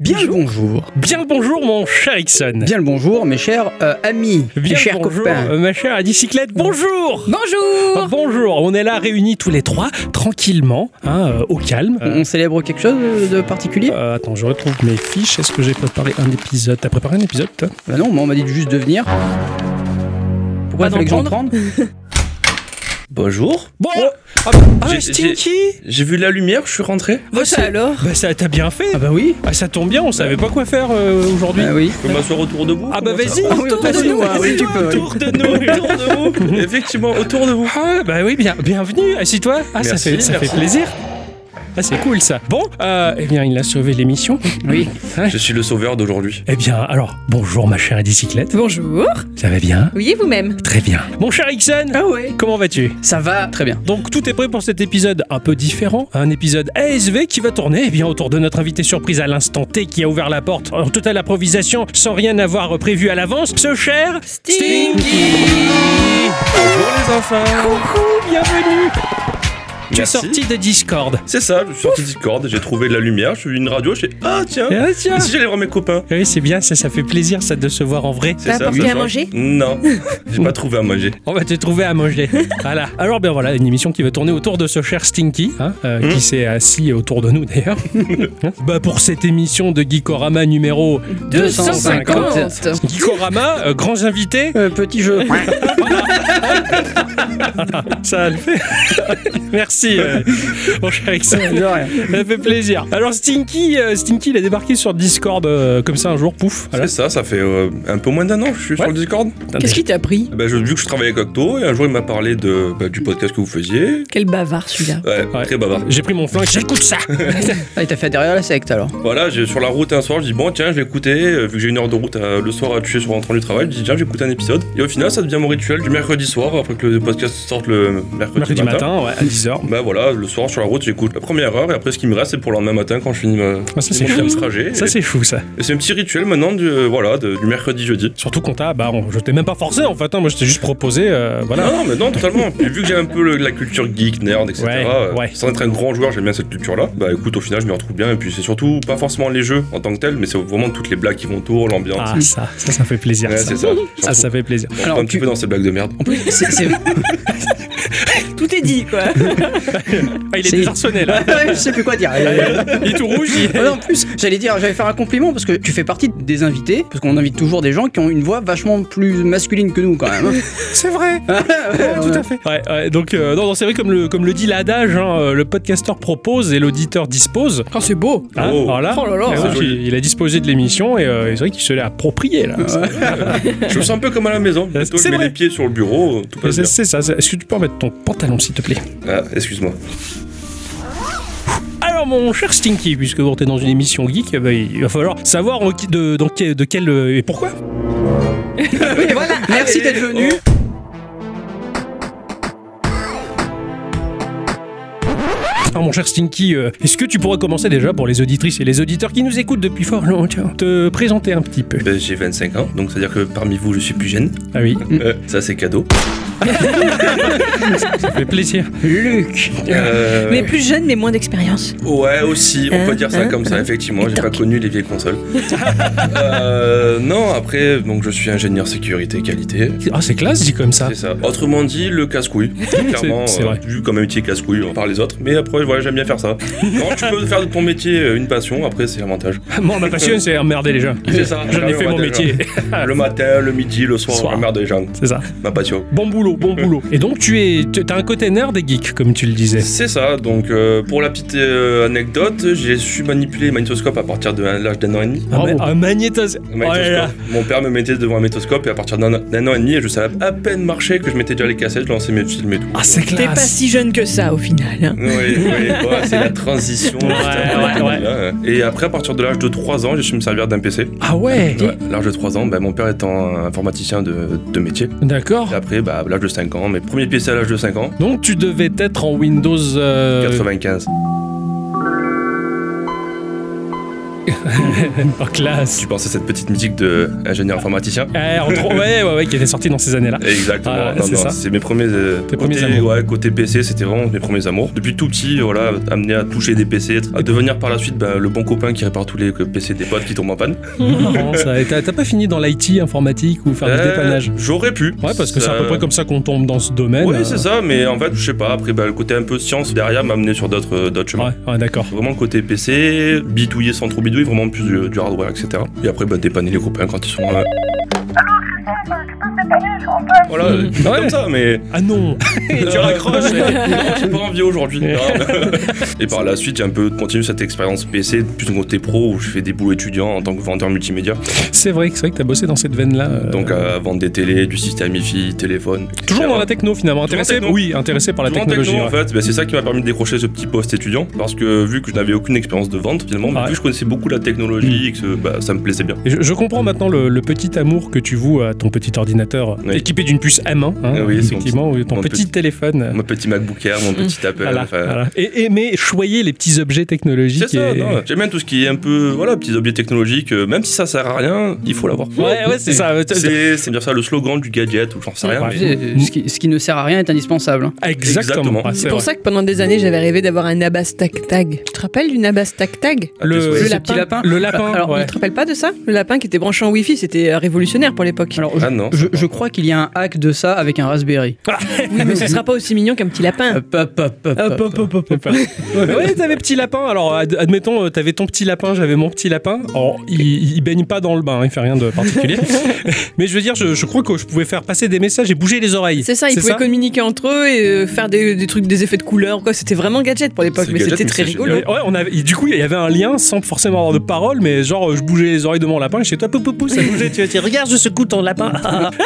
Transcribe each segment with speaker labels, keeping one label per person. Speaker 1: Bien le bonjour.
Speaker 2: Bien le bonjour, mon cher Ixon.
Speaker 1: Bien le bonjour, mes chers euh, amis, mes
Speaker 2: Bien le
Speaker 1: chers
Speaker 2: bonjour,
Speaker 1: copains.
Speaker 2: euh, ma chère à bicyclette. Bonjour. Oh,
Speaker 3: Bonjour
Speaker 2: Bonjour, on est là réunis tous les trois, tranquillement, hein, euh, au calme.
Speaker 1: On- On célèbre quelque chose de particulier
Speaker 2: Euh, attends, je retrouve mes fiches. Est-ce que j'ai préparé un épisode T'as préparé un épisode toi
Speaker 1: Bah non, moi on m'a dit juste de venir. Pourquoi
Speaker 3: Pas
Speaker 1: il fallait que j'en
Speaker 3: d'en
Speaker 1: prenne
Speaker 4: Bonjour.
Speaker 2: Bon
Speaker 1: Oh.
Speaker 2: Ah, ah,
Speaker 4: J'ai-
Speaker 2: Stinky
Speaker 4: J'ai vu la lumière, je suis rentré.
Speaker 2: Bah,
Speaker 3: Ça
Speaker 1: Oh.
Speaker 3: alors
Speaker 2: bah, ça, t'as bien fait
Speaker 1: Ah bah oui
Speaker 2: Ah, ça tombe bien, on savait pas quoi faire euh, aujourd'hui.
Speaker 1: Ah oui.
Speaker 4: Je peux m'asseoir autour de vous
Speaker 2: Ah bah
Speaker 4: comment ça
Speaker 2: vas-y,
Speaker 1: Ah oui,
Speaker 2: autour
Speaker 1: autour
Speaker 2: de
Speaker 1: de
Speaker 2: nous,
Speaker 1: nous, hein, oui,
Speaker 2: vas-y,
Speaker 1: tu
Speaker 2: toi,
Speaker 1: peux, oui.
Speaker 2: autour de nous.
Speaker 4: va Autour de vous Effectivement, autour de vous.
Speaker 2: Ah bah oui, bien, bienvenue, assieds-toi. Ah ça
Speaker 4: Merci,
Speaker 2: fait, ça
Speaker 4: merci.
Speaker 2: fait plaisir. Ah c'est cool ça. Bon, euh, eh bien il a sauvé l'émission.
Speaker 1: Oui.
Speaker 2: Hein
Speaker 4: Je suis le sauveur d'aujourd'hui.
Speaker 2: eh bien alors, bonjour ma chère bicyclette.
Speaker 3: Bonjour
Speaker 2: Ça va bien
Speaker 3: Oui, vous-même
Speaker 2: Très bien. Mon cher Ixon
Speaker 1: Ah ouais
Speaker 2: Comment vas-tu
Speaker 1: Ça va très bien.
Speaker 2: Donc tout est prêt pour cet épisode un peu différent, un épisode ASV qui va tourner eh bien autour de notre invité surprise à l'instant T qui a ouvert la porte en totale improvisation sans rien avoir prévu à l'avance, ce cher
Speaker 3: Stinky.
Speaker 4: Bonjour les enfants
Speaker 2: Coucou, bienvenue Tu es
Speaker 4: Merci.
Speaker 2: sorti de Discord.
Speaker 4: C'est ça, je suis sorti de Discord, j'ai trouvé de la lumière, je suis une radio, je fais Ah tiens
Speaker 2: Ah, tiens.
Speaker 4: Et si j'allais voir mes copains
Speaker 2: Eh Oui, c'est bien, ça, ça fait plaisir, ça, de se voir en vrai.
Speaker 4: C'est
Speaker 3: T'as
Speaker 4: ça,
Speaker 3: apporté
Speaker 4: ça
Speaker 3: à
Speaker 4: change.
Speaker 3: manger
Speaker 4: Non, j'ai pas trouvé à manger.
Speaker 2: On va te trouver à manger. voilà. Alors, bien voilà, une émission qui va tourner autour de ce cher Stinky, hein, euh,
Speaker 4: Hmm.
Speaker 2: qui s'est assis autour de nous d'ailleurs. bah, pour cette émission de Geekorama numéro
Speaker 1: 250.
Speaker 2: Geekorama, euh, grands invités,
Speaker 1: Euh, petit jeu.
Speaker 2: ça le fait. Merci, euh, mon cher Ixon.
Speaker 1: De rien.
Speaker 2: Ça fait plaisir. Alors, Stinky, euh, Stinky, il a débarqué sur Discord euh, comme ça un jour, pouf. Voilà.
Speaker 4: C'est ça, ça fait euh, un peu moins d'un an que je suis
Speaker 2: Ouais.
Speaker 4: sur le Discord.
Speaker 3: Qu'est-ce qui t'a pris
Speaker 4: Bah, je, vu que je travaillais avec Octo, et un jour il m'a parlé de, bah, du podcast que vous faisiez.
Speaker 3: Quel bavard celui-là
Speaker 4: Ouais,
Speaker 2: Ouais.
Speaker 4: très bavard.
Speaker 2: J'ai pris mon flingue, j'écoute ça.
Speaker 1: Ah, il t'a fait derrière la secte alors.
Speaker 4: Voilà, j'ai- sur la route un soir, je dis bon tiens, je vais écouter, euh, vu que j'ai une heure de route euh, le soir à tuer sur en rentrant du travail, je dis tiens, j'écoute un épisode. Et au final, ça devient mon rituel du mercredi soir, après que le podcast sorte le mercredi,
Speaker 2: Mercredi
Speaker 4: matin.
Speaker 2: matin, ouais, à 10h.
Speaker 4: Bah voilà, le soir sur la route, j'écoute la première heure, et après ce qui me reste, c'est pour le lendemain matin quand je finis ma...
Speaker 2: Ah, ça,
Speaker 4: mon
Speaker 2: c'est
Speaker 4: petit
Speaker 2: chou.
Speaker 4: trajet.
Speaker 2: Ça,
Speaker 4: Et-
Speaker 2: c'est fou, ça.
Speaker 4: et c'est un petit rituel maintenant du, euh, voilà, de- du mercredi jeudi.
Speaker 2: Surtout qu'on t'a, bah, on- je t'ai même pas forcé en fait, hein, moi je t'ai juste proposé, euh, voilà.
Speaker 4: Non, non, mais non, totalement. Et vu que j'ai un peu le- la culture geek, nerd, etc.,
Speaker 2: Ouais,
Speaker 4: euh,
Speaker 2: ouais.
Speaker 4: sans être un grand joueur, j'aime bien cette culture-là. Bah écoute, au final, je m'y retrouve bien. Et puis c'est surtout pas forcément les jeux en tant que tels, mais c'est vraiment toutes les blagues qui vont autour, l'ambiance.
Speaker 2: Ah, ça, ça, ça fait plaisir.
Speaker 4: Ouais,
Speaker 2: ça.
Speaker 4: c'est ça.
Speaker 2: ça, ça fait plaisir.
Speaker 4: On
Speaker 1: Alors,
Speaker 4: tombe un petit
Speaker 1: tu-
Speaker 4: peu dans ces blagues de merde.
Speaker 1: En plus, c'est- c'est-
Speaker 3: Tout est dit, quoi
Speaker 2: Ah, il est
Speaker 1: C'est-
Speaker 2: désarçonné là.
Speaker 1: Ouais, je sais plus quoi dire.
Speaker 2: il est tout rouge. il-
Speaker 1: Ouais, en plus, j'allais dire, j'allais faire un compliment parce que tu fais partie des invités, parce qu'on invite toujours des gens qui ont une voix vachement plus masculine que nous quand même.
Speaker 2: C'est vrai.
Speaker 1: Ouais,
Speaker 2: Tout à fait. Ouais, ouais, donc euh, non, non, c'est vrai comme le comme le dit l'adage, hein, euh, le podcasteur propose et l'auditeur dispose.
Speaker 3: Oh, c'est beau
Speaker 2: Hein,
Speaker 4: Oh.
Speaker 2: Voilà.
Speaker 3: Oh là là.
Speaker 2: Et
Speaker 4: C'est
Speaker 2: donc,
Speaker 4: joli.
Speaker 2: il, il a disposé de l'émission et euh, c'est vrai qu'il se l'est approprié là.
Speaker 4: Je me sens un peu comme à la maison. Bientôt,
Speaker 2: C'est
Speaker 4: je mets
Speaker 2: vrai.
Speaker 4: les pieds sur le bureau, euh, tout
Speaker 2: C'est
Speaker 4: passe bien.
Speaker 2: c'est ça. c'est- Est-ce que tu peux remettre ton pantalon s'il te plaît
Speaker 4: Ah, excuse-moi.
Speaker 2: Alors mon cher Stinky, puisque bon, t'es dans une émission geek, eh ben, il va falloir savoir en qui- de, dans quel- de quel euh, et pourquoi.
Speaker 1: voilà. Merci d'être venu.
Speaker 2: Alors mon cher Stinky, euh, est-ce que tu pourrais commencer déjà pour les auditrices et les auditeurs qui nous écoutent depuis fort longtemps Te présenter un petit peu.
Speaker 4: Ben, j'ai 25 ans, donc c'est-à-dire que parmi vous, je suis plus jeune.
Speaker 2: Ah oui,
Speaker 4: Euh, ça, c'est cadeau.
Speaker 2: ça fait plaisir.
Speaker 1: Oh, Luc.
Speaker 4: Euh,
Speaker 3: Mais plus jeune, mais moins d'expérience.
Speaker 4: Ouais, aussi, on
Speaker 3: Hein,
Speaker 4: peut dire ça
Speaker 3: hein,
Speaker 4: comme ça, effectivement. J'ai pas connu les vieilles consoles. Euh, non, après, donc je suis ingénieur sécurité qualité.
Speaker 2: Ah c'est classe dit comme ça.
Speaker 4: C'est ça. Autrement dit, le casse-couille. Clairement,
Speaker 2: c'est
Speaker 4: euh,
Speaker 2: vrai.
Speaker 4: vu comme un métier casse-couille euh, par les autres. Mais après, voilà, j'aime bien faire ça. Quand tu peux faire de ton métier euh, une passion, après, c'est l'avantage.
Speaker 2: Moi ma passion c'est emmerder les gens.
Speaker 4: C'est ça.
Speaker 2: J'en ai fait mon métier.
Speaker 4: Le matin, le midi, le soir,
Speaker 2: Ah. Soir.
Speaker 4: la merde des gens.
Speaker 2: C'est ça.
Speaker 4: Ma passion.
Speaker 2: Bon boulot, bon boulot. Et donc tu es, tu- t'as un côté nerd et geek comme tu le disais.
Speaker 4: C'est ça, donc euh, pour la petite euh, anecdote, j'ai su manipuler les magnétoscopes à partir de l'âge d'un an et demi.
Speaker 2: Un,
Speaker 1: Bravo.
Speaker 2: ma- un magnétos-
Speaker 4: Le
Speaker 2: Ah Oh là là.
Speaker 4: Ah magnétoscope. Mon père me mettait devant un magnétoscope et à partir d'un d'un an et demi, je savais à peine marcher que je mettais déjà les cassettes, je lançais mes films et tout.
Speaker 2: Ah c'est
Speaker 3: T'es pas
Speaker 2: classe.
Speaker 3: si jeune que ça, au final. hein.
Speaker 4: Oui, oui, ouais, c'est la transition.
Speaker 2: Ouais,
Speaker 4: putain,
Speaker 2: ouais, ouais.
Speaker 4: là, ouais. Et après, à partir de l'âge de 3 ans, j'ai su me servir d'un PC.
Speaker 2: Ah ouais.
Speaker 4: Ouais, à l'âge de 3 ans, bah, mon père étant informaticien de, de métier.
Speaker 2: D'accord.
Speaker 4: Et après, bah, à l'âge de 5 ans, mes premiers PC à l'âge de 5 ans,
Speaker 2: Donc tu devais être en Windows. euh,
Speaker 4: 95.
Speaker 2: Oh, classe.
Speaker 4: Tu penses à cette petite musique de ingénieur informaticien
Speaker 2: Eh, en trop- Ouais, ouais, ouais, qui était sorti dans ces années-là.
Speaker 4: Exactement.
Speaker 2: Ah,
Speaker 4: Non,
Speaker 2: c'est
Speaker 4: non,
Speaker 2: ça.
Speaker 4: c'est mes premiers. euh,
Speaker 2: Tes
Speaker 4: côté,
Speaker 2: premiers amours.
Speaker 4: ouais, côté PC, c'était vraiment mes premiers amours. Depuis tout petit, voilà, amené à toucher des PC, à devenir par la suite bah, le bon copain qui répare tous les PC des potes qui tombent en panne.
Speaker 2: Marrant, ça. Et T'as t'as pas fini dans l'IT informatique ou faire du
Speaker 4: Euh,
Speaker 2: dépannage
Speaker 4: J'aurais pu.
Speaker 2: Ouais, parce que c'est à peu
Speaker 4: Ça-
Speaker 2: près comme ça qu'on tombe dans ce domaine.
Speaker 4: Ouais,
Speaker 2: Euh,
Speaker 4: c'est ça, mais en fait, je sais pas. Après, bah, le côté un peu science derrière m'a amené sur d'autres euh, d'autres chemins.
Speaker 2: Ouais, ouais, d'accord.
Speaker 4: Vraiment le côté PC, bidouiller sans trop bidouiller, vraiment plus du, du hardware, etc. Et après, bah, dépanner les copains quand ils sont. euh, Voilà, euh, c'est
Speaker 2: Ouais.
Speaker 4: comme ça, mais.
Speaker 2: Ah non
Speaker 4: Et tu raccroches. Non, J'ai pas envie aujourd'hui.
Speaker 2: Ouais.
Speaker 4: Non. Et par la suite, j'ai un peu continué cette expérience PC, plus de côté pro, où je fais des boulots étudiants en tant que vendeur multimédia.
Speaker 2: C'est vrai, que- c'est vrai que t'as bossé dans cette veine-là. euh,
Speaker 4: Donc, à vendre des télés, du système IFI, téléphone. etc.
Speaker 2: Toujours dans la techno finalement,
Speaker 4: Toujours
Speaker 2: intéressé
Speaker 4: techno.
Speaker 2: Oui, intéressé par la
Speaker 4: Souvent,
Speaker 2: technologie.
Speaker 4: techno,
Speaker 2: ouais.
Speaker 4: en fait, bah, c'est ça qui m'a permis de décrocher ce petit poste étudiant parce que vu que je n'avais aucune expérience de vente finalement, mais
Speaker 2: Ouais. Mm.
Speaker 4: vu que je connaissais beaucoup la technologie et que bah, ça me plaisait bien.
Speaker 2: Et je, je comprends maintenant le, le petit amour que tu voues à ton petit ordinateur
Speaker 4: Oui.
Speaker 2: équipé d'une puce M1, hein,
Speaker 4: Ah oui, c'est
Speaker 2: effectivement, ou ton
Speaker 4: mon
Speaker 2: petit,
Speaker 4: petit-
Speaker 2: téléphone. euh,
Speaker 4: Mon petit MacBook Air, mon petit Apple.
Speaker 2: voilà,
Speaker 4: enfin,
Speaker 2: voilà. Et aimer choyer les petits objets technologiques.
Speaker 4: C'est ça,
Speaker 2: et-
Speaker 4: non, j'aime bien tout ce qui est un peu, voilà, petits objets technologiques, euh, même si ça sert à rien, il faut l'avoir.
Speaker 2: Ouais, ouais, c'est ça.
Speaker 4: C'est c'est bien ça le slogan du gadget ou j'en sais rien.
Speaker 2: Ouais.
Speaker 1: Tu sais, euh, Ce qui, ce qui ne sert à rien est indispensable. hein.
Speaker 2: Exactement.
Speaker 4: Exactement.
Speaker 2: Ah,
Speaker 3: C'est
Speaker 2: c'est
Speaker 3: pour
Speaker 2: vrai.
Speaker 3: ça que pendant des années, j'avais rêvé d'avoir un Abbas Tag Tag. Tu te rappelles du Abbas Tag Tag
Speaker 4: Ah, t'es
Speaker 2: Le-
Speaker 4: souhaité.
Speaker 3: Le
Speaker 1: Ce
Speaker 3: lapin.
Speaker 1: petit lapin.
Speaker 2: Le lapin,
Speaker 1: Alors,
Speaker 2: ouais.
Speaker 3: Tu te rappelles pas de ça Le lapin qui était branché en Wi-Fi, c'était euh, révolutionnaire pour l'époque.
Speaker 1: Alors, je,
Speaker 4: Ah non.
Speaker 1: je- je crois qu'il y a un hack de ça avec un Raspberry.
Speaker 3: Oui, mais ce sera pas aussi mignon qu'un petit lapin.
Speaker 1: Hop, hop, hop,
Speaker 2: Hop,
Speaker 1: hop, hop.
Speaker 2: hop, hop, hop, hop. Ouais, t'avais petit lapin. Alors, ad- admettons, euh, t'avais ton petit lapin, j'avais mon petit lapin. Alors, il, il baigne pas dans le bain, hein, il fait rien de particulier. Mais je veux dire, je, je crois que je pouvais faire passer des messages et bouger les oreilles.
Speaker 3: C'est ça, ils pouvaient communiquer entre eux et euh, faire des, des trucs, des effets de couleurs, quoi. C'était vraiment gadget pour l'époque,
Speaker 4: C'est
Speaker 3: mais
Speaker 4: gadget,
Speaker 3: c'était
Speaker 4: mais
Speaker 3: très
Speaker 4: c'est
Speaker 3: rigolo.
Speaker 2: Ouais, ouais, on avait, et du coup, il y avait un lien sans forcément avoir de parole, mais genre, euh, je bougeais les oreilles de mon lapin et chez toi, pou, pou, pou, ça bougeait. tu vois, tu dis, regarde, je secoue ton lapin.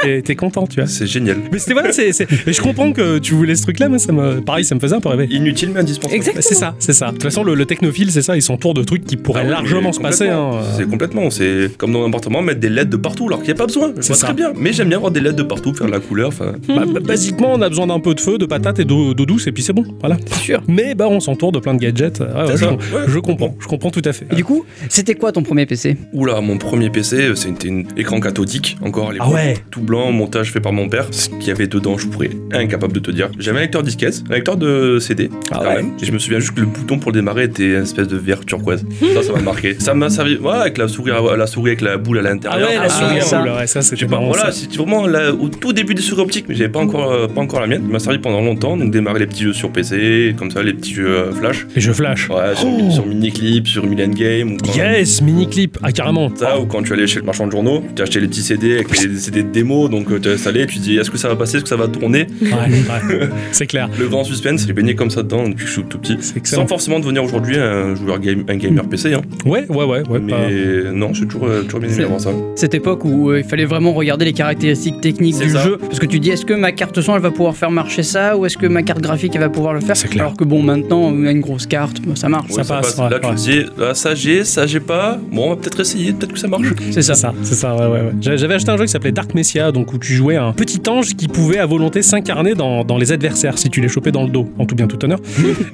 Speaker 2: et t'es content, tu vois.
Speaker 4: C'est génial.
Speaker 2: Mais c'était voilà, c'est, c'est- et je comprends que tu voulais ce truc-là, mais ça me, pareil, ça me faisait un peu rêver.
Speaker 4: Inutile mais indispensable.
Speaker 3: Exactement.
Speaker 2: Bah, C'est ça, c'est ça. De toute façon, le, le technophile, c'est ça, ils s'entourent de trucs qui pourraient
Speaker 4: Ah oui,
Speaker 2: largement se
Speaker 4: mais
Speaker 2: passer. hein.
Speaker 4: complètement. C'est complètement, c'est comme dans un appartement, mettre des LED de partout alors qu'il n'y a pas besoin. Je
Speaker 2: C'est
Speaker 4: vois
Speaker 2: ça.
Speaker 4: très bien, mais j'aime bien avoir des LED de partout, faire de la couleur. enfin,
Speaker 2: Bah, bah, basiquement, on a besoin d'un peu de feu, de patates et d'eau d'eau douce, et puis c'est bon, voilà.
Speaker 3: sûr.
Speaker 2: Mais bah, on s'entoure de plein de gadgets. Ouais, ouais,
Speaker 4: C'est
Speaker 2: je,
Speaker 4: ça,
Speaker 2: com-
Speaker 4: ouais.
Speaker 2: je comprends, je comprends tout à fait.
Speaker 1: Et du coup, c'était quoi ton premier PC
Speaker 4: Oula, mon premier PC, c'était un écran cathodique, encore à l'époque.
Speaker 2: Ah ouais
Speaker 4: Tout blanc, montage fait par mon père. Ce qu'il y avait dedans, je pourrais incapable de te dire. J'avais un lecteur disquette, un lecteur de CD,
Speaker 2: Ah
Speaker 4: quand
Speaker 2: ouais.
Speaker 4: même. Et je me souviens juste que le bouton pour le démarrer était une espèce de vert turquoise. ça, ça m'a marqué. Ça m'a servi, voilà, avec la souris, à- la souris avec la boule à
Speaker 2: Ah
Speaker 4: l'intérieur.
Speaker 2: ouais, la souris,
Speaker 1: ça.
Speaker 2: roule, ouais, ça,
Speaker 4: Je sais
Speaker 2: c'était
Speaker 4: pas,
Speaker 2: marrant, ça.
Speaker 4: voilà, c'est vraiment la- au tout début des souris optiques, mais j'avais pas encore, euh, pas encore la mienne. Il m'a servi pendant longtemps, donc démarrer les petits jeux sur PC, comme ça, les petits jeux euh, Flash.
Speaker 2: Et je flash.
Speaker 4: Ouais, sur,
Speaker 2: Oh.
Speaker 4: sur Miniclip, sur Million Game, ou quand-
Speaker 2: Yes, mini clip, ah carrément.
Speaker 4: ça, ou quand tu allais chez le marchand de journaux, tu achetais les petits CD avec les CD de démo, donc euh, tu installais, tu dis est-ce que ça va passer, est-ce que ça va tourner
Speaker 2: Ouais, ouais, c'est clair.
Speaker 4: Le grand suspense, j'ai baigné comme ça dedans depuis que je suis tout petit.
Speaker 2: C'est
Speaker 4: Sans
Speaker 2: excellent.
Speaker 4: forcément devenir aujourd'hui un joueur game, un gamer PC, hein.
Speaker 2: Ouais, ouais, ouais, ouais.
Speaker 4: mais
Speaker 2: pas-
Speaker 4: non, j'ai toujours, euh, toujours bien aimé
Speaker 1: C'est-
Speaker 4: avoir ça.
Speaker 1: Cette époque où euh, il fallait vraiment regarder les caractéristiques techniques
Speaker 4: C'est
Speaker 1: du
Speaker 4: ça.
Speaker 1: jeu. Parce que tu dis, est-ce que ma carte son, elle va pouvoir faire marcher ça Ou est-ce que ma carte graphique, elle va pouvoir le faire
Speaker 2: C'est clair.
Speaker 1: Alors que bon, maintenant, on a une grosse carte, bon, ça marche.
Speaker 4: Ouais,
Speaker 2: Ça passe, ouais,
Speaker 4: Là, tu
Speaker 2: ouais.
Speaker 4: te dis ah, ça j'ai, ça j'ai pas. Bon, on va peut-être essayer, peut-être que ça marche.
Speaker 1: C'est ça.
Speaker 2: C'est ça, c'est ça, ouais, ouais, ouais. J'a- J'avais acheté un jeu qui s'appelait Dark Messiah, donc où tu jouais un petit ange qui pouvait à volonté s'incarner dans, dans les adversaires si tu les chopais dans le dos, en tout bien tout honneur.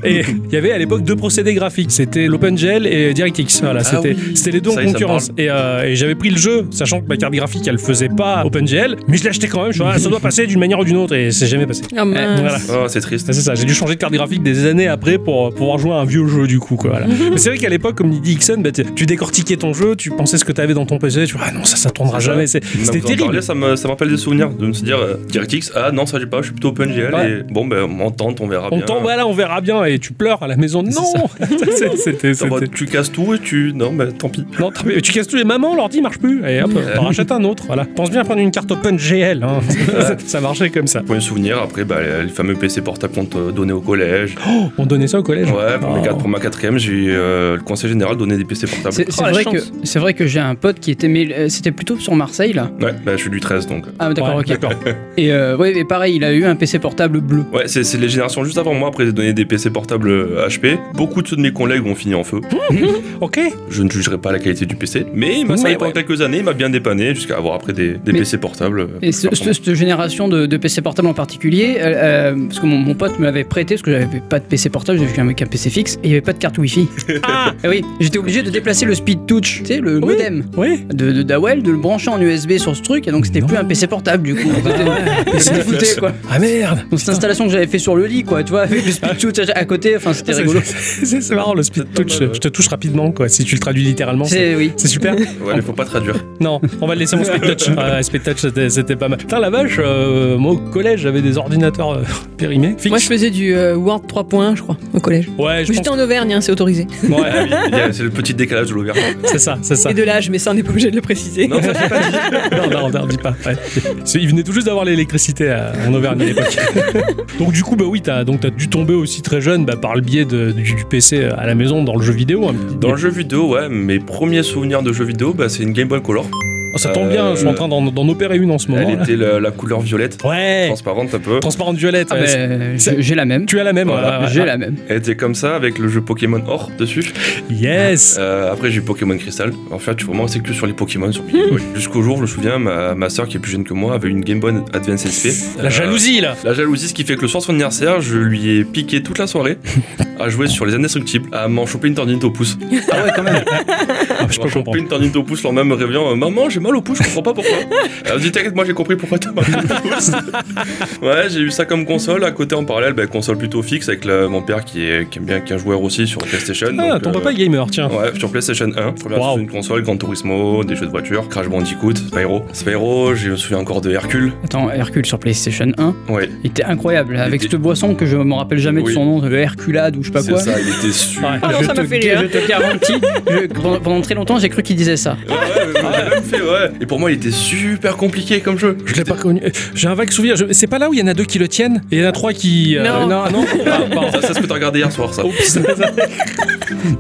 Speaker 2: et il y avait à l'époque deux procédés graphiques, c'était l'OpenGL et DirectX. Voilà,
Speaker 4: Ah
Speaker 2: c'était
Speaker 4: oui.
Speaker 2: c'était les deux
Speaker 4: Ça
Speaker 2: en
Speaker 4: y est, ça me
Speaker 2: concurrence. Et, euh, et j'avais pris le jeu, sachant que ma carte graphique elle faisait pas OpenGL, mais je l'achetais quand même, je me suis dit, Ah, ça doit passer d'une manière ou d'une autre, et c'est jamais passé.
Speaker 3: Ah, mince.
Speaker 2: Voilà.
Speaker 4: Ah, c'est triste.
Speaker 2: Ah, C'est ça, j'ai dû changer de carte graphique des années après pour euh, pouvoir jouer à un vieux jeu du coup. Quoi, voilà. Mais c'est vrai qu'à l'époque, comme dit Ixon, bah, tu tu décortiquais ton jeu, tu pensais ce que t'avais dans ton PC, tu vois, ah non, ça, ça tournera
Speaker 4: C'est ça.
Speaker 2: jamais. c'est-
Speaker 4: Même
Speaker 2: C'était
Speaker 4: vous en
Speaker 2: terrible.
Speaker 4: parlez, ça me, ça me rappelle des souvenirs de me se dire euh, DirectX, ah non, ça j'ai pas, je suis plutôt OpenGL.
Speaker 2: Ouais.
Speaker 4: Et bon, ben on tente, on verra
Speaker 2: On
Speaker 4: bien.
Speaker 2: t'en voilà, on verra bien, et tu pleures à la maison. Non C'est- C'était.
Speaker 4: Ça va,
Speaker 2: c'était-
Speaker 4: tu casses tout et tu. Non, ben tant pis.
Speaker 2: Non, t'as- mais tu casses tous les mamans, l'ordi marche plus. Et hop, t'en rachètes un autre. Voilà. Pense bien à prendre une carte OpenGL. Hein. ça marchait comme ça.
Speaker 4: Pour me souvenir, après, bah, les fameux PC portables qu'on te donnait au collège. Ah.
Speaker 2: Oh, on donnait ça au collège.
Speaker 4: Ouais, pour, mes
Speaker 2: Oh.
Speaker 4: quatre- pour ma quatrième, j'ai eu, euh, le conseil général donné des PC portables.
Speaker 1: C'est c'est
Speaker 3: Oh, la
Speaker 1: vrai,
Speaker 3: chance.
Speaker 1: que- c'est vrai que j'ai un pote qui était. mais, euh, C'était plutôt sur Marseille, là.
Speaker 4: Ouais, bah, je suis du 13 donc.
Speaker 1: Ah, d'accord,
Speaker 2: Ouais,
Speaker 1: ok. Et euh, ouais, mais pareil, il a eu un PC portable bleu.
Speaker 4: Ouais, c'est c'est les générations juste avant moi, après j'ai donné des PC portables euh, HP. Beaucoup de ceux de mes collègues ont fini en feu.
Speaker 2: Ok.
Speaker 4: Je ne jugerai pas la qualité du PC, mais il m'a
Speaker 2: Ouais,
Speaker 4: servi pendant
Speaker 2: ouais.
Speaker 4: quelques années, il m'a bien dépanné jusqu'à avoir après des, des
Speaker 1: Mais-
Speaker 4: PC portables. euh,
Speaker 1: Et ce-
Speaker 4: plus
Speaker 1: ce- cette génération de, de PC portable en particulier, euh, euh, parce que mon, mon pote me l'avait prêté, parce que j'avais pas de PC portable, j'avais qu'un un PC fixe, et il y avait pas de carte Wi-Fi.
Speaker 2: Ah
Speaker 1: Ah oui, j'étais obligé de déplacer le Speed Touch, tu sais, le modem.
Speaker 2: Oui.
Speaker 1: de, de Dawell de le brancher en USB sur ce truc et donc c'était
Speaker 2: Non.
Speaker 1: plus un PC portable du coup. C'était- C'était fouté quoi.
Speaker 2: Ah merde.
Speaker 1: Donc cette installation que j'avais fait sur le lit quoi, tu vois, avec le speed shoot à à côté, enfin c'était
Speaker 2: Ah, c'est-
Speaker 1: rigolo.
Speaker 2: C'est c'est- c'est marrant le speed
Speaker 4: C'est pas
Speaker 2: touch.
Speaker 4: mal, ouais.
Speaker 2: Je te touche rapidement quoi. Si tu le traduis littéralement. C'est
Speaker 1: C'est oui.
Speaker 2: c'est super.
Speaker 4: important. Ouais, mais faut pas traduire.
Speaker 2: Non, on va le laisser en speed touch. Ah, speed touch, c'était- c'était pas mal. Putain, la vache, euh, moi au collège, j'avais des ordinateurs euh, périmés. fixes.
Speaker 3: Moi, je faisais du euh, Word 3.1, je crois, au collège.
Speaker 2: Ouais, je
Speaker 3: J'étais
Speaker 2: pense.
Speaker 3: en Auvergne, hein, c'est autorisé.
Speaker 2: Ouais,
Speaker 4: Ah oui, il y a- c'est le petit décalage de l'Auvergne.
Speaker 2: c'est ça, c'est ça.
Speaker 3: Et de l'âge, mais ça, on n'est pas obligé de le préciser.
Speaker 4: Non, ça j'ai pas dit.
Speaker 2: non, non, on ne dit pas. Ouais. C'est- Il venait tout juste d'avoir l'électricité à- en Auvergne à l'époque. donc du coup, bah oui, t'as donc t'as dû tomber aussi très jeune, bah, par le biais de- du, du PC à la maison dans le jeu vidéo. hein.
Speaker 4: Dans le jeu vidéo, ouais, mes premiers souvenirs de jeux vidéo, bah, c'est une Game Boy Color.
Speaker 2: Oh, ça tombe bien, je suis en train d'en d'en opérer une en ce moment.
Speaker 4: Elle
Speaker 2: là.
Speaker 4: était la, la couleur violette,
Speaker 2: Ouais,
Speaker 4: transparente un peu.
Speaker 2: transparente violette.
Speaker 1: Ah,
Speaker 2: ouais, c'est-
Speaker 1: ben,
Speaker 2: c'est-
Speaker 1: j'ai j'ai la même.
Speaker 2: Tu as la même.
Speaker 4: Voilà,
Speaker 2: ouais, ouais,
Speaker 1: J'ai
Speaker 2: ouais.
Speaker 1: la même.
Speaker 4: Elle était comme ça avec le jeu Pokémon Or dessus.
Speaker 2: Yes.
Speaker 4: Euh, après, j'ai eu Pokémon Crystal. En fait, vraiment, c'est que sur les Pokémon. sur Game Boy. Jusqu'au jour, je me souviens, ma, ma soeur qui est plus jeune que moi avait une Game Boy Advance SP.
Speaker 2: La
Speaker 4: Euh,
Speaker 2: jalousie là.
Speaker 4: La jalousie, ce qui fait que le soir de son anniversaire, je lui ai piqué toute la soirée à jouer sur les indestructibles, à m'en choper une tendinite au pouce.
Speaker 1: Ah ouais quand même.
Speaker 2: Ah, je
Speaker 4: M'en
Speaker 2: peux
Speaker 4: choper
Speaker 2: comprendre.
Speaker 4: une tendinite au pouce, leur même me réveillant euh, Maman, j'ai mal au pouce, je comprends pas pourquoi. Elle me dit T'inquiète, moi j'ai compris pourquoi t'as mal au pouce. ouais, j'ai eu ça comme console. À côté, en parallèle, bah, console plutôt fixe avec la- mon père qui, est, qui aime bien, qui est un joueur aussi sur PlayStation.
Speaker 2: Ah,
Speaker 4: donc,
Speaker 2: ton
Speaker 4: euh,
Speaker 2: papa est gamer, tiens.
Speaker 4: Ouais, sur PlayStation 1, première
Speaker 2: Wow.
Speaker 4: sur une console, Gran Turismo, des jeux de voiture, Crash Bandicoot, Spyro. Spyro, je me souviens encore de Hercule.
Speaker 1: Attends, Hercule sur PlayStation 1,
Speaker 4: Ouais,
Speaker 1: il était incroyable avec
Speaker 4: était-
Speaker 1: cette boisson que je me rappelle jamais de
Speaker 4: Oui.
Speaker 1: son nom, le Herculade ou je sais pas
Speaker 4: c'est
Speaker 1: quoi.
Speaker 4: ça, il était super.
Speaker 2: Ouais.
Speaker 3: Ah non,
Speaker 1: je,
Speaker 3: ça
Speaker 1: te,
Speaker 3: m'a fait rire.
Speaker 1: je te garantis, je- pendant, pendant très longtemps j'ai cru qu'il disait ça.
Speaker 4: Ouais, ouais, ouais, j'ai même fait, ouais. Et pour moi, il était super compliqué comme jeu.
Speaker 2: Je l'ai pas connu. Euh, J'ai un vague souvenir. Je- C'est pas là où il y en a deux qui le tiennent et il y en a trois qui. euh,
Speaker 3: Non.
Speaker 2: non, non. Ah, pardon.
Speaker 4: Ça, c'est ce que t'as regardé hier soir, ça.
Speaker 2: Oups.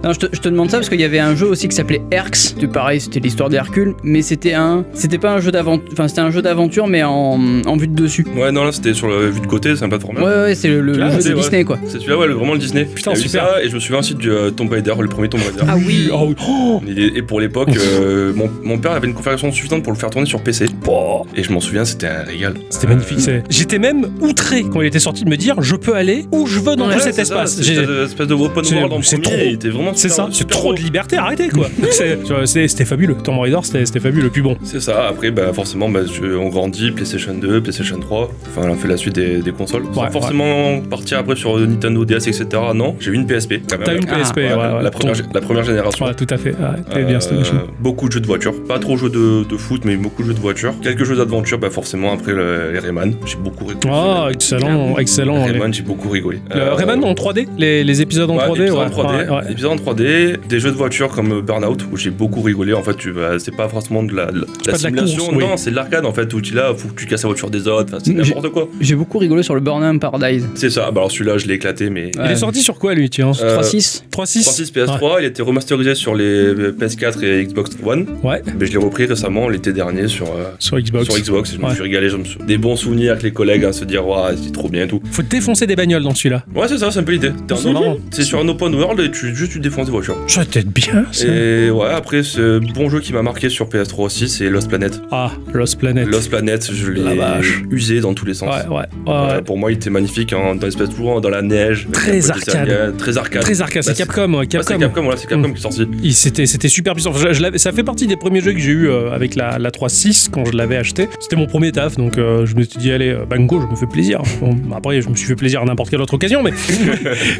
Speaker 1: Non, je te, je te demande ça parce qu'il y avait un jeu aussi qui s'appelait Herx. C'était pareil, c'était l'histoire d'Hercule, mais c'était un, c'était pas un jeu d'aventure, enfin c'était un jeu d'aventure mais en, en vue de dessus.
Speaker 4: Ouais, non, là, c'était sur le vu de côté, c'est un plateforme.
Speaker 1: Ouais, ouais, c'est le, le
Speaker 4: Ah,
Speaker 1: jeu
Speaker 4: c'est
Speaker 1: de
Speaker 4: vrai.
Speaker 1: Disney quoi.
Speaker 4: C'est celui-là, ah ouais, le- vraiment le Disney.
Speaker 2: Putain,
Speaker 4: Il y a eu
Speaker 2: super.
Speaker 4: ça, et je me souviens aussi du euh, Tomb Raider, le premier Tomb Raider.
Speaker 3: Ah oui.
Speaker 2: Ah oui. Oh.
Speaker 4: Il est- Et pour l'époque, euh, mon, mon père avait une configuration suffisante pour le faire tourner sur PC.
Speaker 2: Bon.
Speaker 4: Et je m'en souviens, c'était un régal.
Speaker 2: C'était magnifique. c'est- J'étais même outré quand il était sorti de me dire je peux aller où je veux dans
Speaker 4: Ouais,
Speaker 2: tout
Speaker 4: c'est
Speaker 2: cet
Speaker 4: ça,
Speaker 2: espace.
Speaker 4: c'est
Speaker 2: J'ai-
Speaker 4: cette espèce de open
Speaker 2: c'est-
Speaker 4: world en
Speaker 2: c'est
Speaker 4: premier,
Speaker 2: trop.
Speaker 4: et il était vraiment
Speaker 2: C'est ça,
Speaker 4: super-
Speaker 2: c'est
Speaker 4: super
Speaker 2: trop
Speaker 4: beau.
Speaker 2: de liberté, arrêtez quoi. C'est- tu vois, c'est- C'était fabuleux. Tomb Raider, c'était c'était fabuleux. Puis bon,
Speaker 4: C'est ça, après bah, forcément bah, je- on grandit, PlayStation 2, PlayStation 3, enfin on fait la suite des, des consoles. Sans
Speaker 2: ouais.
Speaker 4: forcément partir après sur Nintendo DS, etc. Non, j'ai eu une PSP quand même.
Speaker 2: t'as une
Speaker 1: Ah,
Speaker 2: PSP,
Speaker 4: Ouais,
Speaker 2: ouais, ouais,
Speaker 4: bah, la,
Speaker 2: ton-
Speaker 4: première, la première génération.
Speaker 2: Ouais, tout à fait. Ouais, t'es
Speaker 4: Euh,
Speaker 2: Eh bien cette machine.
Speaker 4: beaucoup de jeux de voiture, pas trop jeux de, de foot, mais beaucoup de jeux de voiture. Quelques jeux d'aventure, bah forcément après le, les Rayman, j'ai beaucoup rigolé.
Speaker 2: Ah, excellent, excellent. Les-
Speaker 4: Rayman, j'ai beaucoup rigolé.
Speaker 2: Le
Speaker 4: Euh,
Speaker 2: Rayman en 3D, les, les épisodes en
Speaker 4: Ouais,
Speaker 2: 3D,
Speaker 4: épisode
Speaker 2: ouais,
Speaker 4: en 3D,
Speaker 2: ouais, ouais.
Speaker 4: épisode en 3D, des jeux de voiture comme euh, Burnout où j'ai beaucoup rigolé. En fait, tu vas, c'est pas forcément de la, de la-
Speaker 2: C'est pas de la
Speaker 4: simulation,
Speaker 2: course, oui.
Speaker 4: non, c'est de l'arcade en fait où tu là, faut que tu casses la voiture des autres, enfin, c'est
Speaker 1: Mais
Speaker 4: n'importe quoi.
Speaker 1: J'ai beaucoup rigolé sur le Burnout Paradise.
Speaker 4: C'est ça. Bah alors celui-là, je l'ai éclaté, mais
Speaker 2: Il est
Speaker 1: Ouais.
Speaker 2: sorti sur quoi lui, tiens
Speaker 4: Euh,
Speaker 1: 3-6
Speaker 2: 3.6
Speaker 4: 36 PS3, il était remasterisé sur les euh, PS4 et Xbox One,
Speaker 2: Ouais,
Speaker 4: mais je l'ai repris récemment l'été dernier sur. euh,
Speaker 2: sur Xbox.
Speaker 4: Sur Xbox, je me
Speaker 2: Ouais.
Speaker 4: suis régalé, je me suis... des bons souvenirs avec les collègues, à se dire, ouais, c'est trop bien et tout.
Speaker 2: Faut défoncer des bagnoles dans celui-là.
Speaker 4: Ouais, c'est ça, c'est un peu l'idée. T'es en-
Speaker 2: C'est marrant.
Speaker 4: C'est sur un open world et tu juste tu défonces des voitures.
Speaker 2: Ça doit être bien ça.
Speaker 4: Et ouais, après, ce bon jeu qui m'a marqué sur PS3 aussi, c'est Lost Planet.
Speaker 2: Ah, Lost Planet.
Speaker 4: Lost Planet, je
Speaker 2: La
Speaker 4: l'ai
Speaker 2: vache.
Speaker 4: usé dans tous les sens.
Speaker 2: Ouais, ouais, ouais.
Speaker 4: Euh,
Speaker 2: ouais.
Speaker 4: pour moi, il était magnifique, hein, dans l'espèce toujours dans la neige. avec
Speaker 2: Très
Speaker 4: un peu de
Speaker 2: arcade.
Speaker 4: sérieux, Très arcade.
Speaker 2: Très arcade, c'est
Speaker 4: Bah,
Speaker 2: Capcom, ouais,
Speaker 4: Ouais, c'est
Speaker 2: Capcom. Mm.
Speaker 4: Capcom, voilà, c'est Capcom qui est sorti.
Speaker 2: Il- C'était c'était super puissant. Je- je l'avais- ça fait partie des premiers jeux que j'ai eu euh, avec la, la 3.6 quand je l'avais acheté. C'était mon premier taf, donc euh, je me suis dit, allez, euh, banco, je me fais plaisir. Bon, après, je me suis fait plaisir à n'importe quelle autre occasion, mais,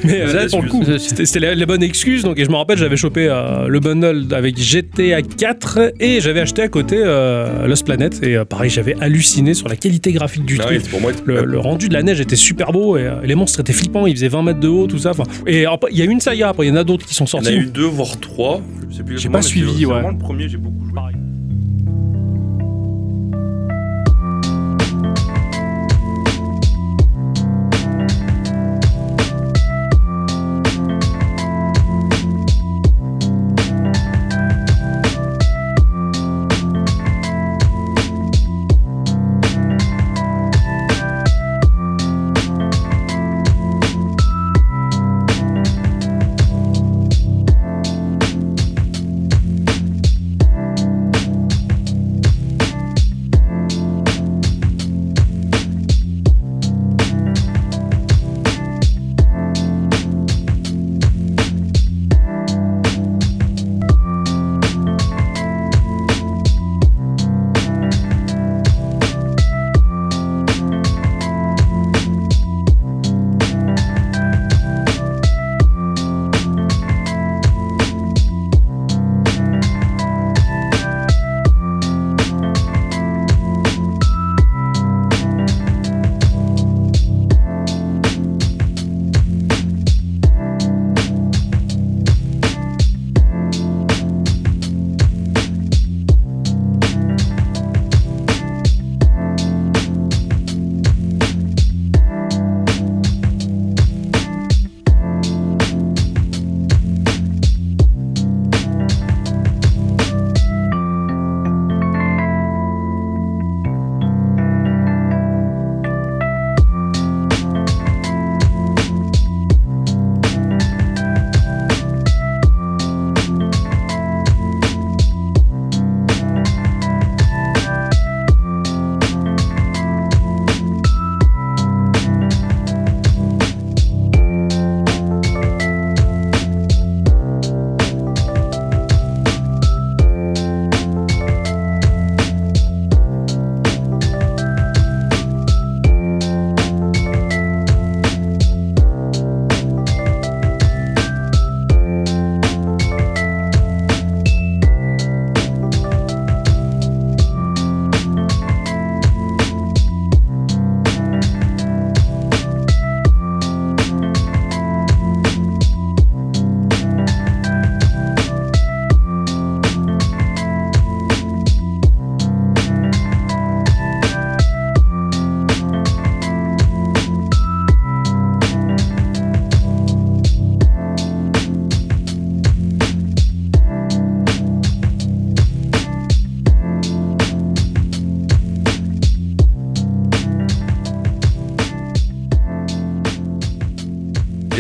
Speaker 2: mais euh, là, pour le coup, c'était c'était la, la bonne excuse. Donc, et je me rappelle, j'avais chopé euh, le bundle avec GTA 4 et j'avais acheté à côté euh, Lost Planet. Et euh, pareil, j'avais halluciné sur la qualité graphique du
Speaker 4: Ah
Speaker 2: truc.
Speaker 4: oui, pour moi,
Speaker 2: Le, le rendu de la neige était super beau et, euh, les monstres étaient flippants, ils faisaient 20 mètres de haut, tout ça. Enfin, Et après, il y a une saga, après il y en a d'autres qui sont
Speaker 4: il y en a
Speaker 2: sortis.
Speaker 4: eu deux, voire trois. Je sais plus
Speaker 2: J'ai
Speaker 4: exactement,
Speaker 2: pas
Speaker 4: mais c'est-
Speaker 2: suivi,
Speaker 4: c'est
Speaker 2: ouais.
Speaker 4: Vraiment, le premier, j'ai beaucoup joué.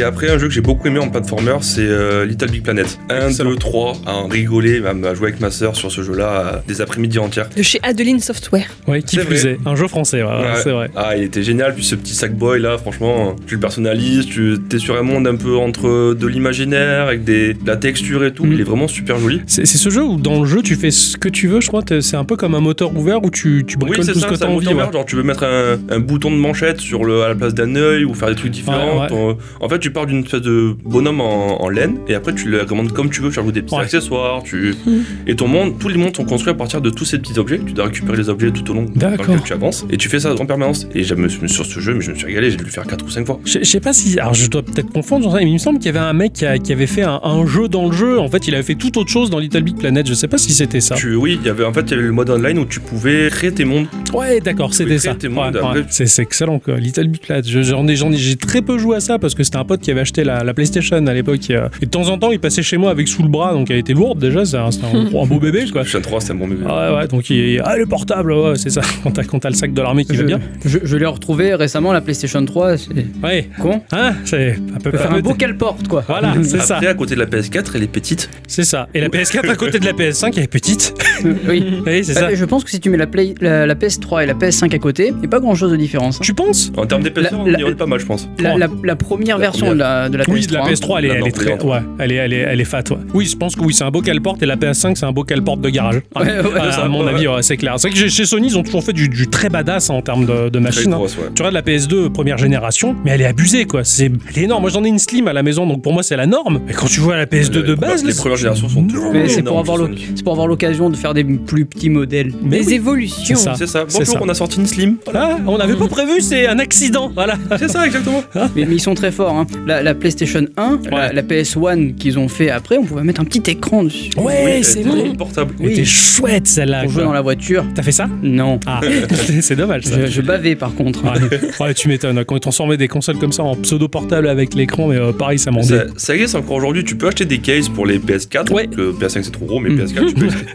Speaker 4: après, un jeu que j'ai beaucoup aimé en platformer, c'est euh, Little Big Planet. 1,
Speaker 2: Excellent.
Speaker 4: 2, 3, à en rigoler, même à jouer avec ma sœur sur ce jeu-là euh, des après-midi entières.
Speaker 3: De chez Adeline Software.
Speaker 2: Ouais, qui
Speaker 4: C'est
Speaker 2: plus
Speaker 4: vrai.
Speaker 2: est, un jeu français, ouais, ouais,
Speaker 4: Ouais.
Speaker 2: c'est vrai.
Speaker 4: Ah, il était génial, puis ce petit sackboy là, franchement, tu le personnalises, tu es sur un monde un peu entre de l'imaginaire, avec des, de la texture et tout,
Speaker 1: Mm.
Speaker 4: il est vraiment super joli.
Speaker 2: C'est c'est ce jeu où dans le jeu tu fais ce que tu veux, je crois. t'es- C'est un peu comme un moteur ouvert où tu, tu
Speaker 4: Oui,
Speaker 2: bricoles
Speaker 4: c'est
Speaker 2: tout ce
Speaker 4: ça,
Speaker 2: que
Speaker 4: c'est
Speaker 2: t'as
Speaker 4: un
Speaker 2: envie.
Speaker 4: moteur,
Speaker 2: ouais.
Speaker 4: Genre, tu veux mettre un, un bouton de manchette sur le, à la place d'un œil ou faire des trucs différents.
Speaker 2: Ouais,
Speaker 4: Ton- euh, en fait, tu pars d'une espèce de bonhomme en, en laine et après, tu le commandes comme tu veux, faire jouer des petits
Speaker 2: Ouais. Mm.
Speaker 4: accessoires. Tu...
Speaker 3: Mhm.
Speaker 4: Et ton monde, tous les mondes sont construits à partir de tous ces petits objets. Tu dois récupérer les objets tout au long dans
Speaker 2: D'accord.
Speaker 4: lequel tu avances et tu fais ça en permanence. Et je me suis- sur ce jeu, mais je me suis régalé, j'ai dû le faire 4 ou 5 fois.
Speaker 2: Je je sais pas si. Alors, je dois peut-être confondre, j'en sais rien, mais il me semble qu'il y avait un mec qui, a- qui avait fait un, un jeu dans le jeu. En fait, il avait fait tout autre chose dans Little Big Planet. Je sais pas si c'était ça.
Speaker 4: Tu, oui, il y avait, en fait, il y avait le mode online où tu pouvais créer tes mondes.
Speaker 2: Ouais, d'accord, c'était
Speaker 4: pouvais
Speaker 2: ça.
Speaker 4: créer tes mondes
Speaker 2: Ouais,
Speaker 4: après.
Speaker 2: ouais. C'est c'est excellent, quoi. Little Big Planet. Je- J'en ai, j'en ai, j'ai très peu joué à ça parce que c'était un pote qui avait acheté la, la PlayStation à l'époque. Et, euh, et de temps en temps, il passait chez moi avec sous le bras, donc elle était lourde déjà. C'est un, c'est un- un beau bébé, quoi.
Speaker 4: Chaîne 3, c'est un bon bébé.
Speaker 2: Ah ouais, ouais, donc il, ah, le portable, ouais, c'est ça. Quand t'as, quand t'as le sac de l'armée qui
Speaker 1: je,
Speaker 2: va bien.
Speaker 1: je- je l'ai retrouvé récemment, la PlayStation 3. C'est
Speaker 2: Ouais,
Speaker 1: con.
Speaker 2: hein, c'est un peu
Speaker 1: Peut faire
Speaker 2: pas-
Speaker 1: un beau qu'elle porte, quoi.
Speaker 2: Voilà, c'est ça,
Speaker 4: Après, à côté de la PS4, elle est petite.
Speaker 2: c'est ça. Et la PS4 à côté de la PS5, elle est petite.
Speaker 1: oui.
Speaker 2: Oui, c'est ça.
Speaker 1: Euh, Je pense que si tu mets la, Play- la- la PS3 et la PS5 à côté, il n'y a pas grand chose de différence. hein.
Speaker 2: Tu penses
Speaker 4: En termes d'épaisseur,
Speaker 1: La-
Speaker 4: on
Speaker 1: la-
Speaker 4: y aurait pas mal, je pense.
Speaker 1: La, la- la première
Speaker 4: La
Speaker 1: version de la, de la
Speaker 2: Oui,
Speaker 1: PS3.
Speaker 2: la
Speaker 1: hein.
Speaker 2: PS3, elle est,
Speaker 4: Non,
Speaker 2: elle
Speaker 4: non,
Speaker 2: est très.
Speaker 4: brillante.
Speaker 2: Ouais, elle est, elle, est, elle est fat, ouais. Oui, je pense que oui, c'est un beau qu'elle porte et la PS5, c'est un beau qu'elle porte de garage.
Speaker 1: Ouais, ouais,
Speaker 2: Ah,
Speaker 1: c'est
Speaker 2: à
Speaker 1: ça.
Speaker 2: mon
Speaker 4: ouais.
Speaker 2: avis, ouais, c'est clair. C'est vrai que chez- chez Sony, ils ont toujours fait du, du très badass en termes de, de
Speaker 4: Très
Speaker 2: machine. hein.
Speaker 4: grosse, ouais.
Speaker 2: Tu regardes la PS2 première génération, mais elle est abusée quoi. C'est elle est énorme. Moi j'en ai une slim à la maison, donc pour moi c'est la norme. Mais quand tu vois la PS2 de
Speaker 4: Les-
Speaker 2: base,
Speaker 4: les
Speaker 2: là,
Speaker 4: premières
Speaker 2: c'est-
Speaker 4: générations sont toujours
Speaker 1: Mais c'est pour,
Speaker 4: énormes
Speaker 1: avoir
Speaker 4: chez
Speaker 1: l'oc-
Speaker 4: Sony.
Speaker 1: c'est pour avoir l'occasion de faire des plus petits modèles.
Speaker 2: Mais
Speaker 3: Des
Speaker 2: oui,
Speaker 3: évolutions.
Speaker 2: C'est ça.
Speaker 4: C'est ça.
Speaker 2: Ah, C'est
Speaker 4: Bonjour,
Speaker 2: ça.
Speaker 4: on a sorti une slim.
Speaker 2: Ah, on n'avait pas prévu, c'est un accident. Voilà.
Speaker 4: C'est ça, exactement.
Speaker 1: Mais, mais ils sont très forts. hein. La, la PlayStation 1, la,
Speaker 2: Ouais.
Speaker 1: la PS1 qu'ils ont fait après, on pouvait mettre un petit écran dessus.
Speaker 2: Ouais,
Speaker 4: Oui,
Speaker 2: c'est
Speaker 4: elle
Speaker 2: vrai.
Speaker 4: était portable.
Speaker 2: Elle était chouette celle-là.
Speaker 1: Pour jouer
Speaker 2: quoi.
Speaker 1: dans la voiture.
Speaker 2: T'as fait ça
Speaker 1: Non.
Speaker 2: Ah, c'est dommage ça.
Speaker 1: Je, je bavais par contre. hein.
Speaker 2: Ouais. Ouais, tu m'étonnes. Quand ils transformaient des consoles comme ça en pseudo portable avec l'écran, mais euh, pareil, ça m'en
Speaker 4: Ça, ça existe encore aujourd'hui, tu peux acheter des cases pour les PS4.
Speaker 2: Ouais.
Speaker 4: Que PS5 c'est trop gros, mais
Speaker 1: Mm.
Speaker 4: PS4 tu peux.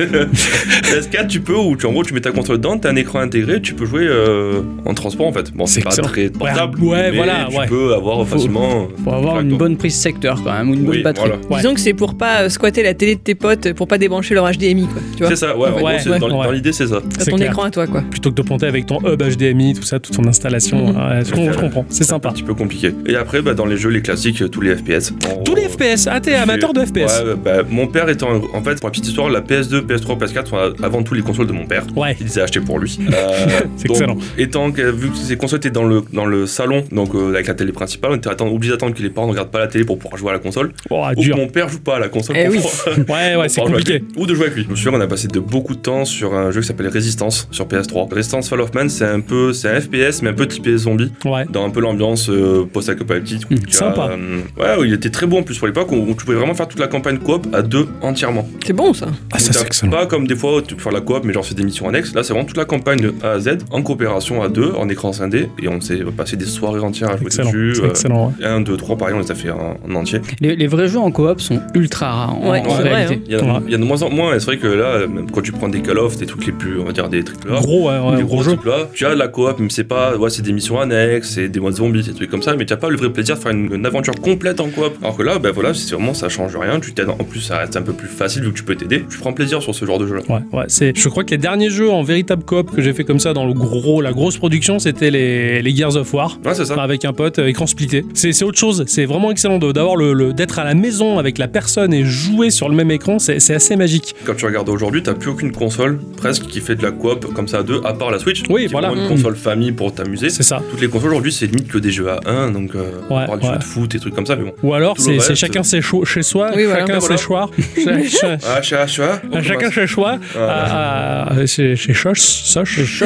Speaker 4: PS4 tu peux, ou tu, en gros tu mets ta console dedans, t'as un écran intégré, tu peux jouer euh, en transport en fait. Bon,
Speaker 2: C'est
Speaker 4: c'est pas
Speaker 2: excellent.
Speaker 4: très portable.
Speaker 2: ouais,
Speaker 4: mais
Speaker 2: voilà,
Speaker 4: Tu
Speaker 2: ouais.
Speaker 4: peux avoir facilement.
Speaker 1: Pour avoir une
Speaker 4: Exactement.
Speaker 1: bonne prise secteur quand même, ou une bonne
Speaker 4: Oui,
Speaker 1: batterie.
Speaker 4: voilà.
Speaker 2: Ouais.
Speaker 3: Disons que c'est pour pas euh, squatter la télé de tes potes, pour pas débrancher leur HDMI, quoi. Tu vois
Speaker 4: C'est ça, ouais, en
Speaker 2: Ouais,
Speaker 4: gros, c'est-
Speaker 2: ouais,
Speaker 4: dans,
Speaker 2: ouais.
Speaker 4: dans l'idée c'est ça.
Speaker 3: T'as
Speaker 2: c'est
Speaker 3: ton
Speaker 2: clair.
Speaker 3: écran à toi, quoi.
Speaker 2: plutôt que de planter avec ton hub HDMI, tout ça, toute ton installation.
Speaker 3: Mhm.
Speaker 2: ouais, je, com- je comprends, c'est
Speaker 4: Un
Speaker 2: sympa.
Speaker 4: petit peu compliqué. Et après, bah, dans les jeux, les classiques, tous les FPS. En-
Speaker 2: Tous les FPS, ah t'es amateur de FPS.
Speaker 4: Ouais, bah, mon père étant. En fait, pour la petite histoire, la PS2, PS3, PS4 sont avant tout les consoles de mon père.
Speaker 2: Ouais.
Speaker 4: Il les a achetées pour lui. Euh,
Speaker 2: C'est
Speaker 4: donc,
Speaker 2: excellent.
Speaker 4: Étant que, vu que ces consoles étaient dans le, dans le salon, donc euh, avec la télé principale, on était atten- obligé d'attendre que les parents ne regardent pas la télé pour pouvoir jouer à la console.
Speaker 2: Oh,
Speaker 4: Ou que
Speaker 2: dur.
Speaker 4: mon père joue pas à la console
Speaker 3: Eh
Speaker 4: pour
Speaker 3: oui.
Speaker 4: pouvoir-
Speaker 2: Ouais, ouais, c'est
Speaker 4: pour pouvoir jouer avec
Speaker 2: compliqué.
Speaker 4: lui. Ou de jouer avec lui. Je me souviens, on a passé de beaucoup de temps sur un jeu qui s'appelle Resistance sur PS3. Resistance Fall of Man, c'est un peu, c'est un FPS, mais un peu typé zombie
Speaker 2: Ouais.
Speaker 4: dans un peu l'ambiance euh, post-apocalyptique. où
Speaker 1: Mm,
Speaker 4: tu as,
Speaker 2: sympa.
Speaker 4: euh, ouais, où il était très bon en plus pour l'époque, où, où tu pouvais vraiment faire toute la campagne coop à deux entièrement.
Speaker 3: C'est bon, ça.
Speaker 2: Ah,
Speaker 4: Donc, t'as Pas comme des fois où tu peux faire la coop, mais genre c'est des missions annexes. Là, c'est vraiment toute la campagne de A à Z en coopération à deux, en écran scindé, et on s'est passé des soirées entières à jouer
Speaker 2: Excellent.
Speaker 4: dessus.
Speaker 2: C'est
Speaker 4: euh,
Speaker 2: excellent. ouais.
Speaker 4: un, deux, trois, par exemple, on les a fait en, en entier.
Speaker 1: Les, les vrais jeux en coop sont ultra rares en,
Speaker 3: Ouais, hein.
Speaker 1: en
Speaker 4: c'est vrai,
Speaker 1: réalité.
Speaker 4: Il y, en a-
Speaker 2: Ouais.
Speaker 4: il y en a de moins en moins, et c'est vrai que là, euh, même quand tu prends des Call of, des trucs les plus, on va dire, des triple A,
Speaker 2: Gros, ouais, ouais,
Speaker 4: des
Speaker 2: gros
Speaker 4: gros
Speaker 2: jeu.
Speaker 4: trucs là, tu as de la coop, mais c'est pas, ouais, c'est des missions annexes, c'est des modes zombies, des trucs comme ça, mais t'as pas le vrai plaisir de faire une, une aventure complète en coop. Alors que là, ben voilà, c'est vraiment, ça change rien, tu t'aides, en plus, ça reste un peu plus facile vu que tu peux t'aider, tu prends plaisir sur ce genre de jeu là.
Speaker 2: Ouais, ouais, c'est. Je crois que les derniers jeux en véritable coop que j'ai fait comme ça dans le gros, la grosse production, c'était les, les Gears of War.
Speaker 4: Ouais, c'est ça.
Speaker 2: Avec un pote, euh, écran splitté. C'est c'est autre chose. C'est vraiment excellent de- d'avoir le, le- d'être à la maison avec la personne et jouer sur le même écran. C'est c'est assez magique.
Speaker 4: Quand tu regardes aujourd'hui, t'as plus aucune console presque qui fait de la coop comme ça à deux, à part la Switch.
Speaker 2: Oui,
Speaker 4: qui est
Speaker 2: voilà.
Speaker 4: vraiment Une
Speaker 2: Mm.
Speaker 4: console famille pour t'amuser.
Speaker 2: C'est ça.
Speaker 4: Toutes les consoles aujourd'hui, c'est limite que des jeux à 1, donc euh,
Speaker 2: Ouais,
Speaker 4: on parle du
Speaker 2: ouais.
Speaker 4: jeu de foot et trucs comme ça, mais bon.
Speaker 2: Ou alors,
Speaker 4: Tout le
Speaker 2: c'est c'est
Speaker 4: reste-
Speaker 2: chacun ses cho- chez soi,
Speaker 3: Oui, voilà.
Speaker 2: chacun
Speaker 4: Et
Speaker 2: ses
Speaker 4: voilà.
Speaker 2: choix. Ch- ch-
Speaker 4: Ah, chat, chat.
Speaker 2: à chacun chez soi. à- à- ah, Chez chez Choche. Soche.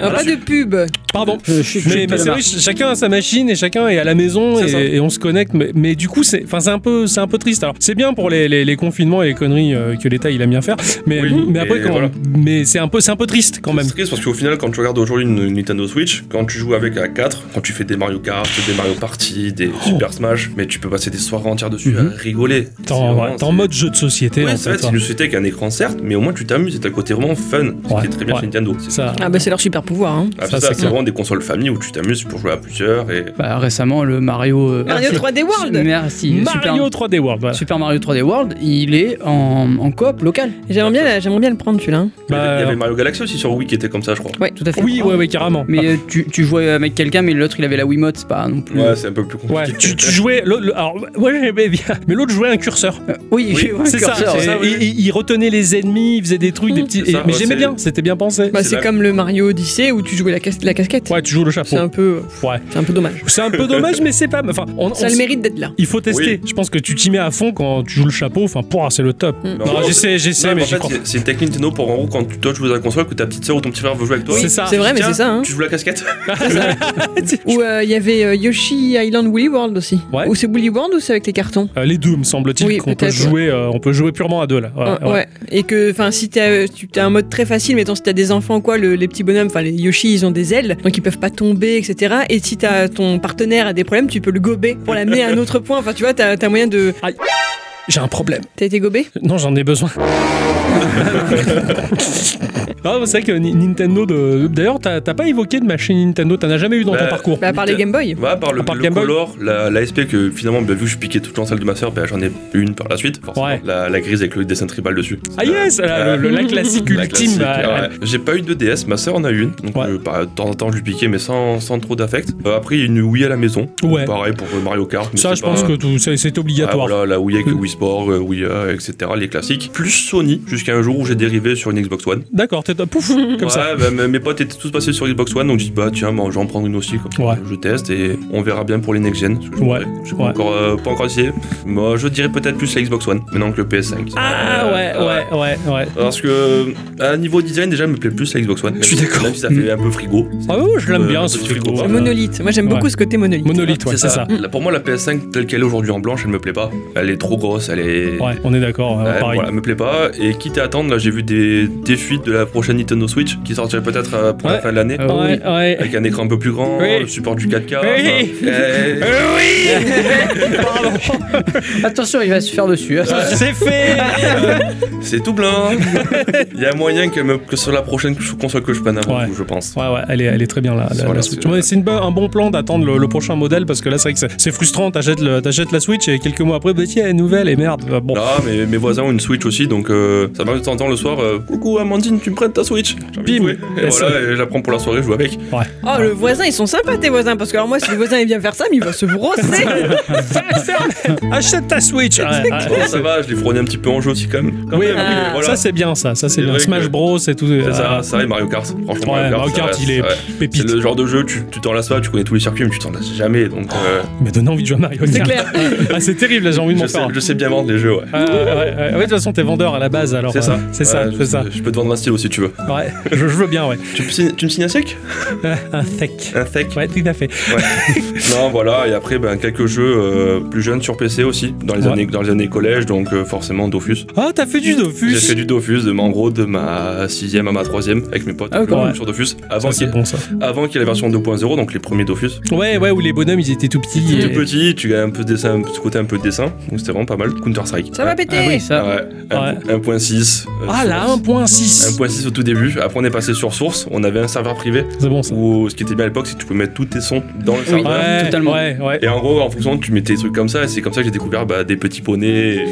Speaker 3: Ah, pas de pub.
Speaker 2: Pardon.
Speaker 1: Je suis je suis
Speaker 2: Mais, mais
Speaker 1: pas
Speaker 2: c'est
Speaker 1: là.
Speaker 2: vrai, ch- chacun a sa machine et chacun est à la maison
Speaker 4: C'est ça.
Speaker 2: et, et on se connecte. Mais, mais du coup, c'est enfin, c'est un, peu- c'est un peu triste. Alors, c'est bien pour les, les- les confinements et les conneries euh, que l'État il aime bien faire. Mais,
Speaker 4: Oui,
Speaker 2: mais après,
Speaker 4: et
Speaker 2: quand-
Speaker 4: voilà.
Speaker 2: mais c'est un, peu- c'est un peu triste quand même.
Speaker 4: C'est triste parce qu'au final, quand tu regardes aujourd'hui une, une Nintendo Switch, quand tu joues avec à 4, quand tu fais des Mario Kart, des Mario Party, des
Speaker 2: Oh.
Speaker 4: Super Smash, mais tu peux passer des soirées entières dessus
Speaker 1: Mhm.
Speaker 4: à rigoler.
Speaker 2: T'es
Speaker 4: C'est
Speaker 2: en,
Speaker 4: vraiment-
Speaker 2: ouais, t'es en
Speaker 4: c'est-
Speaker 2: mode jeu de société
Speaker 4: Ouais,
Speaker 2: en
Speaker 4: c'est vrai,
Speaker 2: fait.
Speaker 4: c'est
Speaker 2: hein.
Speaker 4: une société avec un écran certes, mais au moins tu t'amuses, c'est un côté vraiment fun, ce
Speaker 2: Ouais,
Speaker 4: qui est très bien
Speaker 2: ouais.
Speaker 4: chez Nintendo. C'est
Speaker 2: Ça,
Speaker 3: Ah, bah, c'est leur super pouvoir, hein.
Speaker 4: Ah,
Speaker 2: Ça,
Speaker 4: c'est
Speaker 2: c'est
Speaker 4: ça, c'est
Speaker 2: clair.
Speaker 4: vraiment des consoles famille où tu t'amuses pour jouer à plusieurs et
Speaker 1: Bah, récemment, le Mario euh,
Speaker 3: Mario 3D World.
Speaker 1: Merci. euh,
Speaker 2: Mario 3D World.
Speaker 1: Super,
Speaker 2: voilà.
Speaker 1: Super Mario 3D World, il est en, en coop local.
Speaker 3: J'aimerais bien, la- j'aimerais bien le prendre celui-là.
Speaker 4: Il y
Speaker 2: Bah,
Speaker 4: avait Mario Galaxy aussi sur Wii qui était comme ça, je crois.
Speaker 1: Tout à fait.
Speaker 2: oui, ouais, ouais, carrément.
Speaker 1: Mais euh, tu, tu jouais avec quelqu'un, mais l'autre il avait la Wiimote, c'est pas non plus. euh,
Speaker 4: Ouais, c'est un peu plus compliqué.
Speaker 2: Mm. Ouais, tu, tu jouais. l'autre- le- Alors, moi j'aimais bien, mais l'autre jouait un curseur.
Speaker 1: Euh, oui,
Speaker 4: Oui,
Speaker 1: j'ai- ouais,
Speaker 2: C'est ça,
Speaker 1: curseur,
Speaker 2: c'est-
Speaker 1: ouais.
Speaker 4: ça, oui.
Speaker 2: il- il, il retenait les ennemis, il faisait des trucs, des
Speaker 3: Mm.
Speaker 2: petits.
Speaker 4: C'est ça,
Speaker 2: et- mais
Speaker 4: ouais,
Speaker 2: j'aimais
Speaker 4: c'est-
Speaker 2: bien, c'était bien pensé.
Speaker 3: Bah,
Speaker 4: C'est
Speaker 3: c'est
Speaker 4: la-
Speaker 3: comme le Mario Odyssey où tu jouais la, cas- la casquette.
Speaker 2: Ouais, tu joues le chapeau.
Speaker 3: C'est un peu,
Speaker 2: Ouais.
Speaker 3: c'est un peu dommage.
Speaker 2: C'est un peu dommage, mais c'est pas. Enfin, on,
Speaker 3: Ça a
Speaker 2: on-
Speaker 3: le mérite d'être là.
Speaker 2: Il faut tester. Je pense que tu t'y mets à fond quand tu joues le chapeau. Enfin, pour c'est le top.
Speaker 3: Mm.
Speaker 4: Non,
Speaker 2: Non, j'essaie, j'essaie,
Speaker 4: Non,
Speaker 2: mais
Speaker 4: mais en
Speaker 2: j'y
Speaker 4: fait,
Speaker 2: crois.
Speaker 4: c'est- c'est une technique techno pour en gros quand tu- toi tu joues à la console que ta petite soeur ou ton petit frère veut jouer avec toi.
Speaker 2: Oui, c'est ça.
Speaker 3: C'est vrai, mais
Speaker 4: Tiens,
Speaker 3: c'est ça. Hein.
Speaker 4: Tu joues la casquette
Speaker 3: Ou euh, il y avait euh, Yoshi Island Woolly World aussi.
Speaker 2: Ouais.
Speaker 3: Ou c'est Woolly World ou c'est avec les cartons
Speaker 2: Euh, les deux, me semble-t-il,
Speaker 3: Oui,
Speaker 2: qu'on peut
Speaker 3: peut-être,
Speaker 2: jouer. euh, on peut jouer purement à deux là. Ouais,
Speaker 3: Ouais,
Speaker 2: ouais.
Speaker 3: ouais. Et que, enfin, si t'as euh, tu- t'as un mode très facile, mettons, si t'as des enfants, quoi, le- les petits bonhommes, enfin, les Yoshi, ils ont des ailes, donc ils peuvent pas tomber, etc. Et si t'as ton partenaire a des problèmes, tu peux le gober pour l'amener à un autre point. Enfin, tu vois, t'as as moyen de.
Speaker 2: J'ai un problème.
Speaker 3: T'as été gobé
Speaker 2: Non, j'en ai besoin. Ah, c'est vrai que Ni- Nintendo. de- D'ailleurs, t'as t'as pas évoqué de machine Nintendo. T'en as jamais eu dans ton
Speaker 4: Bah,
Speaker 2: parcours.
Speaker 3: Bah, par les Game Boy.
Speaker 4: Ouais, par le,
Speaker 2: À part
Speaker 4: le
Speaker 2: Game Boy.
Speaker 4: color, la, la SP que finalement, bah, vu que je piquais toute l'ensemble de ma soeur, j'en ai une par la suite. forcément.
Speaker 2: Ouais.
Speaker 4: La, la grise avec le dessin tribal dessus.
Speaker 2: Ah yes, la,
Speaker 4: Euh,
Speaker 2: le- la classique
Speaker 4: La
Speaker 2: ultime.
Speaker 4: classique,
Speaker 2: bah,
Speaker 4: ouais. J'ai pas eu de DS, ma soeur en a eu une. Donc,
Speaker 2: Ouais.
Speaker 4: euh, bah, de temps en temps, je lui piquais, mais sans, sans trop d'affect. Euh, après, il y a une Wii à la maison.
Speaker 2: Ouais.
Speaker 4: Pareil pour euh, Mario Kart. mais
Speaker 2: Ça,
Speaker 4: c'est
Speaker 2: je
Speaker 4: pas-
Speaker 2: pense que tout- c'est c'est obligatoire.
Speaker 4: Ah, voilà, la Wii avec le
Speaker 2: Mm.
Speaker 4: Wii Sport, euh, Wii A, etc. Les classiques. Plus Sony, jusqu'à un jour où j'ai dérivé sur une Xbox One.
Speaker 2: D'accord, t'es pouf, comme
Speaker 4: ouais,
Speaker 2: ça.
Speaker 4: bah, mes mes potes étaient tous passés sur Xbox One, donc je dis bah tiens, bah, je vais en prendre une aussi. Comme ça,
Speaker 2: Ouais.
Speaker 4: Je teste et on verra bien pour les next gen. parce que je-
Speaker 2: Ouais,
Speaker 4: j'ai
Speaker 2: ouais.
Speaker 4: Pas, encore, euh, pas encore essayé. Moi, je dirais peut-être plus la Xbox One maintenant que le PS5.
Speaker 2: Ah ouais,
Speaker 4: Euh,
Speaker 2: ouais, ouais, ouais.
Speaker 4: Parce que euh, à niveau design déjà, elle me plaît plus la Xbox One.
Speaker 2: Je suis d'accord.
Speaker 4: Même si ça fait un peu frigo.
Speaker 2: Ah ouais, ouais, je l'aime
Speaker 4: Euh,
Speaker 2: bien
Speaker 4: un
Speaker 2: ce
Speaker 4: petit
Speaker 2: frigo.
Speaker 4: frigo.
Speaker 2: ouais.
Speaker 4: Mono-
Speaker 3: Monolithe. Moi, j'aime
Speaker 2: Ouais.
Speaker 3: beaucoup ce côté monolithe.
Speaker 2: Monolithe, ouais, c'est ça.
Speaker 4: Là, pour moi, la PS5 telle qu'elle est aujourd'hui en blanche, elle me plaît pas. Elle est trop grosse, elle est.
Speaker 2: Ouais, on est d'accord, ouais,
Speaker 4: Ouais,
Speaker 2: pareil.
Speaker 4: voilà, me plaît pas. Et quitte à attendre, là j'ai vu des, des fuites de la prochaine Nintendo Switch qui sortirait peut-être euh, pour
Speaker 2: Ouais.
Speaker 4: la fin de l'année.
Speaker 1: Ah oui.
Speaker 2: Ouais, ouais.
Speaker 4: Avec un écran un peu plus grand,
Speaker 2: Oui.
Speaker 4: le support du 4K.
Speaker 2: Oui.
Speaker 4: enfin, euh,
Speaker 2: Euh, oui Pardon
Speaker 1: Attention, il va se faire dessus. hein.
Speaker 2: C'est fait
Speaker 4: c'est tout blanc. Il y a moyen que, me- que sur la prochaine console que je prenne avant,
Speaker 2: Ouais.
Speaker 4: je pense.
Speaker 2: Ouais, ouais, elle est, elle est très bien là, la,
Speaker 4: Voilà,
Speaker 2: la Switch.
Speaker 4: c'est-
Speaker 2: Ouais, C'est une bo- un bon plan d'attendre le, le prochain modèle parce que là, c'est vrai que c'est- c'est frustrant. T'achètes le- t'achètes la Switch et quelques mois après, bah tiens, nouvelle et merde. bah, Bon,
Speaker 4: Ah, mais mes voisins ont une Switch aussi, donc euh, ça m'arrive de temps en temps le soir. euh, Coucou Amandine, tu me prêtes ta Switch J'ai envie de
Speaker 2: Bim.
Speaker 4: jouer. Et
Speaker 2: Et
Speaker 4: voilà,
Speaker 2: ça-
Speaker 4: et je la prends pour la soirée, je joue avec.
Speaker 3: Oh, le voisin, ils sont sympas, tes voisins. Parce que, alors, moi, si le voisin, il vient faire ça, mais il va se brosser.
Speaker 2: achète ta Switch Ouais, ouais.
Speaker 4: Bon, ça va, je l'ai fourni un petit peu en jeu aussi quand même. Quand
Speaker 2: Ah. Oui,
Speaker 4: même,
Speaker 2: oui,
Speaker 4: mais voilà.
Speaker 2: Ça, c'est bien, ça. ça c'est
Speaker 4: C'est
Speaker 2: bien.
Speaker 4: vrai
Speaker 2: Smash
Speaker 4: que-
Speaker 2: Bros et tout.
Speaker 4: C'est ça,
Speaker 2: euh,
Speaker 4: ça et Mario Kart. Franchement,
Speaker 2: Ouais, Mario
Speaker 4: ça
Speaker 2: Kart,
Speaker 4: reste-
Speaker 2: il est
Speaker 4: ouais. C'est
Speaker 2: pépite.
Speaker 4: le genre de jeu, tu tu t'en lasses pas, tu connais tous les circuits, mais tu t'en lasses jamais. Donc, euh,
Speaker 2: Il m'a donné envie de jouer à Mario Kart.
Speaker 3: C'est clair.
Speaker 2: Ah, c'est terrible, là, j'ai envie de
Speaker 4: je,
Speaker 2: m'en
Speaker 4: sais,
Speaker 2: faire.
Speaker 4: je sais bien vendre les jeux, ouais.
Speaker 2: Ah, ouais, ouais, ouais. Ouais, de toute façon, t'es vendeur à la base, alors.
Speaker 4: C'est
Speaker 2: euh,
Speaker 4: ça.
Speaker 2: C'est ça,
Speaker 4: Ouais,
Speaker 2: c'est
Speaker 4: je,
Speaker 2: ça.
Speaker 4: Je peux te vendre un style aussi, tu veux.
Speaker 2: Ouais, je, je veux bien, ouais.
Speaker 4: Tu, me signes- tu me signes un sec
Speaker 2: Euh, Un sec.
Speaker 4: Un sec
Speaker 2: Ouais, tout à fait.
Speaker 4: Non, voilà, et après, ben, quelques jeux euh, plus jeunes sur PC aussi, dans les,
Speaker 2: Ouais.
Speaker 4: années, dans les années collège, donc euh, forcément Dofus.
Speaker 2: Ah, t'as fait du Dofus
Speaker 4: J'ai fait du Dofus de, en gros de ma 6 à ma 3 avec mes potes
Speaker 1: Ah,
Speaker 4: le-
Speaker 2: ouais.
Speaker 4: sur Dofus,
Speaker 2: Ça,
Speaker 4: avant
Speaker 2: Ah, c'est
Speaker 4: qu'il
Speaker 2: bon, ça.
Speaker 4: avant qu'il y ait la version 2.0, donc les premiers Dofus.
Speaker 2: Ouais, ouais, où les bonhommes, ils étaient tout petits. euh,
Speaker 4: Tout
Speaker 2: et-
Speaker 4: petit, tu as un peu de dessin, un peu- ce côté un peu de dessin, donc c'était vraiment pas mal. Counter-Strike.
Speaker 3: Ça va péter.
Speaker 1: Ah oui, ça.
Speaker 4: Ouais, un-
Speaker 2: Ouais.
Speaker 4: 1.6. euh,
Speaker 2: Ah, là,
Speaker 4: source.
Speaker 2: 1.6.
Speaker 4: 1.6 au tout début, après on est passé sur Source, on avait un serveur privé
Speaker 2: C'est bon, ça.
Speaker 4: où ce qui était bien à l'époque c'est que tu pouvais mettre tous tes sons dans le
Speaker 1: Oui.
Speaker 4: serveur.
Speaker 2: Ouais,
Speaker 1: totalement.
Speaker 2: Ouais, ouais.
Speaker 4: Et en gros, en fonction, tu mettais des trucs comme ça, et c'est comme ça que j'ai découvert bah, des petits poneys. Et-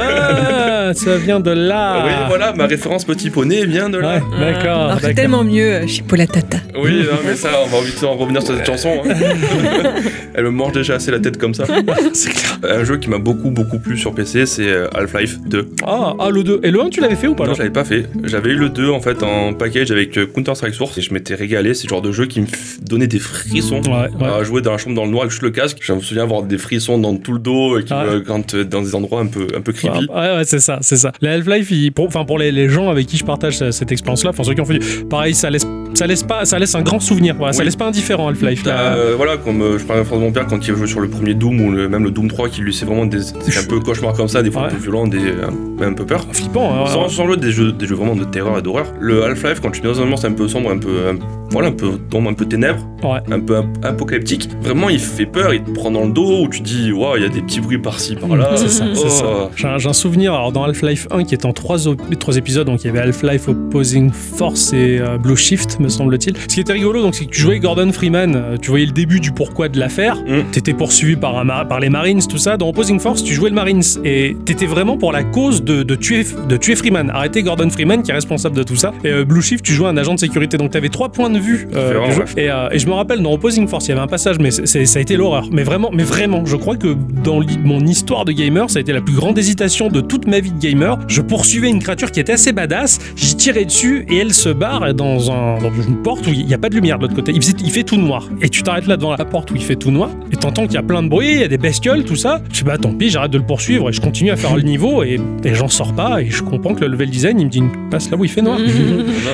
Speaker 2: Ah, ça vient de là.
Speaker 4: Oui, voilà, ma référence petit poney vient de là.
Speaker 2: Ah. Ouais, d'accord.
Speaker 3: Alors, Mmh. Ah, c'est
Speaker 2: d'accord.
Speaker 3: tellement mieux, euh, Chipola Tata.
Speaker 4: Oui, non, mais ça, on va vite en revenir sur cette chanson. hein. Elle me mange déjà assez la tête comme ça.
Speaker 2: C'est clair.
Speaker 4: Un jeu qui m'a beaucoup, beaucoup plu sur PC, c'est euh, Half-Life 2.
Speaker 2: Ah, ah, le 2. Et le 1, tu l'avais fait ou pas
Speaker 4: Non,
Speaker 2: là
Speaker 4: je l'avais pas fait. J'avais eu le 2 en fait en package avec euh, Counter-Strike Source, et je m'étais régalé. C'est le genre de jeu qui me f- donnait des frissons.
Speaker 2: Ouais, ouais.
Speaker 4: à jouer dans la chambre dans le noir avec juste le casque. Je me souviens avoir des frissons dans tout le dos et qui
Speaker 2: Ah.
Speaker 4: me- quand euh, dans des endroits un peu un peu
Speaker 2: Ouais,
Speaker 4: creepy.
Speaker 2: ouais, ouais, c'est ça, c'est ça. La Half-Life, il- pour, enfin, pour les, les gens avec qui je partage ce- cette expérience-là, enfin ceux qui ont fait, du- pareil, ça laisse, ça laisse pas, ça laisse un grand souvenir. Voilà, ça
Speaker 4: Oui.
Speaker 2: laisse pas indifférent Half-Life.
Speaker 4: T'as,
Speaker 2: là.
Speaker 4: euh, voilà, comme euh, je parlais à France de mon père quand il jouait sur le premier Doom ou le- même le Doom 3, qui lui c'est vraiment des, c'est un peu cauchemar comme ça, des fois
Speaker 2: Ouais.
Speaker 4: un peu violent, des, un, un peu peur.
Speaker 2: Flippant. hein,
Speaker 4: Sans, sans le des jeux, des jeux vraiment de terreur et d'horreur. Le Half-Life, quand tu es dans un moment, c'est un peu sombre, un peu, un voilà, un peu tombe un peu ténèbres,
Speaker 2: Ouais.
Speaker 4: un peu ap- apocalyptique. Vraiment, il fait peur, il te prend dans le dos, où tu dis, waouh, il y a des petits bruits par-ci, par-là.
Speaker 2: C'est ça, c'est
Speaker 4: Oh.
Speaker 2: ça. J'ai un, j'ai un souvenir, alors dans Half-Life 1, qui est en trois, op- trois épisodes, donc il y avait Half-Life Opposing Force et euh, Blue Shift, me semble-t-il. Ce qui était rigolo, donc, c'est que tu jouais Gordon Freeman, euh, tu voyais le début du pourquoi de l'affaire,
Speaker 4: Mm.
Speaker 2: t'étais poursuivi par, un ma- par les Marines, tout ça. Dans Opposing Force, tu jouais le Marines, et t'étais vraiment pour la cause de, de tuer, de tuer Freeman, arrêter Gordon Freeman, qui est responsable de tout ça. Et euh, Blue Shift, tu jouais un agent de sécurité, donc t'avais trois points de vue. euh,
Speaker 4: Différents,
Speaker 2: du jeu.
Speaker 4: ouais.
Speaker 2: Et, euh, et je me rappelle dans Opposing Force, il y avait un passage, mais c'est- c'est- ça a été l'horreur. Mais vraiment, mais vraiment, je crois que dans l'hi- mon histoire de gamer, ça a été la plus grande hésitation de toute ma vie de gamer. Je poursuivais une créature qui était assez badass, j'y tirais dessus et elle se barre dans, un, dans une porte où il n'y a pas de lumière de l'autre côté. Il, faisait- il fait tout noir. Et tu t'arrêtes là devant la porte où il fait tout noir et t'entends qu'il y a plein de bruit, il y a des bestioles, tout ça. Je dis bah tant pis, j'arrête de le poursuivre et je continue à faire le niveau et, et j'en sors pas et je comprends que le level design il me dit passe là où il fait noir.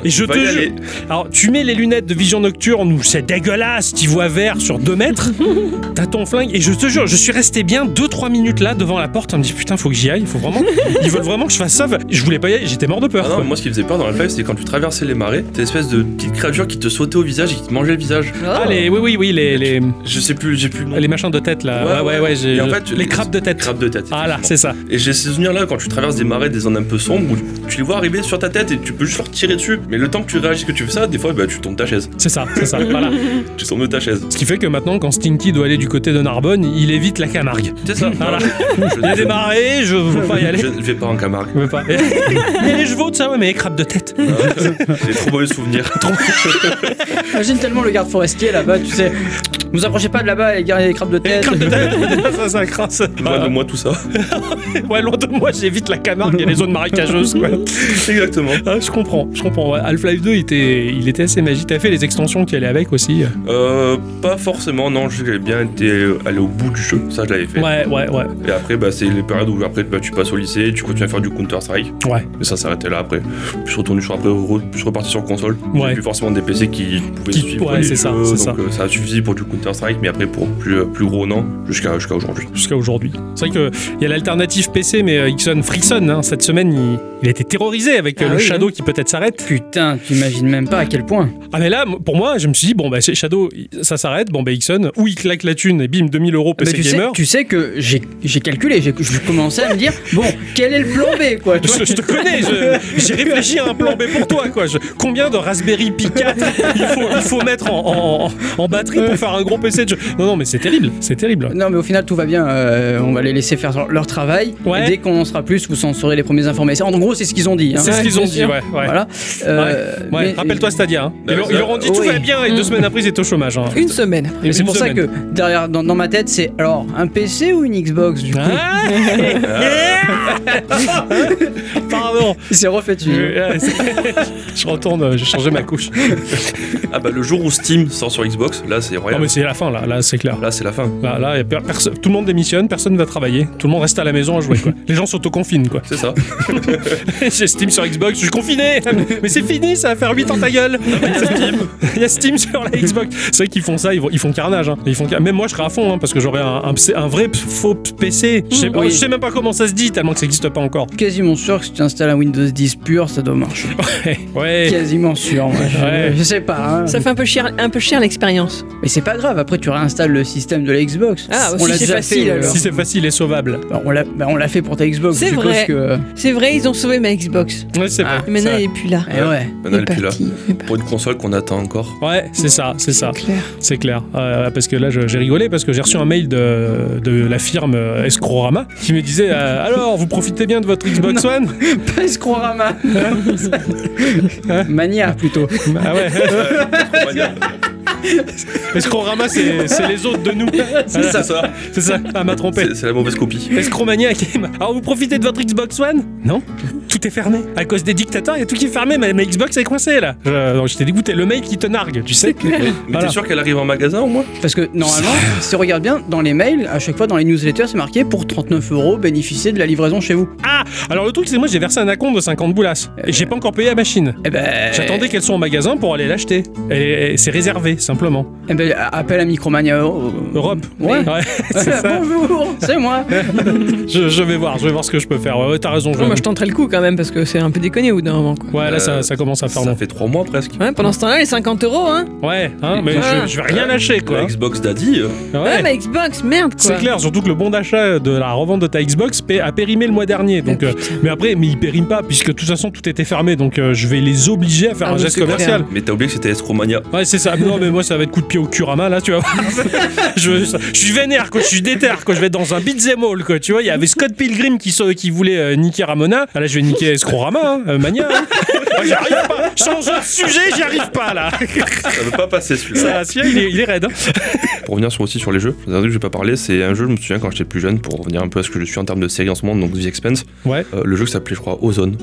Speaker 2: Et je
Speaker 4: Va
Speaker 2: te
Speaker 4: y
Speaker 2: jure-
Speaker 4: aller.
Speaker 2: Alors, tu mets les lunettes de vision nocturne où c'est dégueulasse, tu vois vert sur 2 mètres, t'as ton flingue, et je te jure, je suis resté bien 2-3 minutes là devant la porte, on me dit putain, faut que j'y aille, faut vraiment. Ils veulent vraiment que je fasse ça, je voulais pas y aller, j'étais mort de peur.
Speaker 4: Ah non,
Speaker 2: quoi.
Speaker 4: moi ce qui faisait peur dans Half-Life, c'est quand tu traversais les marais, cette espèce de petite créature qui te sautait au visage et qui te mangeait le visage.
Speaker 2: Ah, les, oui, oui, oui, les, les,
Speaker 4: Je sais plus, j'ai plus le nom.
Speaker 2: les machins de tête là. Ah,
Speaker 4: Ouais,
Speaker 2: Ouais, ouais,
Speaker 4: ouais.
Speaker 2: ouais, j'ai-
Speaker 4: Et en fait,
Speaker 2: les crabes de tête.
Speaker 4: Crabe de tête.
Speaker 2: Ah là, c'est ça.
Speaker 4: Et j'ai ces souvenirs-là quand tu traverses des marais, des zones un peu sombres, où tu les vois arriver sur ta tête et tu peux juste leur tirer dessus. Mais le temps que tu réagis, que tu fais ça, des fois, bah, tu tombes de ta chaise.
Speaker 2: C'est ça, c'est ça, voilà.
Speaker 4: Tu tombes de ta chaise.
Speaker 2: Ce qui fait que maintenant, quand Stinky doit aller du côté de Narbonne, il évite la Camargue.
Speaker 4: C'est ça.
Speaker 2: Voilà.
Speaker 4: Je-
Speaker 2: Il y a des marais, je veux pas y aller.
Speaker 4: Je ne vais pas en Camargue.
Speaker 2: Je veux pas. Mais les chevaux, de ça, ouais, mais les crabes de tête.
Speaker 4: Euh, J'ai trop mauvais souvenirs.
Speaker 1: Imagine Ah, tellement le garde forestier là-bas, tu sais. Vous approchez pas de là-bas, les gars, il y a des crabes de
Speaker 2: Et les
Speaker 1: tête.
Speaker 2: crabes de tête. ça, ça crasse.
Speaker 4: Loin de moi tout ça.
Speaker 2: Ouais, loin de moi, j'évite la Camargue et les zones marécageuses. quoi.
Speaker 4: Exactement.
Speaker 2: Ah, je comprends, je comprends. Ouais, Half-Life 2, il était, il était assez magique. T'as fait les extensions qui allaient avec aussi.
Speaker 4: Euh, pas forcément, non, j'ai bien été allé au bout du jeu, ça je l'avais fait.
Speaker 2: Ouais, ouais, ouais.
Speaker 4: Et après, bah, c'est les périodes où après, bah, tu passes au lycée, tu continues à faire du Counter-Strike,
Speaker 2: Ouais,
Speaker 4: mais ça s'arrêtait là après. Je suis retourné sur après, re- je suis reparti sur console. J'ai
Speaker 2: Ouais.
Speaker 4: plus forcément des PC qui pouvaient
Speaker 2: Qui-
Speaker 4: suivre.
Speaker 2: ouais,
Speaker 4: les
Speaker 2: c'est ça,
Speaker 4: jeux,
Speaker 2: c'est
Speaker 4: donc, euh, ça a suffi pour du Counter-Strike, mais après pour plus, euh, plus gros, non, jusqu'à jusqu'à aujourd'hui.
Speaker 2: jusqu'à aujourd'hui. C'est vrai qu'il y a l'alternative PC, mais euh, Ixon Frickson, hein, cette semaine, il, il a été terrorisé avec euh,
Speaker 1: Ah
Speaker 2: le
Speaker 1: oui,
Speaker 2: Shadow qui peut-être s'arrête.
Speaker 1: Putain, tu imagines même pas à quel point.
Speaker 2: Ah, mais là, m- pour moi, je me suis dit, bon, bah, c'est Shadow, il- ça s'arrête, bon, bah, Ixon, ou il claque la thune et bim, 2000 euros
Speaker 1: Mais
Speaker 2: PC
Speaker 1: tu, sais,
Speaker 2: Gamer.
Speaker 1: tu sais que j'ai j'ai calculé, j'ai- je commençais à me dire, bon, quel est le plan B quoi tu vois
Speaker 2: Je, je te connais, je- j'ai réfléchi à un plan B pour toi. Quoi. Je- combien de Raspberry Pi 4 il faut, il faut mettre en, en- en batterie pour faire un gros PC de jeu Non, non, mais c'est terrible, c'est terrible.
Speaker 1: Non mais au final tout va bien, euh, on va les laisser faire leur travail.
Speaker 2: Ouais.
Speaker 1: Et dès qu'on en saura plus, vous en saurez les premiers informations. En gros c'est ce qu'ils ont dit. hein.
Speaker 2: C'est ce qu'ils ont
Speaker 1: bien
Speaker 2: dit,
Speaker 1: sûr.
Speaker 2: ouais. ouais.
Speaker 1: Voilà. Euh,
Speaker 2: Ouais,
Speaker 1: mais-
Speaker 2: Rappelle-toi Stadia. hein. Ils,
Speaker 4: Bah,
Speaker 2: leur-
Speaker 4: ça-
Speaker 2: ils leur ont dit tout
Speaker 1: oui.
Speaker 2: va bien et deux
Speaker 3: Mm.
Speaker 2: semaines après ils étaient au chômage. hein.
Speaker 3: Une semaine après.
Speaker 1: mais c'est
Speaker 2: Une
Speaker 1: pour ça
Speaker 2: semaine.
Speaker 1: que derrière, dans, dans ma tête, c'est alors un PC ou une Xbox du coup
Speaker 2: Ah Pardon.
Speaker 1: C'est refait dessus.
Speaker 2: Je, je retourne, euh, j'ai changé ma couche.
Speaker 4: Ah bah le jour où Steam sort sur Xbox, là c'est
Speaker 2: Non
Speaker 4: royal.
Speaker 2: mais c'est la fin là, là c'est clair.
Speaker 4: Là c'est la fin.
Speaker 2: Là, là, y a per- perso- tout le monde démissionne, personne ne va travailler, tout le monde reste à la maison à jouer quoi. Les gens s'autoconfinent quoi.
Speaker 4: C'est ça.
Speaker 2: J'ai Steam sur Xbox, je suis confiné Mais c'est fini, ça va faire 8 ans ta gueule Il y a Steam sur la Xbox C'est vrai qu'ils font ça, ils, vont- ils font carnage. hein. Ils font car- Même moi je serais à fond, hein, parce que j'aurais un, un pc- un vrai p- faux p- PC. Je sais pas-
Speaker 1: Oui.
Speaker 2: je sais même pas comment ça se dit, tellement que ça n'existe pas encore.
Speaker 1: Quasiment sûr que si tu installes un Windows 10 pur, ça doit marcher.
Speaker 2: Ouais.
Speaker 1: Quasiment sûr, moi. Je,
Speaker 2: Ouais.
Speaker 1: je sais pas. hein.
Speaker 3: Ça fait un peu cher, un peu cher l'expérience.
Speaker 1: Mais c'est pas grave, après tu réinstalles le système de la Xbox.
Speaker 3: Ah,
Speaker 1: on
Speaker 3: si
Speaker 1: l'a
Speaker 3: c'est
Speaker 1: déjà
Speaker 3: facile,
Speaker 1: fait,
Speaker 3: alors.
Speaker 2: Si c'est facile et sauvable.
Speaker 1: Bah, on l'a bah, on l'a fait pour ta Xbox.
Speaker 3: C'est
Speaker 1: je suppose
Speaker 3: vrai.
Speaker 1: Que...
Speaker 3: C'est vrai, ils ont sauvé ma Xbox.
Speaker 2: Ouais, c'est vrai,
Speaker 1: Ah,
Speaker 3: Et maintenant,
Speaker 2: c'est
Speaker 3: il est plus là.
Speaker 1: Eh ouais.
Speaker 4: Maintenant elle
Speaker 3: il
Speaker 4: est
Speaker 3: est
Speaker 4: plus là.
Speaker 3: parti. il est parti.
Speaker 4: Pour une console qu'on attend encore.
Speaker 2: Ouais, c'est ça, c'est ça,
Speaker 3: C'est clair.
Speaker 2: c'est clair. Euh, parce que là, je- j'ai rigolé parce que j'ai reçu un mail de, de la firme euh, Escrorama qui me disait euh, alors vous profitez bien de votre Xbox One
Speaker 1: Pas Escrorama. Mania plutôt.
Speaker 2: Ah ouais. Escromania, c'est c'est les autres de nous.
Speaker 1: C'est ça.
Speaker 4: C'est ça.
Speaker 2: C'est ça, elle m'a trompé.
Speaker 4: C'est c'est la mauvaise copie.
Speaker 2: Escromania qui m'a- Alors vous profitez de votre Xbox One Non, tout est fermé. À cause des dictateurs, il y a tout qui est fermé. Ma, ma Xbox est coincée là. Je- donc J'étais dégoûté. Le mec qui te nargue, tu sais.
Speaker 4: Mais
Speaker 2: Voilà.
Speaker 4: t'es sûr qu'elle arrive en magasin au moins
Speaker 1: Parce que normalement, si on regarde bien, dans les mails, à chaque fois dans les newsletters, c'est marqué pour 39 euros, bénéficiez de la livraison chez vous.
Speaker 2: Ah Alors le truc, c'est que moi j'ai versé un acompte de 50 boulasses. Et j'ai pas encore payé la machine.
Speaker 1: Eh ben.
Speaker 2: J'attendais qu'elle soit en magasin pour aller l'acheter. Et- et C'est réservé, c'est simplement.
Speaker 1: Eh ben, a- appel à Micromania euh,
Speaker 2: Europe.
Speaker 1: Ouais. ah
Speaker 2: Ouais, c'est ça.
Speaker 1: Bonjour, c'est moi.
Speaker 2: Je, je vais voir, je vais voir ce que je peux faire. Ouais, ouais, t'as raison.
Speaker 3: Non,
Speaker 2: Joanne.
Speaker 3: Ah, moi je tenterai le coup quand même parce que c'est un peu déconné au bout d'un moment quoi.
Speaker 2: Ouais, là, ça,
Speaker 4: Euh,
Speaker 2: ça commence à faire
Speaker 4: Ça
Speaker 2: long.
Speaker 4: fait 3 mois presque.
Speaker 3: Ouais, pendant ce temps-là, les 50 euros, hein.
Speaker 2: Ouais, hein, mais
Speaker 3: Ah.
Speaker 2: je, je vais rien lâcher, quoi.
Speaker 4: La Xbox Daddy, euh,
Speaker 3: Ouais,
Speaker 2: Ouais.
Speaker 3: ma Ah, bah, Xbox, merde quoi.
Speaker 2: C'est clair, surtout que le bon d'achat de la revente de ta Xbox paie- a périmé le mois dernier. Donc,
Speaker 3: Ah,
Speaker 2: euh, mais après, mais il périme pas, puisque de toute façon tout était fermé. Donc euh, je vais les obliger à faire
Speaker 3: Ah,
Speaker 2: un
Speaker 3: oui,
Speaker 2: geste
Speaker 3: c'est clair.
Speaker 2: commercial.
Speaker 4: mais t'as oublié que c'était Escromania.
Speaker 2: Ouais, c'est ça. Non, mais moi, ça va être coup de pied au curama, là, tu vois. je, ça- je suis vénère, quoi. Je suis déter, quoi. Je vais être dans un beat'em all, quoi. Tu vois, il y avait Scott Pilgrim qui, sa- qui voulait euh, niquer Ramona. Ah, là, je vais niquer Escrorama, hein, euh, Mania. hein. Ah, j'y arrive pas. Change de sujet, j'y arrive pas, là.
Speaker 4: Ah, Ça veut pas passer
Speaker 2: Ça,
Speaker 4: celui-là.
Speaker 2: celui-là, il, est- il est raide. hein.
Speaker 4: Pour revenir sur, aussi sur les jeux, un truc que j'ai pas parlé, c'est un jeu, je me souviens quand j'étais plus jeune, pour revenir un peu à ce que je suis en termes de série en ce moment, donc The Expense.
Speaker 2: Ouais.
Speaker 4: Euh, le jeu qui s'appelait, je crois, Ozone.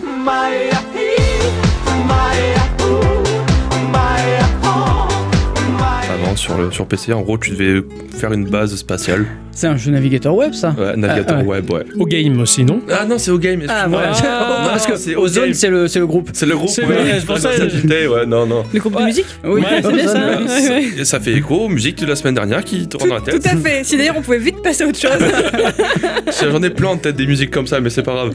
Speaker 4: Avant, sur, le, sur PC, en gros, tu devais faire une base spatiale.
Speaker 1: C'est un jeu navigateur web, ça.
Speaker 4: Ouais, navigateur
Speaker 1: Ah, ouais.
Speaker 4: web, ouais.
Speaker 2: Au game aussi, non
Speaker 4: Ah non, c'est Ogame.
Speaker 1: Ah, voilà.
Speaker 2: Ah,
Speaker 1: Parce que
Speaker 4: c'est
Speaker 1: Ozone,
Speaker 4: Ozone.
Speaker 1: c'est le, c'est le groupe.
Speaker 4: C'est le groupe,
Speaker 2: C'est vrai, c'est pour ça que-
Speaker 4: j'étais, ouais, non, non.
Speaker 3: Le groupe de musique
Speaker 1: Oui,
Speaker 2: Ouais,
Speaker 1: Ozone,
Speaker 3: c'est ça.
Speaker 1: ouais.
Speaker 3: ouais, ouais.
Speaker 4: Et ça fait écho aux musiques de la semaine dernière qui te rendent dans la
Speaker 3: Tout
Speaker 4: tête.
Speaker 3: à fait. Si d'ailleurs on pouvait vite passer à autre chose.
Speaker 4: J'en ai plein en tête des musiques comme ça, mais c'est pas grave.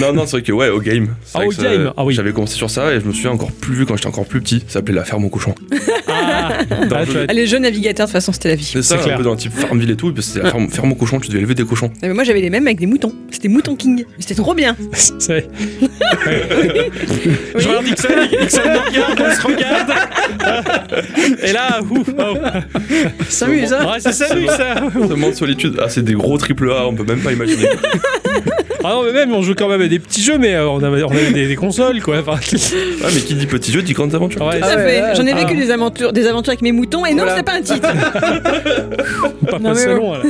Speaker 4: Non, non, c'est vrai que ouais, au game. C'est
Speaker 2: Ah,
Speaker 4: vrai
Speaker 2: au
Speaker 4: que ça-
Speaker 2: game, ah oui.
Speaker 4: J'avais commencé sur ça et je me souviens encore plus vu quand j'étais encore plus petit. Ça s'appelait La Ferme au Cochon.
Speaker 2: Ah,
Speaker 4: Dans
Speaker 2: ah,
Speaker 4: le
Speaker 2: tu
Speaker 4: jeu.
Speaker 2: vois.
Speaker 3: Ah, les jeux navigateurs, de toute façon, c'était la vie.
Speaker 4: C'est ça,
Speaker 2: C'est
Speaker 4: un
Speaker 2: clair.
Speaker 4: peu dans le type Farmville et tout. Parce que c'était la ferme, ferme au cochon, tu devais élever des cochons.
Speaker 3: Ah, mais moi j'avais les mêmes avec des moutons. C'était Mouton King. C'était trop bien.
Speaker 2: C'est- Je regarde Ixon, Ixon nous regarde, on se regarde. Et là, ouf, oh.
Speaker 1: Salut, ça.
Speaker 2: Ouais, c'est ça, lui, ça.
Speaker 4: Seulement de solitude. Ah, c'est des gros triple A, on peut même pas imaginer.
Speaker 2: Ah non, mais même, on joue quand même à des petits jeux, mais euh, on avait, on avait des, des consoles, quoi. Enfin, ouais,
Speaker 4: Ah, mais qui dit petit jeu dit grandes aventures.
Speaker 3: Tout à
Speaker 1: ouais,
Speaker 3: fait.
Speaker 1: ouais.
Speaker 3: J'en ai
Speaker 2: Ah.
Speaker 3: vécu des aventures, des aventures avec mes moutons. Et non,
Speaker 1: Voilà.
Speaker 3: c'est pas un titre.
Speaker 2: c'est pas
Speaker 3: Non,
Speaker 2: passé
Speaker 3: mais-
Speaker 2: loin, là.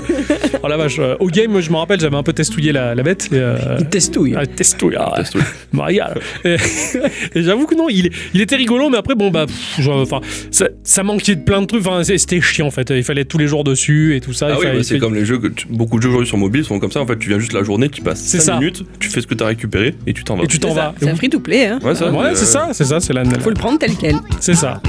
Speaker 2: Oh la vache. euh, au game, je me rappelle, j'avais un peu testouillé la, la bête. Et, euh,
Speaker 1: Il testouille.
Speaker 2: ah, testouille, ah,
Speaker 4: Testouille.
Speaker 2: Maria. là. Et, et j'avoue que non, il, il était rigolo, mais après, bon, bah, pff, genre, enfin, ça, ça manquait de plein de trucs. Enfin, c'est- c'était chiant, en fait. Il fallait être tous les jours dessus et tout ça.
Speaker 4: Ah
Speaker 2: Il
Speaker 4: oui,
Speaker 2: fallait-
Speaker 4: bah, c'est
Speaker 2: il fallait-
Speaker 4: comme les jeux que tu- beaucoup de jeux aujourd'hui sur mobile sont comme ça. En fait, tu viens juste la journée, tu passes
Speaker 2: C'est
Speaker 4: 5
Speaker 2: ça.
Speaker 4: minutes, tu fais ce que t'as récupéré et tu t'en vas.
Speaker 2: Et tu t'en
Speaker 3: C'est
Speaker 2: vas.
Speaker 3: ça. C'est un free to play. Hein.
Speaker 4: Ouais, ça,
Speaker 2: Ouais,
Speaker 4: euh,
Speaker 2: c'est ça, c'est ça, c'est la.
Speaker 3: Faut le prendre tel quel.
Speaker 2: C'est ça.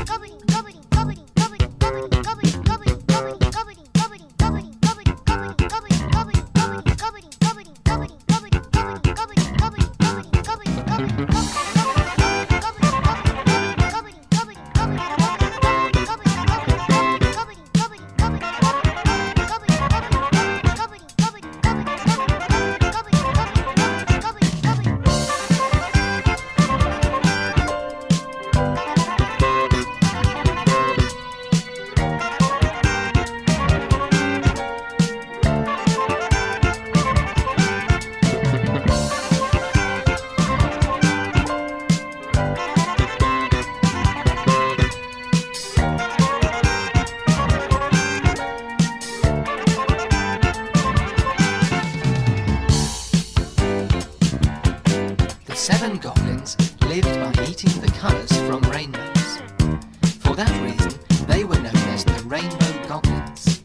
Speaker 5: The seven goblins lived by eating the colours from rainbows. For that reason, they were known as the Rainbow Goblins.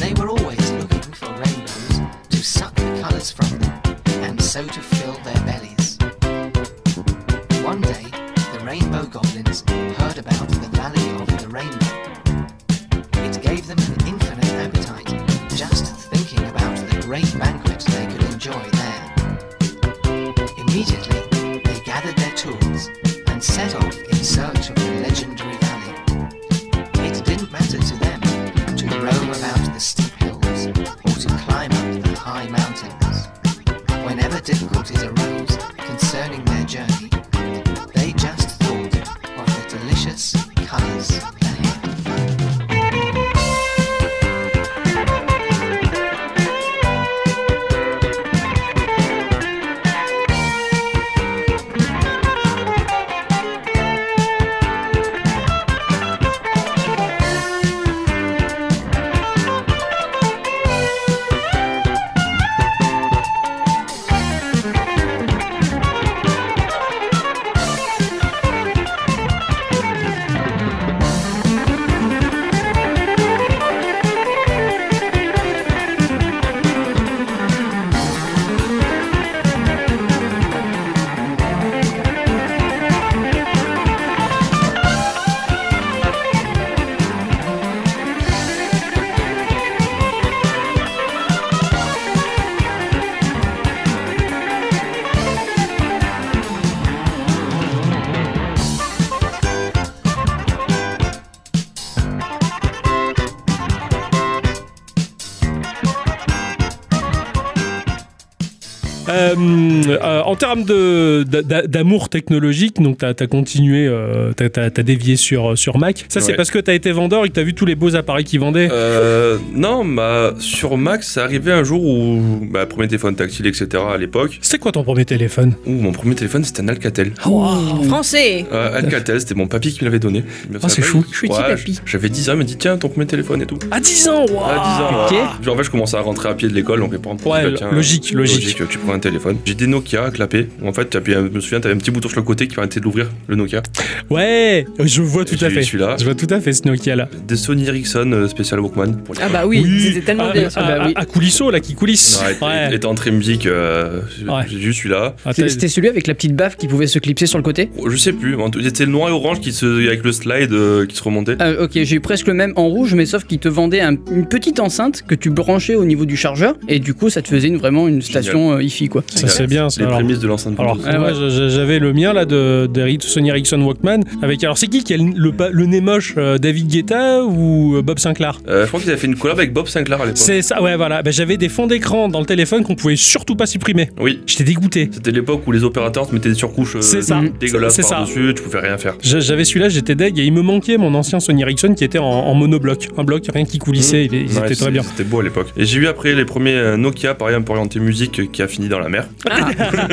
Speaker 5: They were always looking for rainbows to suck the colours from them and so to fill their bellies. One day, the Rainbow Goblins heard about the Valley of the Rainbow. It gave them an infinite appetite just thinking about the great banquet they could enjoy there. Immediately, they gathered their tools and set off in search of the legendary valley. It didn't matter to them to roam about the steep hills or to climb up the high mountains. Whenever difficulties arose concerning their journey, they just thought of the delicious colors ahead.
Speaker 2: Euh, euh, en termes de- d'a- d'a- d'amour technologique, donc t'as as continué, euh, t'as t'as- t'as dévié sur, euh, sur Mac. Ça, c'est
Speaker 4: Ouais.
Speaker 2: parce que t'as été vendeur et que t'as vu tous les beaux appareils qu'ils vendaient.
Speaker 4: Euh, non, bah, sur Mac, c'est arrivé un jour où. Bah, premier téléphone tactile, etc. à l'époque.
Speaker 2: C'était quoi ton premier téléphone
Speaker 4: Ouh, mon premier téléphone, c'était un Alcatel.
Speaker 2: Oh,
Speaker 3: Français
Speaker 4: Euh, Alcatel, c'était mon papy qui me l'avait donné. Il me
Speaker 2: Ah, c'est
Speaker 4: rappelle.
Speaker 2: chou.
Speaker 3: Chouti
Speaker 4: Ouais,
Speaker 3: papy.
Speaker 4: J'avais 10 ans, il m'a dit tiens, ton premier téléphone et tout.
Speaker 2: À 10 ans waouh
Speaker 4: À 10 Ah, ans.
Speaker 1: Ah, Ok.
Speaker 4: Genre, en fait, je commençais à rentrer à pied de l'école, donc mes parents me
Speaker 2: Ouais,
Speaker 4: disaient, bah, tiens,
Speaker 2: logique, logique.
Speaker 4: Tu prends un téléphone. J'ai des Nokia à clapper. En fait, t'appuies- je me souviens, t'avais un petit bouton sur le côté qui permettait de l'ouvrir, le Nokia.
Speaker 2: Ouais, je vois tout
Speaker 4: J'ai
Speaker 2: à
Speaker 4: eu
Speaker 2: fait.
Speaker 4: celui-là.
Speaker 2: Je vois tout à fait ce Nokia-là.
Speaker 4: Des Sony Ericsson euh, spécial Walkman. Pour les-
Speaker 3: Ah bah oui, c'était tellement
Speaker 2: à,
Speaker 3: bien.
Speaker 2: À,
Speaker 1: Bah oui.
Speaker 2: à- à Coulisseau, là, qui coulisse.
Speaker 4: Ouais,
Speaker 2: Ouais.
Speaker 4: et- et t'es entré musique, euh, j'ai-
Speaker 2: Ouais.
Speaker 4: j'ai eu celui-là.
Speaker 2: Ah, t'as-
Speaker 1: C'était c'était celui avec la petite baffe qui pouvait se clipser sur le côté
Speaker 4: Je sais plus, mais en tout- c'était le noir et orange qui se, avec le slide euh, qui se remontait.
Speaker 1: Ah, ok, j'ai eu presque le même en rouge, mais sauf qu'il te vendait un- une petite enceinte que tu branchais au niveau du chargeur, et du coup, ça te faisait une- vraiment une station euh, hi-fi, quoi.
Speaker 2: ça, c'est bien. ça,
Speaker 4: Les
Speaker 2: alors.
Speaker 4: prémices de l'enceinte.
Speaker 2: Alors,
Speaker 4: Bluetooth.
Speaker 1: Ah
Speaker 2: moi, je-
Speaker 1: ouais.
Speaker 2: je- j'avais le mien là de, de Sony Ericsson Walkman avec. Alors, c'est qui qui a le, le pa- le nez moche euh, David Guetta ou euh, Bob Sinclair
Speaker 4: Euh, je crois qu'ils avaient fait une collab avec Bob Sinclair à l'époque.
Speaker 2: C'est ça, ouais, voilà. Ben, j'avais des fonds d'écran dans le téléphone qu'on pouvait surtout pas supprimer.
Speaker 4: Oui,
Speaker 2: J'étais dégoûté.
Speaker 4: c'était l'époque où les opérateurs te mettaient des surcouches euh,
Speaker 2: C'est ça.
Speaker 4: dégueulasses
Speaker 2: C'est ça.
Speaker 4: par-dessus, tu pouvais rien faire.
Speaker 2: Je- J'avais celui-là, j'étais deg et il me manquait mon ancien Sony Ericsson qui était en, en monobloc. Un bloc, rien qui coulissait, il- ils,
Speaker 4: Ouais,
Speaker 2: étaient
Speaker 4: c'est-
Speaker 2: très bien.
Speaker 4: C'était beau à l'époque. Et j'ai eu après les premiers euh, Nokia, pareil, pour orienter musique, euh, qui a fini dans la mer.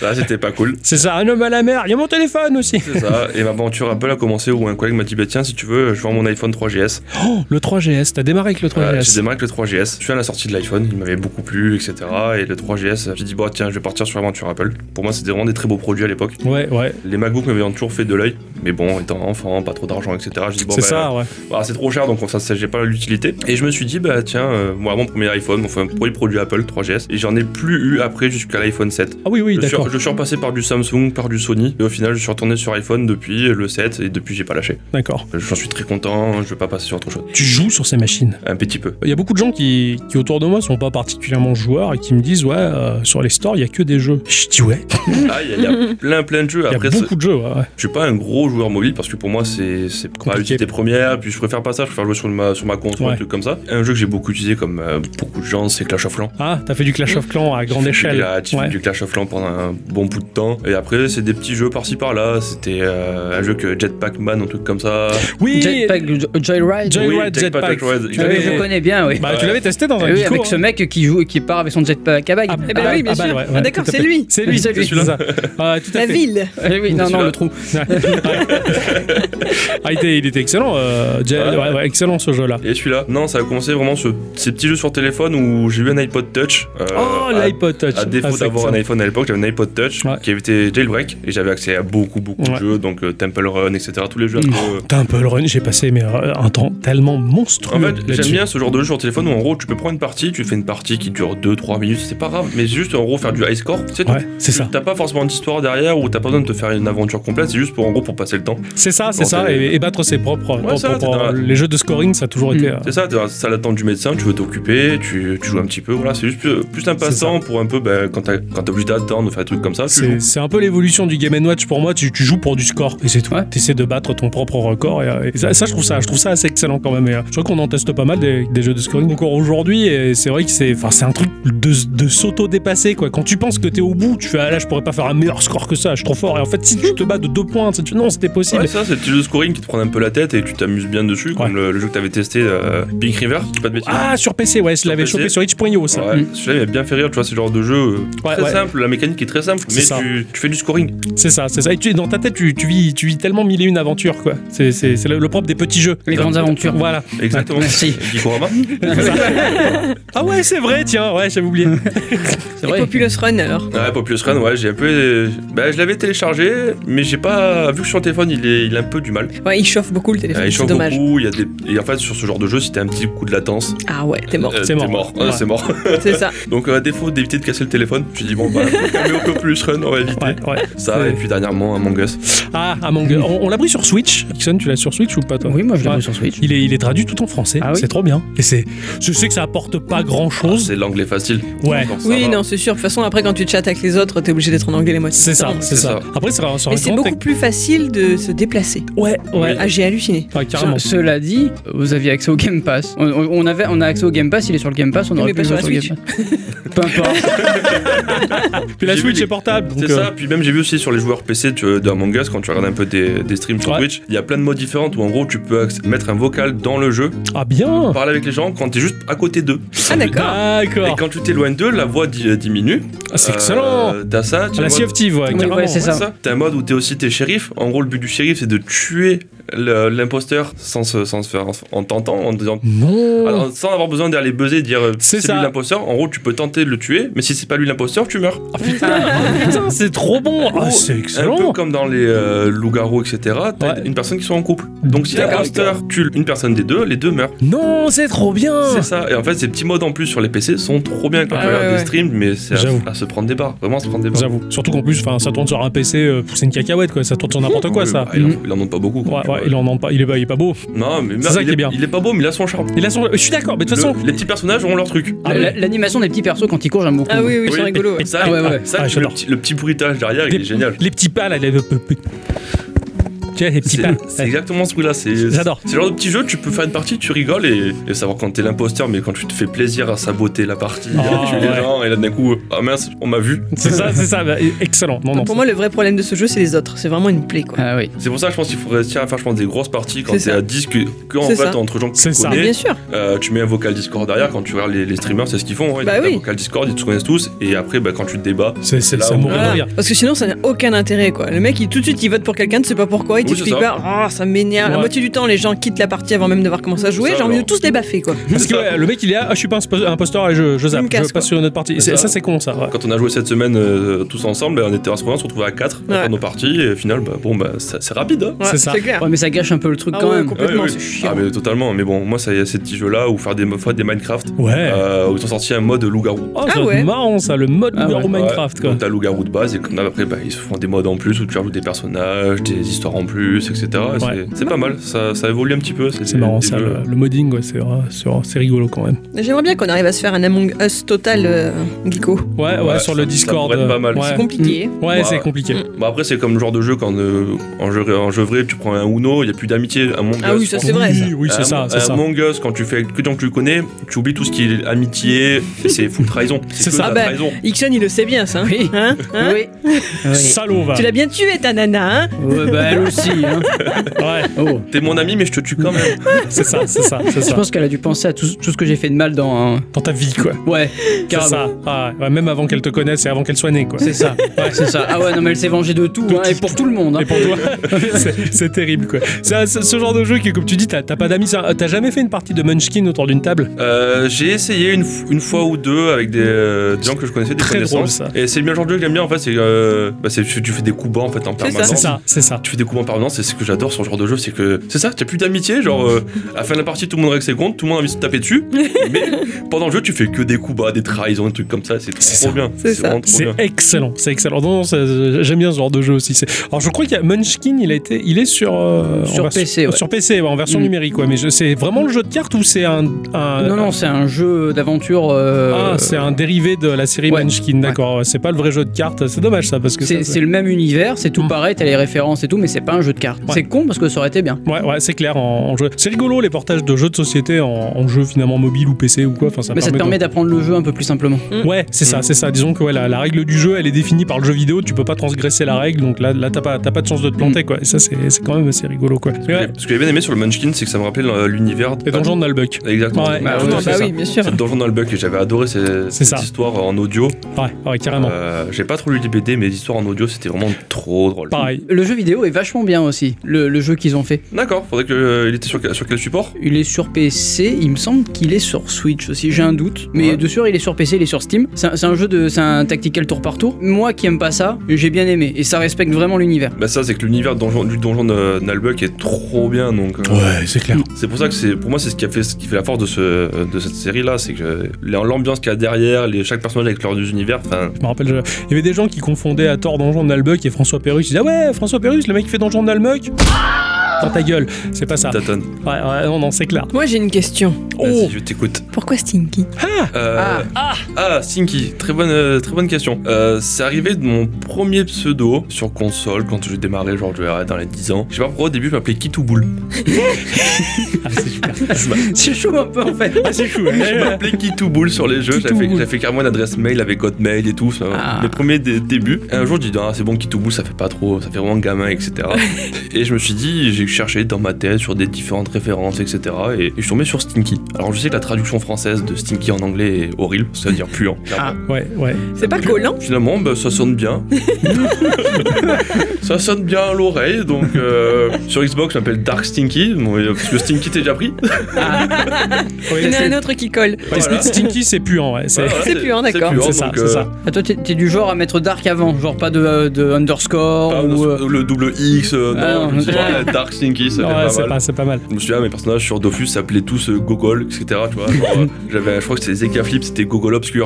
Speaker 4: Là, c'était pas cool.
Speaker 2: C'est ça, un homme à la mer, il y a mon téléphone aussi.
Speaker 4: C'est ça. Et ma aventure Apple a commencé où un collègue m'a dit bah, Tiens, si tu veux, je vends mon iPhone 3GS.
Speaker 2: Oh, le 3GS, t'as démarré avec le
Speaker 4: Euh, j'ai
Speaker 2: 3GS.
Speaker 4: démarré avec le 3GS. Je suis à la sortie de l'iPhone, il m'avait beaucoup plu, etc. Et le 3GS, j'ai dit Bah, tiens, je vais partir sur l'aventure Apple. Pour moi, c'était vraiment des très beaux produits à l'époque.
Speaker 2: ouais, ouais,
Speaker 4: Les MacBooks m'avaient toujours fait de l'œil, mais bon, étant enfant, pas trop d'argent, etc. J'ai dit Bon,
Speaker 2: c'est
Speaker 4: bah,
Speaker 2: ça, ouais.
Speaker 4: Bah, c'est trop cher donc ça ça, j'ai pas l'utilité et je me suis dit bah tiens euh, moi mon premier iPhone enfin premier produit Apple 3GS et j'en ai plus eu après jusqu'à l'iPhone 7
Speaker 2: Ah oui, oui,
Speaker 4: je suis,
Speaker 2: d'accord.
Speaker 4: je suis repassé par du Samsung, par du Sony, et au final je suis retourné sur iPhone depuis le 7 et depuis j'ai pas lâché. Euh,
Speaker 2: D'accord.
Speaker 4: J'en suis très content, je vais pas passer sur autre chose.
Speaker 2: Tu joues sur ces machines.
Speaker 4: Un petit peu.
Speaker 2: Il y a beaucoup de gens qui, qui autour de moi sont pas particulièrement joueurs et qui me disent ouais euh, sur les stores il y a que des jeux. Je dis ouais.
Speaker 4: Ah, il y, a- il y a plein plein de jeux.
Speaker 2: Il y a
Speaker 4: Après, c'est-
Speaker 2: beaucoup de jeux. ouais, ouais.
Speaker 4: je suis pas un gros joueur mobile parce que pour moi c'est c'est pas
Speaker 2: Compliqué.
Speaker 4: l'utilité première, puis je préfère pas ça, je préfère jouer sur ma, sur ma console,
Speaker 2: Ouais.
Speaker 4: un truc comme ça. Un jeu que j'ai beaucoup utilisé comme euh, beaucoup de gens, c'est Clash of Clans.
Speaker 2: Ah t'as fait du Clash of Clans à grande
Speaker 4: J'ai fait du
Speaker 2: échelle.
Speaker 4: Clash, j'ai fait
Speaker 2: Ouais.
Speaker 4: du Clash of Clans pendant un bon bout de temps. Et après, c'est des petits jeux par-ci par-là. C'était euh, un jeu que Jetpack Man, un truc comme ça.
Speaker 2: Oui.
Speaker 1: Jetpack J- Joyride
Speaker 2: Joyride, Jetpack.
Speaker 4: Jetpack,
Speaker 1: Ah oui,
Speaker 4: Jetpack.
Speaker 1: je le connais bien, oui.
Speaker 2: Bah tu
Speaker 4: Ouais.
Speaker 2: l'avais testé dans un
Speaker 1: Eh oui,
Speaker 2: Geeko,
Speaker 1: avec
Speaker 2: hein.
Speaker 1: ce mec qui joue, qui part avec son jetpack à bague.
Speaker 2: Ah,
Speaker 3: Eh ben
Speaker 2: ah,
Speaker 3: oui, bien
Speaker 2: ah, bah,
Speaker 3: sûr.
Speaker 2: ouais, ouais,
Speaker 3: Ah, d'accord,
Speaker 2: tout à
Speaker 3: c'est
Speaker 2: fait.
Speaker 3: lui.
Speaker 2: C'est lui.
Speaker 1: C'est lui.
Speaker 2: c'est ça. Ah, tout à
Speaker 3: La
Speaker 2: fait.
Speaker 3: ville
Speaker 1: Eh oui, non, non,
Speaker 4: Celui-là.
Speaker 1: le trou.
Speaker 2: Ah, il était, il était excellent. euh, Jet-
Speaker 4: Ouais. Euh,
Speaker 2: ouais, ouais, excellent ce jeu là.
Speaker 4: Et celui-là, non, ça a commencé vraiment ce- ces petits jeux sur téléphone où j'ai eu un iPod Touch. euh,
Speaker 2: oh
Speaker 4: à-
Speaker 2: l'iPod Touch.
Speaker 4: À défaut
Speaker 2: Ah, c'est
Speaker 4: d'avoir un
Speaker 2: excellent.
Speaker 4: iPhone à l'époque, j'avais un iPod Touch
Speaker 2: Ouais.
Speaker 4: qui avait été jailbreak et j'avais accès à beaucoup, beaucoup
Speaker 2: Ouais.
Speaker 4: de jeux, donc euh, Temple Run, etc. Tous les jeux. un
Speaker 2: Mm.
Speaker 4: peu, euh,
Speaker 2: Temple Run, j'ai passé mais, euh, un temps tellement monstrueux.
Speaker 4: En fait, j'aime
Speaker 2: là-dessus.
Speaker 4: bien ce genre de jeu sur téléphone où en gros tu peux prendre une partie, tu fais une partie qui dure 2-3 minutes, c'est pas grave, mais juste en gros faire du high score, c'est tout.
Speaker 2: Ouais, c'est ça.
Speaker 4: T'as pas forcément d'histoire derrière ou t'as pas besoin de te faire une aventure complète, c'est juste pour en gros pour passer le temps.
Speaker 2: C'est ça, c'est
Speaker 4: Bon,
Speaker 2: ça,
Speaker 4: t'es-
Speaker 2: et, et battre ses propres.
Speaker 4: Ouais, ça,
Speaker 2: propres-
Speaker 4: t'es dans la-
Speaker 2: euh, les jeux de scoring, ça a toujours été.
Speaker 1: Mm.
Speaker 2: euh,
Speaker 4: Mmh. C'est ça, t'es dans la salle d'attente du médecin, tu veux t'occuper, tu, tu joues un petit peu, voilà, c'est juste plus, plus un
Speaker 2: C'est
Speaker 4: passe-temps pour un peu ben, quand t'as quand t'es obligé d'attendre, de faire des trucs comme ça, tu
Speaker 2: C'est
Speaker 4: joues.
Speaker 2: c'est un peu l'évolution du Game Watch pour moi. Tu, tu joues pour du score et c'est tout.
Speaker 1: Ouais.
Speaker 2: T'essaies de battre ton propre record et, euh, et ça, ça, je trouve ça, je trouve ça assez excellent quand même. Et, euh, je crois qu'on en teste pas mal des, des jeux de scoring encore aujourd'hui et c'est vrai que c'est, enfin, c'est un truc de, de s'auto dépasser quoi. Quand tu penses que t'es au bout, tu fais ah là je pourrais pas faire un meilleur score que ça, je suis trop fort. Et en fait si tu te bats de deux points, tu dis non c'était possible.
Speaker 4: Ouais, ça, c'est le petit jeu de scoring qui te prend un peu la tête et tu t'amuses bien dessus, comme le, le jeu que t'avais testé, euh, Big River, je dis pas de bêtises.
Speaker 2: ah sur PC ouais, je
Speaker 4: Sur
Speaker 2: l'avais
Speaker 4: PC.
Speaker 2: chopé sur itch.io ça.
Speaker 4: Ouais,
Speaker 1: Mm.
Speaker 4: celui-là il m'a bien fait rire, tu vois, c'est le genre de jeu euh,
Speaker 2: Ouais,
Speaker 4: très
Speaker 2: ouais.
Speaker 4: simple, la mécanique est très simple,
Speaker 2: C'est
Speaker 4: mais
Speaker 2: ça.
Speaker 4: tu, tu fais du scoring.
Speaker 2: C'est ça, c'est ça. Et tu, dans ta tête tu, tu vis, tu vis tellement mille et une aventures quoi. C'est, c'est- c'est le, le propre des petits jeux.
Speaker 1: Les grandes aventures.
Speaker 2: Voilà.
Speaker 4: Exactement.
Speaker 1: Merci.
Speaker 4: Gikorama.
Speaker 2: Ah ouais c'est vrai tiens ouais j'avais oublié.
Speaker 1: C'est
Speaker 3: et
Speaker 1: vrai.
Speaker 3: Populous Run alors.
Speaker 4: Ouais, Populous Run, ouais, j'ai un peu. Bah, je l'avais téléchargé, mais j'ai pas. Vu que sur le téléphone, il, est... il a un peu du mal.
Speaker 3: Ouais, il chauffe beaucoup le téléphone,
Speaker 4: Euh, il
Speaker 3: c'est
Speaker 4: chauffe
Speaker 3: dommage.
Speaker 4: beaucoup, il y a des. Et en fait, sur ce genre de jeu, si t'as un petit coup de latence,
Speaker 3: Ah ouais, t'es mort,
Speaker 4: euh,
Speaker 2: C'est
Speaker 4: t'es
Speaker 2: mort.
Speaker 4: Ouais,
Speaker 2: Ouais.
Speaker 4: c'est mort.
Speaker 3: c'est ça.
Speaker 4: Donc, euh, à défaut d'éviter de casser le téléphone, je dis, bon, bah, faut calmer au Populous Run, on va éviter.
Speaker 2: Ouais, ouais.
Speaker 4: Ça,
Speaker 2: C'est-
Speaker 4: et puis dernièrement, Among Us.
Speaker 2: Ah, Among Us. On, on l'a pris sur Switch. Ixon, tu l'as sur Switch ou pas, toi
Speaker 1: Oui, moi je l'ai
Speaker 2: Ouais.
Speaker 1: vu sur Switch.
Speaker 2: Il est, il est traduit tout en français.
Speaker 1: Ah oui
Speaker 2: c'est trop bien. Et c'est, je sais que ça apporte pas grand chose.
Speaker 4: Ah, C'est l'anglais facile.
Speaker 2: Ouais.
Speaker 4: Donc, ça
Speaker 3: Oui,
Speaker 4: va.
Speaker 3: non, c'est sûr. De toute façon, après, quand tu chattes avec les autres, t'es obligé d'être en anglais les moitiés.
Speaker 2: C'est
Speaker 3: du
Speaker 2: ça,
Speaker 3: temps.
Speaker 2: c'est
Speaker 4: c'est
Speaker 2: ça.
Speaker 4: ça.
Speaker 2: Après, c'est sur un
Speaker 3: Mais c'est
Speaker 2: grand
Speaker 3: beaucoup plus facile de se déplacer.
Speaker 2: tec- Ouais, ouais.
Speaker 3: Ah, j'ai halluciné.
Speaker 2: Ah, carrément.
Speaker 1: Ce- Cela dit, vous aviez accès au Game Pass. On, on- on avait, on a accès au Game Pass, il est sur le Game Pass, on
Speaker 3: Oui,
Speaker 1: aurait
Speaker 3: mais
Speaker 1: pu
Speaker 3: pas
Speaker 1: le jouer
Speaker 3: sur
Speaker 1: sur
Speaker 3: la
Speaker 1: le Game Pass. Peu importe.
Speaker 2: Puis la
Speaker 4: J'ai vu
Speaker 2: Switch
Speaker 4: des-
Speaker 2: est portable. donc,
Speaker 4: C'est
Speaker 2: euh,
Speaker 4: ça, puis même j'ai vu aussi sur les joueurs PC tu- euh, de Among Us, quand tu regardes un peu des, des streams sur
Speaker 2: Ouais.
Speaker 4: Twitch, il y a plein de modes différents où en gros tu peux acc- mettre un vocal dans le jeu,
Speaker 2: Ah bien
Speaker 4: parler avec les gens quand t'es juste à côté d'eux.
Speaker 3: Ah d'accord.
Speaker 4: Et
Speaker 2: D'accord.
Speaker 4: quand tu t'éloignes d'eux, la voix di- diminue.
Speaker 2: Ah, c'est excellent Ah,
Speaker 4: Euh, T'as ça, tu
Speaker 2: La
Speaker 4: vois,
Speaker 2: Sea of Thieves, ouais,
Speaker 1: Oui,
Speaker 2: carrément.
Speaker 1: ouais, c'est
Speaker 4: Ouais,
Speaker 1: ça.
Speaker 4: c'est ça. T'as un mode où t'es aussi t'es shérif. En gros, le but du shérif, c'est de tuer le- l'imposteur sans se, sans se faire en tentant, en disant.
Speaker 2: Non
Speaker 4: Alors, sans avoir besoin d'aller buzzer et dire euh,
Speaker 2: Oh. C'est
Speaker 4: c'est
Speaker 2: ça.
Speaker 4: lui l'imposteur, en gros tu peux tenter de le tuer, mais si c'est pas lui l'imposteur, tu meurs.
Speaker 2: Ah, putain, ah, putain, c'est trop bon Ah,
Speaker 4: Oh,
Speaker 2: c'est
Speaker 4: Un peu
Speaker 2: excellent
Speaker 4: comme dans les euh, loups-garous, etc. T'as
Speaker 2: Ouais.
Speaker 4: une personne qui sont en couple. Donc si
Speaker 2: D'accord.
Speaker 4: l'imposteur tue une personne des deux, les deux meurent.
Speaker 2: Non, c'est trop bien
Speaker 4: C'est ça. Et en fait, ces petits modes en plus sur les PC sont trop bien quand
Speaker 3: Ah,
Speaker 4: tu regardes
Speaker 3: ouais,
Speaker 4: des
Speaker 3: ouais.
Speaker 4: streams, mais c'est
Speaker 2: J'avoue.
Speaker 4: à, à se prendre des barres. Vraiment à se prendre des barres.
Speaker 2: J'avoue. Surtout qu'en plus, enfin, ça tourne sur un PC, euh, c'est une cacahuète, quoi. Ça tourne sur n'importe quoi,
Speaker 4: Oui,
Speaker 2: ça.
Speaker 4: bah, il, en,
Speaker 3: Mm.
Speaker 1: Mhm.
Speaker 4: il en a pas beaucoup. quoi,
Speaker 2: Ouais,
Speaker 4: tu
Speaker 2: ouais,
Speaker 4: vois.
Speaker 2: il en ment pas, il est, pas- il est pas beau.
Speaker 4: Non, mais
Speaker 2: C'est ça qui
Speaker 4: il
Speaker 2: est bien.
Speaker 4: Il est pas beau, mais il a son charme.
Speaker 2: Il a son- Je suis d'accord, mais de toute
Speaker 4: Le-
Speaker 2: façon.
Speaker 4: les petits personnages ont leur truc.
Speaker 2: Ah,
Speaker 1: La-
Speaker 2: mais-
Speaker 1: L'animation des petits persos quand ils courent, j'aime beaucoup.
Speaker 3: Ah oui, oui,
Speaker 4: Oui.
Speaker 3: c'est rigolo. ouais.
Speaker 4: Ça,
Speaker 1: Ah ouais, ouais.
Speaker 4: ça,
Speaker 2: Ah,
Speaker 4: tu- le,
Speaker 2: j'adore.
Speaker 4: petit, le petit bruitage derrière, il est
Speaker 2: Des-
Speaker 4: génial.
Speaker 2: Les petits pas, là. les- Tu vois, les petits
Speaker 4: C'est
Speaker 2: pas.
Speaker 4: c'est exactement ce bruit-là. c'est-
Speaker 2: J'adore.
Speaker 4: C'est le genre de petit jeu, tu peux faire une partie, tu rigoles et, et savoir quand t'es l'imposteur, mais quand tu te fais plaisir à saboter la partie,
Speaker 2: Ah,
Speaker 4: à tuer
Speaker 2: ouais.
Speaker 4: les gens, et là d'un coup, ah mince, on m'a vu.
Speaker 2: C'est ça, c'est ça. bah, Excellent. Non, non.
Speaker 3: Pour moi, le vrai problème de ce jeu, c'est les autres. C'est vraiment une plaie, quoi.
Speaker 1: Ah oui.
Speaker 4: C'est pour ça, je pense qu'il faut réussir à faire je pense, des grosses parties quand
Speaker 3: C'est
Speaker 4: t'es
Speaker 3: ça.
Speaker 4: à 10, que, que, en
Speaker 3: C'est
Speaker 4: fait,
Speaker 3: ça.
Speaker 4: entre gens que
Speaker 2: C'est
Speaker 4: tu
Speaker 2: ça.
Speaker 3: Mais bien
Speaker 4: connais,
Speaker 3: sûr.
Speaker 4: euh, tu mets un vocal Discord derrière, quand tu regardes les, les streamers, c'est ce qu'ils font. Ouais,
Speaker 3: Bah
Speaker 4: ils mettent
Speaker 3: oui.
Speaker 4: un vocal Discord, ils se connaissent tous, et après, bah, quand tu te débats,
Speaker 2: C'est c'est-
Speaker 4: Là
Speaker 2: c'est à
Speaker 4: où-
Speaker 2: mourir de
Speaker 3: Voilà.
Speaker 2: rire.
Speaker 3: Parce que sinon, ça n'a aucun intérêt, quoi. Le mec, il, tout de suite, il vote pour quelqu'un, tu sais pas pourquoi, il
Speaker 4: Oui,
Speaker 3: t'explique
Speaker 4: c'est ça.
Speaker 3: pas. Ah, ça m'énerve.
Speaker 2: Ouais.
Speaker 3: La moitié du temps, les gens quittent la partie avant même d'avoir commencé à jouer.
Speaker 4: Ça,
Speaker 3: J'ai envie de
Speaker 4: alors.
Speaker 3: tous les baffer, quoi.
Speaker 2: Parce que ouais, le mec, il est là, ah, je suis pas un spo- un imposteur, allez, je, je zappe,
Speaker 3: Il me casse,
Speaker 2: je passe
Speaker 3: quoi.
Speaker 2: sur une autre partie.
Speaker 4: C'est
Speaker 2: C'est-
Speaker 4: ça.
Speaker 2: Ça, c'est con, ça. ouais.
Speaker 4: Quand on a joué cette semaine euh, tous ensemble, bah, on était à ce moment, on se retrouvait à 4 à
Speaker 3: Ouais.
Speaker 4: faire nos parties, et au final, bah, bon, bah, ça- c'est rapide. hein.
Speaker 3: Ouais,
Speaker 2: C'est ça.
Speaker 3: clair.
Speaker 1: Ouais, mais ça gâche un peu le truc
Speaker 3: Ah
Speaker 1: quand
Speaker 3: ouais,
Speaker 1: même.
Speaker 3: complètement,
Speaker 4: Ouais, ouais.
Speaker 3: c'est chiant.
Speaker 4: Ah, mais totalement, mais bon, moi, ça y est, ces petits jeux-là, ou faire des, fois des Minecraft,
Speaker 2: Ouais.
Speaker 4: euh, où ils ont sorti un mode loup-garou.
Speaker 2: Oh,
Speaker 3: Ah
Speaker 2: ça doit être
Speaker 3: ouais.
Speaker 2: marrant, ça, le mode
Speaker 1: Ah
Speaker 2: loup-garou
Speaker 1: ouais.
Speaker 2: Minecraft,
Speaker 4: Ouais,
Speaker 2: quoi.
Speaker 4: donc T'as loup-garou de base, et comme après, bah, ils se font des modes en plus où tu rajoutes des personnages, des histoires en plus, etc. C'est-
Speaker 2: Ouais.
Speaker 4: C'est pas mal, ça, ça évolue un petit peu.
Speaker 2: C'est
Speaker 4: des-
Speaker 2: marrant,
Speaker 4: des
Speaker 2: ça,
Speaker 4: jeux-
Speaker 2: le, le modding, ouais, c'est vrai, c'est vrai, c'est rigolo quand même.
Speaker 3: J'aimerais bien qu'on arrive à se faire un Among Us total, euh, Geeko.
Speaker 2: Ouais, ouais,
Speaker 4: Ouais,
Speaker 2: sur
Speaker 4: ça-
Speaker 2: le
Speaker 4: ça
Speaker 2: Discord. euh,
Speaker 4: pourrait être pas mal.
Speaker 2: Ouais, Mm.
Speaker 3: C'est compliqué.
Speaker 2: Ouais,
Speaker 4: Ouais.
Speaker 2: c'est compliqué.
Speaker 4: Bon, après, c'est comme le genre de jeu quand euh, en, jeu, en jeu vrai, tu prends un Uno, il n'y a plus d'amitié. Un Among
Speaker 3: Ah
Speaker 4: Us,
Speaker 3: oui, ça,
Speaker 4: je
Speaker 3: c'est
Speaker 4: pense.
Speaker 3: vrai. ça.
Speaker 2: Oui, oui, c'est
Speaker 4: Un-
Speaker 2: ça, c'est
Speaker 4: un
Speaker 2: ça.
Speaker 4: Euh, Among Us, quand tu fais que des gens que tu connais, tu oublies tout ce qui est amitié, et c'est full trahison.
Speaker 2: C'est
Speaker 4: que
Speaker 2: ça.
Speaker 4: de
Speaker 3: Ah
Speaker 4: la
Speaker 3: bah,
Speaker 4: trahison.
Speaker 3: Ixon, il le sait bien, ça.
Speaker 1: Oui.
Speaker 3: Hein Hein
Speaker 1: oui. Oui.
Speaker 2: Salaud, va.
Speaker 3: Tu l'as bien tué, ta nana, hein
Speaker 1: Ouais, bah elle aussi. Hein.
Speaker 2: Ouais,
Speaker 1: Oh.
Speaker 4: T'es mon ami, mais je te tue quand même.
Speaker 2: c'est ça, c'est ça, c'est
Speaker 1: Je
Speaker 2: ça.
Speaker 1: pense qu'elle a dû penser à tout, tout ce que j'ai fait de mal dans. un-
Speaker 2: Dans ta vie, quoi.
Speaker 1: Ouais,
Speaker 2: C'est
Speaker 1: carrément.
Speaker 2: ça. Ah, ouais, même avant qu'elle te connaisse et avant qu'elle soit née, quoi.
Speaker 1: C'est ça. Ouais, c'est ça. Ah ouais, non, mais elle s'est vengée de tout, hein, et pour tout le monde. hein.
Speaker 2: Et pour toi, c'est- c'est terrible quoi. C'est un- ce ce genre de jeu qui, comme tu dis, t'as t'as pas d'amis. ça- euh, T'as jamais fait une partie de Munchkin autour d'une table
Speaker 4: Euh, j'ai essayé une, f- une fois ou deux avec des, euh, des gens que je connaissais, des
Speaker 2: Très
Speaker 4: connaissances.
Speaker 2: drôle, ça.
Speaker 4: Et c'est le bien genre de jeu que j'aime bien en fait, c'est euh, bah, c'est- tu, tu fais des coups bas en fait en
Speaker 3: C'est ça.
Speaker 4: permanence.
Speaker 2: C'est ça, c'est ça.
Speaker 4: Tu fais des coups en permanence et ce que j'adore sur ce genre de jeu, c'est que c'est ça, t'as plus d'amitié. Genre, euh, à la fin de la partie, tout le monde règle ses comptes, tout le monde a envie de se taper dessus. mais pendant le jeu, tu fais que des coups bas, des trahisons, des trucs comme ça, c'est trop
Speaker 2: C'est ça.
Speaker 4: bien.
Speaker 3: C'est ça.
Speaker 4: vraiment trop
Speaker 2: C'est
Speaker 4: bien.
Speaker 2: excellent, c'est excellent. Non, non, c'est- j'aime bien ce genre de jeu aussi. C'est- Alors je crois qu'il y a Munchkin, il a été, il est sur euh, en
Speaker 1: Sur
Speaker 2: version-
Speaker 1: PC, ouais.
Speaker 2: sur PC, ouais, en version
Speaker 1: Mm.
Speaker 2: numérique, ouais. Mais je- c'est vraiment le jeu de cartes ou c'est un, un-
Speaker 1: Non, non, c'est un jeu d'aventure. euh,
Speaker 2: ah, c'est un dérivé de la série
Speaker 1: Ouais.
Speaker 2: Munchkin, d'accord. C'est pas le vrai jeu de cartes, c'est dommage ça parce que
Speaker 1: C'est
Speaker 2: ça-
Speaker 1: c'est le même univers, c'est tout
Speaker 2: Mm.
Speaker 1: pareil, t'as les références et tout, mais c'est pas un jeu de cartes.
Speaker 2: Ouais.
Speaker 1: C'est con parce que ça aurait été bien.
Speaker 2: Ouais, ouais, c'est clair. En, en jeu, c'est rigolo les portages de jeux de société en, en jeu finalement mobile ou PC ou quoi. Enfin, ça
Speaker 1: mais ça te
Speaker 2: de-
Speaker 1: permet Mm. d'apprendre le jeu un peu plus simplement.
Speaker 2: Ouais, c'est ça, c'est ça. Disons que ouais, la, la règle du jeu, elle est définie par le jeu vidéo. Tu peux pas transgresser la règle, donc là, là t'as pas, t'as pas de chance de te
Speaker 1: Mm.
Speaker 2: planter, quoi. Et ça, c'est c'est quand même assez rigolo, quoi. Mais ouais,
Speaker 4: Ce que j'ai bien aimé sur le Munchkin, c'est que ça me rappelle euh, l'univers.
Speaker 2: les donjons de Nalbuck.
Speaker 4: Exactement.
Speaker 2: Ouais,
Speaker 1: Bah
Speaker 4: Tout
Speaker 1: ouais,
Speaker 4: à
Speaker 3: Ah,
Speaker 4: fait
Speaker 3: Bah
Speaker 4: ça.
Speaker 3: oui, bien sûr.
Speaker 4: C'est le donjon dans le bug et j'avais adoré ces-
Speaker 2: C'est
Speaker 4: cette
Speaker 2: ça.
Speaker 4: histoire en audio.
Speaker 2: Ouais, ouais, carrément.
Speaker 4: Euh, j'ai pas trop lu les BD, mais les histoires en audio c'était vraiment trop drôle.
Speaker 2: Pareil.
Speaker 1: Le jeu vidéo est vachement bien aussi, le, le jeu qu'ils ont fait.
Speaker 4: D'accord, faudrait que. euh, il était sur, sur quel support
Speaker 1: Il est sur PC, il me semble qu'il est sur Switch aussi, j'ai un doute. Mais
Speaker 4: Ouais.
Speaker 1: de sûr, il est sur PC, il est sur Steam. C'est un, c'est un jeu de. C'est un tactical tour par tour. Moi qui aime pas ça, j'ai bien aimé. Et ça respecte vraiment l'univers.
Speaker 4: Bah, ça, c'est que l'univers donjon- du donjon de Nalbuck est trop bien donc. euh,
Speaker 2: c'est clair.
Speaker 4: C'est pour ça que c'est. Pour moi, c'est ce qui, a fait, ce qui fait la force de, ce, de cette série là, c'est que la- l'ambiance qu'il y a derrière, les, chaque personnage avec leurs univers, enfin.
Speaker 2: Je me rappelle, je- il y avait des gens qui confondaient à tort Donjon de Nalbuck et François Perrus. Ils disaient, ah ouais, François Perrus, le mec qui fait Donjon de Nalbuck. Dans ta gueule, c'est pas ça. Ouais,
Speaker 4: Taton,
Speaker 2: ouais, non, non, c'est clair.
Speaker 3: Moi, j'ai une question.
Speaker 4: vas-y,
Speaker 2: Ah. Oh,
Speaker 4: je t'écoute.
Speaker 3: Pourquoi Stinky
Speaker 4: Euh,
Speaker 1: Ah.
Speaker 4: ah, Stinky, très bonne, euh, très bonne question. Euh, c'est arrivé de mon premier pseudo sur console quand j'ai démarré, genre je verrais dans les 10 ans. Je sais pas pourquoi au début je m'appelais Kitouboule.
Speaker 2: Ah, c'est super.
Speaker 1: C'est chaud un peu en fait.
Speaker 2: Ah, c'est chou. hein.
Speaker 4: Je m'appelais Kitouboule sur les jeux, j'avais fait,
Speaker 2: Kitouboule.
Speaker 4: j'avais fait carrément une adresse mail avec Hotmail et tout, ça,
Speaker 1: Ah.
Speaker 4: mes premiers dé- débuts. Et un jour je dis, ah, c'est bon Kitouboule, ça fait pas trop, ça fait vraiment gamin, etc. et je me suis dit, j'ai cherché dans ma tête sur des différentes références, etc. Et, et je suis tombé sur Stinky. Alors je sais que la traduction française de Stinky en anglais est horrible, c'est-à-dire puant. clairement.
Speaker 2: Ouais, ouais.
Speaker 3: C'est pas collant
Speaker 4: Finalement, bah, ça sonne bien. ça sonne bien à l'oreille. Donc, euh, sur Xbox, je m'appelle Dark Stinky. bon, et, euh, parce que Stinky, t'es déjà pris.
Speaker 1: Ah.
Speaker 3: Il y en a
Speaker 2: Ouais,
Speaker 3: un autre qui colle.
Speaker 4: Voilà.
Speaker 2: Stinky, c'est puant, ouais. C'est... hein,
Speaker 4: Voilà,
Speaker 3: c'est puant, d'accord.
Speaker 4: puant,
Speaker 2: C'est ça,
Speaker 4: donc,
Speaker 2: c'est
Speaker 4: euh,
Speaker 2: ça.
Speaker 1: Ah, toi, t'es t'es du genre à mettre Dark avant, genre pas de, euh, de underscore
Speaker 4: pas
Speaker 1: ou. euh,
Speaker 4: le- ah, le double X, euh,
Speaker 1: Ah,
Speaker 4: non,
Speaker 1: non,
Speaker 4: je me suis dit,
Speaker 1: non.
Speaker 4: ouais, Dark Stinky, ça fait
Speaker 2: Ouais,
Speaker 4: pas
Speaker 2: c'est
Speaker 4: mal.
Speaker 2: pas, c'est pas mal.
Speaker 4: Je me souviens, mes personnages sur Dofus s'appelaient tous euh, Gogol, etc. Tu vois, genre, euh, j'avais, je crois que c'était Zeka Flip, c'était Gogol Obscur.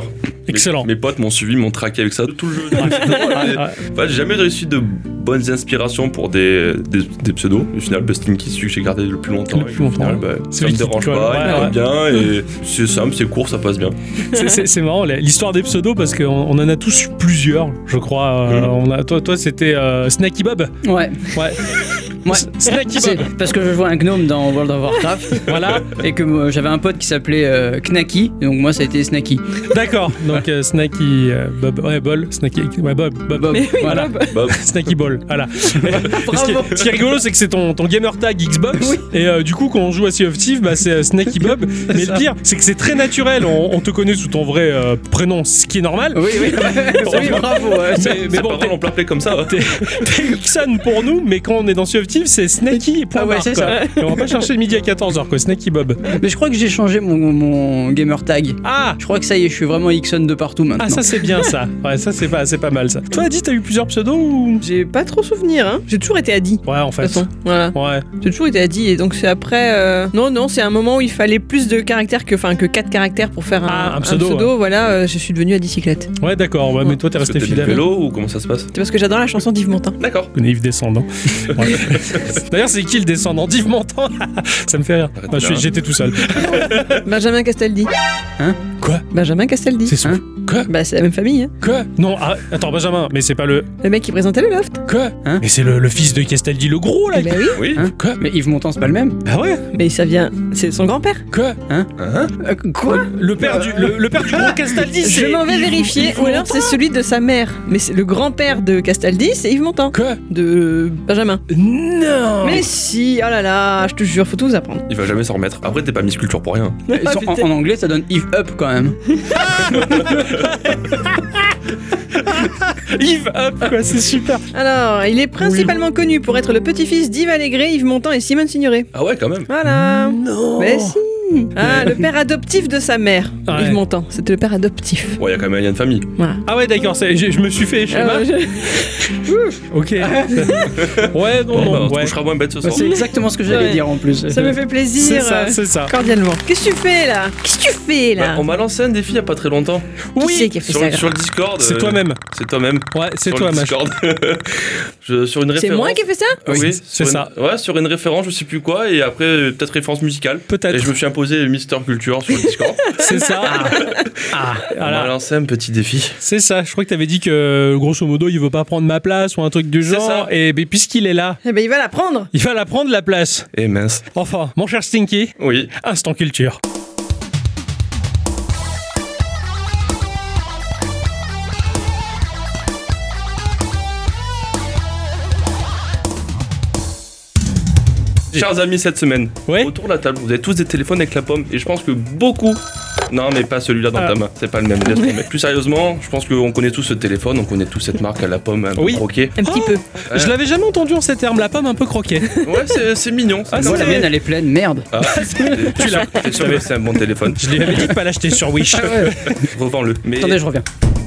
Speaker 4: Mes-
Speaker 2: Excellent.
Speaker 4: Mes, potes m'ont suivi, m'ont traqué avec ça tout le jeu. C'était-
Speaker 2: Ah,
Speaker 4: Enfin, j'ai jamais réussi de bonnes inspirations pour des, des, des pseudos. Au final, bah, Stinky, c'est celui que j'ai gardé le plus longtemps.
Speaker 2: Le
Speaker 4: Et
Speaker 2: plus
Speaker 4: au final,
Speaker 2: longtemps,
Speaker 4: bah, ça
Speaker 2: Celui
Speaker 4: me
Speaker 2: qui te
Speaker 4: dérange
Speaker 2: colle.
Speaker 4: pas, il
Speaker 2: Ouais,
Speaker 4: me
Speaker 2: ouais.
Speaker 4: colle bien et c'est simple, c'est court, ça passe bien.
Speaker 2: C'est, c'est- c'est marrant, la- l'histoire des pseudos, parce qu'on on en a tous eu plusieurs, je crois. Euh,
Speaker 4: Mhm.
Speaker 2: on a, toi, toi, c'était euh, Snacky Bob.
Speaker 1: Ouais.
Speaker 2: Ouais.
Speaker 1: Ouais.
Speaker 2: S- Snacky
Speaker 1: C'est
Speaker 2: Bob.
Speaker 1: parce que je jouais un gnome dans World of Warcraft
Speaker 2: Voilà,
Speaker 1: et que moi, j'avais un pote qui s'appelait euh, Knacky, donc moi ça a été Snacky.
Speaker 2: d'accord. Donc, euh, Snacky euh, Bob. Ouais, Bol. Snacky. Ouais, Bob. Bob.
Speaker 1: Bob.
Speaker 3: Mais oui,
Speaker 2: Voilà.
Speaker 3: Bob.
Speaker 4: Bah,
Speaker 2: Snacky Ball, voilà. euh, ce, qui
Speaker 1: Bravo.
Speaker 2: est, ce qui est rigolo, c'est que c'est ton, ton gamer tag Xbox.
Speaker 1: Oui.
Speaker 2: Et euh, du coup, quand on joue à Sea of Thieves, bah, c'est euh, Snacky Bob. Mais
Speaker 1: ça.
Speaker 2: le pire, c'est que c'est très naturel. On, on te connaît sous ton vrai euh, prénom, ce qui est normal.
Speaker 1: Oui, oui, oui, bravo. ouais, c'est-
Speaker 2: Mais, mais
Speaker 4: mais
Speaker 2: bon,
Speaker 4: bon,
Speaker 2: t'es-
Speaker 4: on peut l'appeler comme ça. hein.
Speaker 2: t'es Uxan pour nous, mais quand on est dans Sea of Thieves, c'est Snacky et point
Speaker 1: Ah ouais,
Speaker 2: barre,
Speaker 1: c'est
Speaker 2: quoi.
Speaker 1: ça.
Speaker 2: Et on va pas chercher le midi à 14h, quoi. Snacky Bob.
Speaker 1: Mais je crois que j'ai changé mon, mon gamer tag.
Speaker 2: Ah
Speaker 1: Je crois que ça y est, je suis vraiment Ixon de partout maintenant.
Speaker 2: Ah, ça, c'est bien, ça. Ouais, ça, c'est pas, c'est pas mal, ça. Toi, Adi, t'as eu plusieurs pseudos ou.
Speaker 3: J'ai pas trop souvenir, hein. J'ai toujours été Adi.
Speaker 2: Ouais, en
Speaker 3: De toute
Speaker 2: fait.
Speaker 3: façon, voilà.
Speaker 2: Ouais.
Speaker 3: J'ai toujours été Adi, et donc c'est après. euh, Non, non, c'est un moment où il fallait plus de caractères que, enfin, que 4 caractères pour faire un,
Speaker 2: Ah, un pseudo,
Speaker 3: Voilà, euh, je suis devenue à bicyclette.
Speaker 2: Ouais, d'accord. Ouais, mais toi, t'es
Speaker 4: Est-ce que
Speaker 2: resté
Speaker 4: t'as mis le
Speaker 2: fidèle.
Speaker 4: vélo ou comment ça se passe
Speaker 3: C'est parce que j'adore la chanson d'Yves Montand.
Speaker 4: D'accord.
Speaker 2: connais Yves Descendant. Ouais. D'ailleurs, c'est qui le descendant Yves Montand Ça me fait rire.
Speaker 4: Arrête
Speaker 2: Ah, je suis-
Speaker 4: là.
Speaker 2: J'étais tout seul.
Speaker 3: Benjamin Castaldi.
Speaker 1: Hein
Speaker 2: Quoi
Speaker 3: Benjamin Castaldi.
Speaker 2: C'est son.
Speaker 1: Hein
Speaker 2: Quoi
Speaker 3: Bah, c'est la même famille. hein.
Speaker 2: Quoi Non, ah, attends, Benjamin, mais c'est pas le.
Speaker 3: Le mec qui présentait le loft.
Speaker 2: Quoi
Speaker 1: Hein
Speaker 2: Mais c'est le, le fils de Castaldi, le gros, là
Speaker 3: Eh ben oui,
Speaker 4: Oui.
Speaker 1: Hein
Speaker 2: Quoi
Speaker 1: Mais Yves Montand, c'est pas le même
Speaker 2: Bah ouais
Speaker 3: mais ça vient. C'est son grand-père. Euh,
Speaker 2: Quoi
Speaker 4: Hein
Speaker 1: Quoi
Speaker 2: Le père du, le, le père du
Speaker 4: Ah.
Speaker 2: gros Castaldi,
Speaker 3: Je
Speaker 2: c'est.
Speaker 3: m'en vais vérifier. Ou alors c'est celui de sa mère. Mais c'est le grand-père de Castaldi, c'est Yves Montand.
Speaker 2: Quoi
Speaker 3: De euh, Benjamin.
Speaker 2: Non
Speaker 3: Mais si, oh là là, je te jure, faut tout vous apprendre.
Speaker 4: Il va jamais s'en remettre. Après, t'es pas Miss Culture pour rien.
Speaker 3: Ah,
Speaker 1: Sur- en,
Speaker 3: putain.
Speaker 1: en anglais, ça donne Yves Up quand même.
Speaker 2: Yves,
Speaker 4: Ah,
Speaker 2: hop, quoi, c'est super
Speaker 3: Alors, il est principalement connu pour être le petit-fils d'Yves Allégret, Yves Montand et Simone Signoret.
Speaker 4: Ah ouais, quand même.
Speaker 3: Voilà.
Speaker 2: Non
Speaker 3: Mais si. Ah, le père adoptif de sa mère,
Speaker 2: Ouais.
Speaker 3: Yves Montand. C'était le père adoptif.
Speaker 4: Ouais, y a quand même un lien de famille.
Speaker 3: Voilà.
Speaker 2: Ah ouais, d'accord, c'est- je, je me suis fait schéma.
Speaker 3: Ah, je-
Speaker 2: Ok. ouais, non,
Speaker 4: Ah Bon, bah, on
Speaker 2: non,
Speaker 4: se
Speaker 2: Oh, ouais.
Speaker 4: couchera moins bête ce
Speaker 1: Bah,
Speaker 4: soir.
Speaker 1: c'est exactement ce que j'allais
Speaker 3: Ouais.
Speaker 1: dire en plus.
Speaker 3: Ça me fait plaisir.
Speaker 2: C'est ça,
Speaker 3: euh,
Speaker 2: c'est ça.
Speaker 3: Cordialement. Qu'est-ce que tu fais là Qu'est-ce que tu fais
Speaker 4: Bah,
Speaker 3: là
Speaker 4: on m'a lancé un défi il y a pas très longtemps.
Speaker 3: Qui c'est qui a fait
Speaker 4: Sur,
Speaker 3: ça
Speaker 4: sur le Discord.
Speaker 2: C'est
Speaker 4: euh,
Speaker 2: toi-même.
Speaker 4: C'est toi-même.
Speaker 2: Ouais, c'est
Speaker 4: Sur
Speaker 2: toi,
Speaker 4: le
Speaker 2: machin.
Speaker 4: Discord. Je- Sur une
Speaker 3: C'est
Speaker 4: référence.
Speaker 3: moi qui ai fait ça
Speaker 2: Oui,
Speaker 4: Ah Oui,
Speaker 2: c'est
Speaker 4: sur une-
Speaker 2: ça.
Speaker 4: Ouais, sur une référence, je sais plus quoi, et après, euh, peut-être référence musicale. Et
Speaker 2: Peut-être.
Speaker 4: je me suis imposé Mister Culture sur le Discord.
Speaker 2: C'est ça. Ah,
Speaker 4: On
Speaker 2: voilà.
Speaker 4: m'a lancé un petit défi.
Speaker 2: C'est ça. Je crois que t'avais dit que grosso modo, il veut pas prendre ma place ou un truc du
Speaker 4: C'est
Speaker 2: genre.
Speaker 4: ça.
Speaker 2: Et ben, puisqu'il est là,
Speaker 3: Eh ben il va la prendre.
Speaker 2: il va la prendre la place.
Speaker 4: Et mince.
Speaker 2: Enfin, mon cher Stinky,
Speaker 4: Oui.
Speaker 2: instant culture.
Speaker 4: Chers amis, cette semaine,
Speaker 2: Ouais.
Speaker 4: autour de la table, vous avez tous des téléphones avec la pomme, et je pense que beaucoup. Non, mais pas celui-là dans
Speaker 2: Ah.
Speaker 4: ta main, c'est pas le même. laisse tomber. Plus sérieusement, je pense qu'on connaît tous ce téléphone, on connaît tous cette marque à la pomme un peu
Speaker 2: Oui.
Speaker 4: croquée.
Speaker 3: Un petit
Speaker 2: Oh.
Speaker 3: peu.
Speaker 4: Ouais.
Speaker 2: Je l'avais jamais entendu en ces termes, la pomme un peu croquée.
Speaker 4: Ouais, c'est c'est mignon. c'est
Speaker 2: Ah,
Speaker 1: Moi,
Speaker 4: mignon.
Speaker 1: la
Speaker 2: c'est-
Speaker 1: mienne, elle est pleine, merde.
Speaker 4: Ah, tu l'as. T'es sûr que c'est un bon téléphone. Ah
Speaker 2: Je lui avais dit de pas l'acheter sur Wish.
Speaker 4: Revends-le. Mais
Speaker 1: Attendez, je reviens.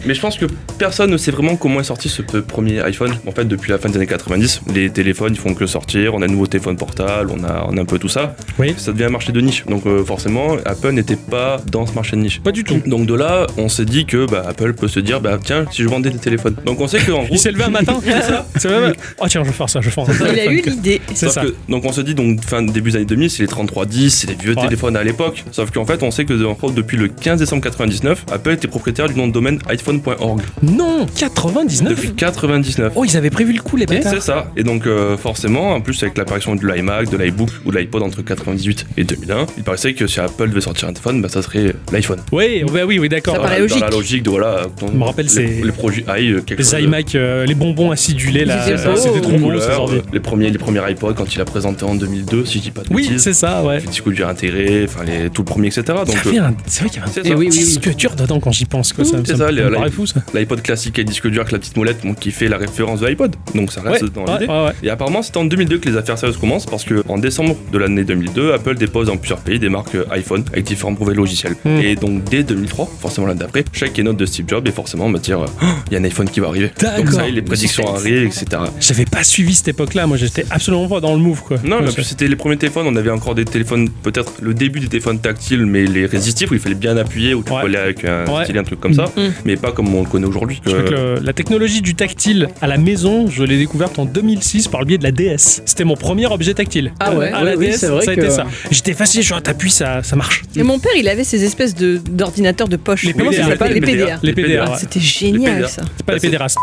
Speaker 4: Mais je pense que personne ne sait vraiment comment est sorti ce p- premier iPhone. En fait, depuis la fin des années 90, les téléphones ils font que sortir. On a un nouveau téléphone portable, on a, on a un peu tout ça.
Speaker 2: Oui.
Speaker 4: Ça devient un marché de niche. Donc euh, forcément, Apple n'était pas dans ce marché de niche.
Speaker 2: Pas du tout.
Speaker 4: Donc de là, on s'est dit que bah, Apple peut se dire bah tiens, si je vendais des téléphones. Donc on sait que en gros,
Speaker 2: Il s'est levé un matin, c'est ça C'est vrai Oh tiens, je vais faire ça, je vais faire ça.
Speaker 3: Il a eu l'idée.
Speaker 2: C'est
Speaker 4: Sauf
Speaker 2: ça.
Speaker 4: que- donc on se dit donc fin début des années 2000 c'est les 3310 c'est les vieux
Speaker 2: Ouais.
Speaker 4: téléphones à l'époque sauf qu'en fait on sait que en gros, depuis le 15 décembre 99 Apple était propriétaire du nom de domaine iPhone.org
Speaker 2: Non, 99
Speaker 4: depuis 99
Speaker 2: Oh, ils avaient prévu le coup, les bêtes.
Speaker 4: c'est ça et donc euh, forcément en plus avec l'apparition de l'iMac de l'iBook ou de l'iPod entre 98 et 2001 il paraissait que si Apple devait sortir un téléphone bah ça serait l'iPhone
Speaker 2: Oui, bah oui, oui, d'accord.
Speaker 3: Ça paraît
Speaker 4: Dans la- dans la
Speaker 3: logique.
Speaker 4: logique de voilà
Speaker 2: Je me rappelle,
Speaker 4: les,
Speaker 2: c'est-
Speaker 4: les produits i euh, quelque chose
Speaker 2: Les
Speaker 4: de-
Speaker 2: iMac, euh, les bonbons acidulés, là,
Speaker 3: Ils étaient
Speaker 2: euh,
Speaker 3: beaux.
Speaker 2: c'était trop beau,
Speaker 4: couleurs,
Speaker 2: ces ordi.
Speaker 4: euh, les premiers les premiers iPod quand il a présenté en 2002 si je dis pas de
Speaker 2: Oui,
Speaker 4: bêtises
Speaker 2: c'est ça, ouais.
Speaker 4: les petits coups de dur intégrés, enfin les tout le premier, etc.
Speaker 2: Ah, Ça
Speaker 4: Donc euh,
Speaker 2: fait un- C'est vrai qu'il y avait un
Speaker 4: c'est
Speaker 1: Et
Speaker 3: Eh
Speaker 4: ça.
Speaker 1: oui, oui, oui.
Speaker 2: disque dur dedans quand j'y pense, quoi.
Speaker 4: Mmh,
Speaker 2: ça,
Speaker 4: c'est
Speaker 2: me-
Speaker 4: ça,
Speaker 2: me
Speaker 4: les-
Speaker 2: paraît
Speaker 4: les-
Speaker 2: fou, ça.
Speaker 4: l'iPod classique et le disque dur avec la petite molette donc, qui fait la référence de l'iPod. Donc ça
Speaker 2: Ouais,
Speaker 4: reste dans
Speaker 2: ouais,
Speaker 4: l'idée.
Speaker 2: ouais, ouais.
Speaker 4: Et apparemment, c'est en 2002 que les affaires sérieuses commencent parce que en décembre de l'année 2002, Apple dépose dans plusieurs pays des marques euh, iPhone avec différents brevets logiciels.
Speaker 2: Mm.
Speaker 4: Et donc dès 2003, forcément l'année d'après, chaque keynote de Steve Jobs est forcément me dire oh, il y a un iPhone qui va arriver.
Speaker 2: D'accord.
Speaker 4: Donc ça, y est, les prédictions arrivent, etc.
Speaker 2: J'avais pas suivi cette époque-là, moi j'étais absolument pas dans le move, quoi.
Speaker 4: Non, mais en
Speaker 2: Parce
Speaker 4: plus c'était les premiers téléphones, on avait encore des téléphones, peut-être le début des téléphones tactiles, mais les résistifs où il fallait bien appuyer, où tu
Speaker 2: Ouais.
Speaker 4: collais avec un
Speaker 2: Ouais. Hmm.
Speaker 4: stylet, un truc comme ça,
Speaker 3: Mm.
Speaker 4: mais pas comme on le connaît aujourd'hui.
Speaker 2: Je crois que le- la technologie du tactile à la maison, je l'ai découverte en 2006 par le biais de la DS. C'était mon premier objet tactile.
Speaker 1: Ah ouais,
Speaker 2: à
Speaker 1: ouais,
Speaker 2: la
Speaker 1: oui,
Speaker 2: DS,
Speaker 1: c'est vrai
Speaker 2: ça a
Speaker 1: que-
Speaker 2: été ça. J'étais fasciné, je suis un t'appuies, ça, ça marche.
Speaker 3: Et mon père, il avait ces espèces de- d'ordinateurs de poche.
Speaker 4: Euh,
Speaker 2: Les
Speaker 3: Comment ça
Speaker 2: PDA.
Speaker 3: s'appelle Les PDA.
Speaker 2: Les PDA,
Speaker 3: Ah,
Speaker 2: ouais.
Speaker 3: C'était
Speaker 4: Les
Speaker 3: génial
Speaker 4: PDA.
Speaker 3: ça.
Speaker 1: Bah,
Speaker 2: C'est pas les pédérastes.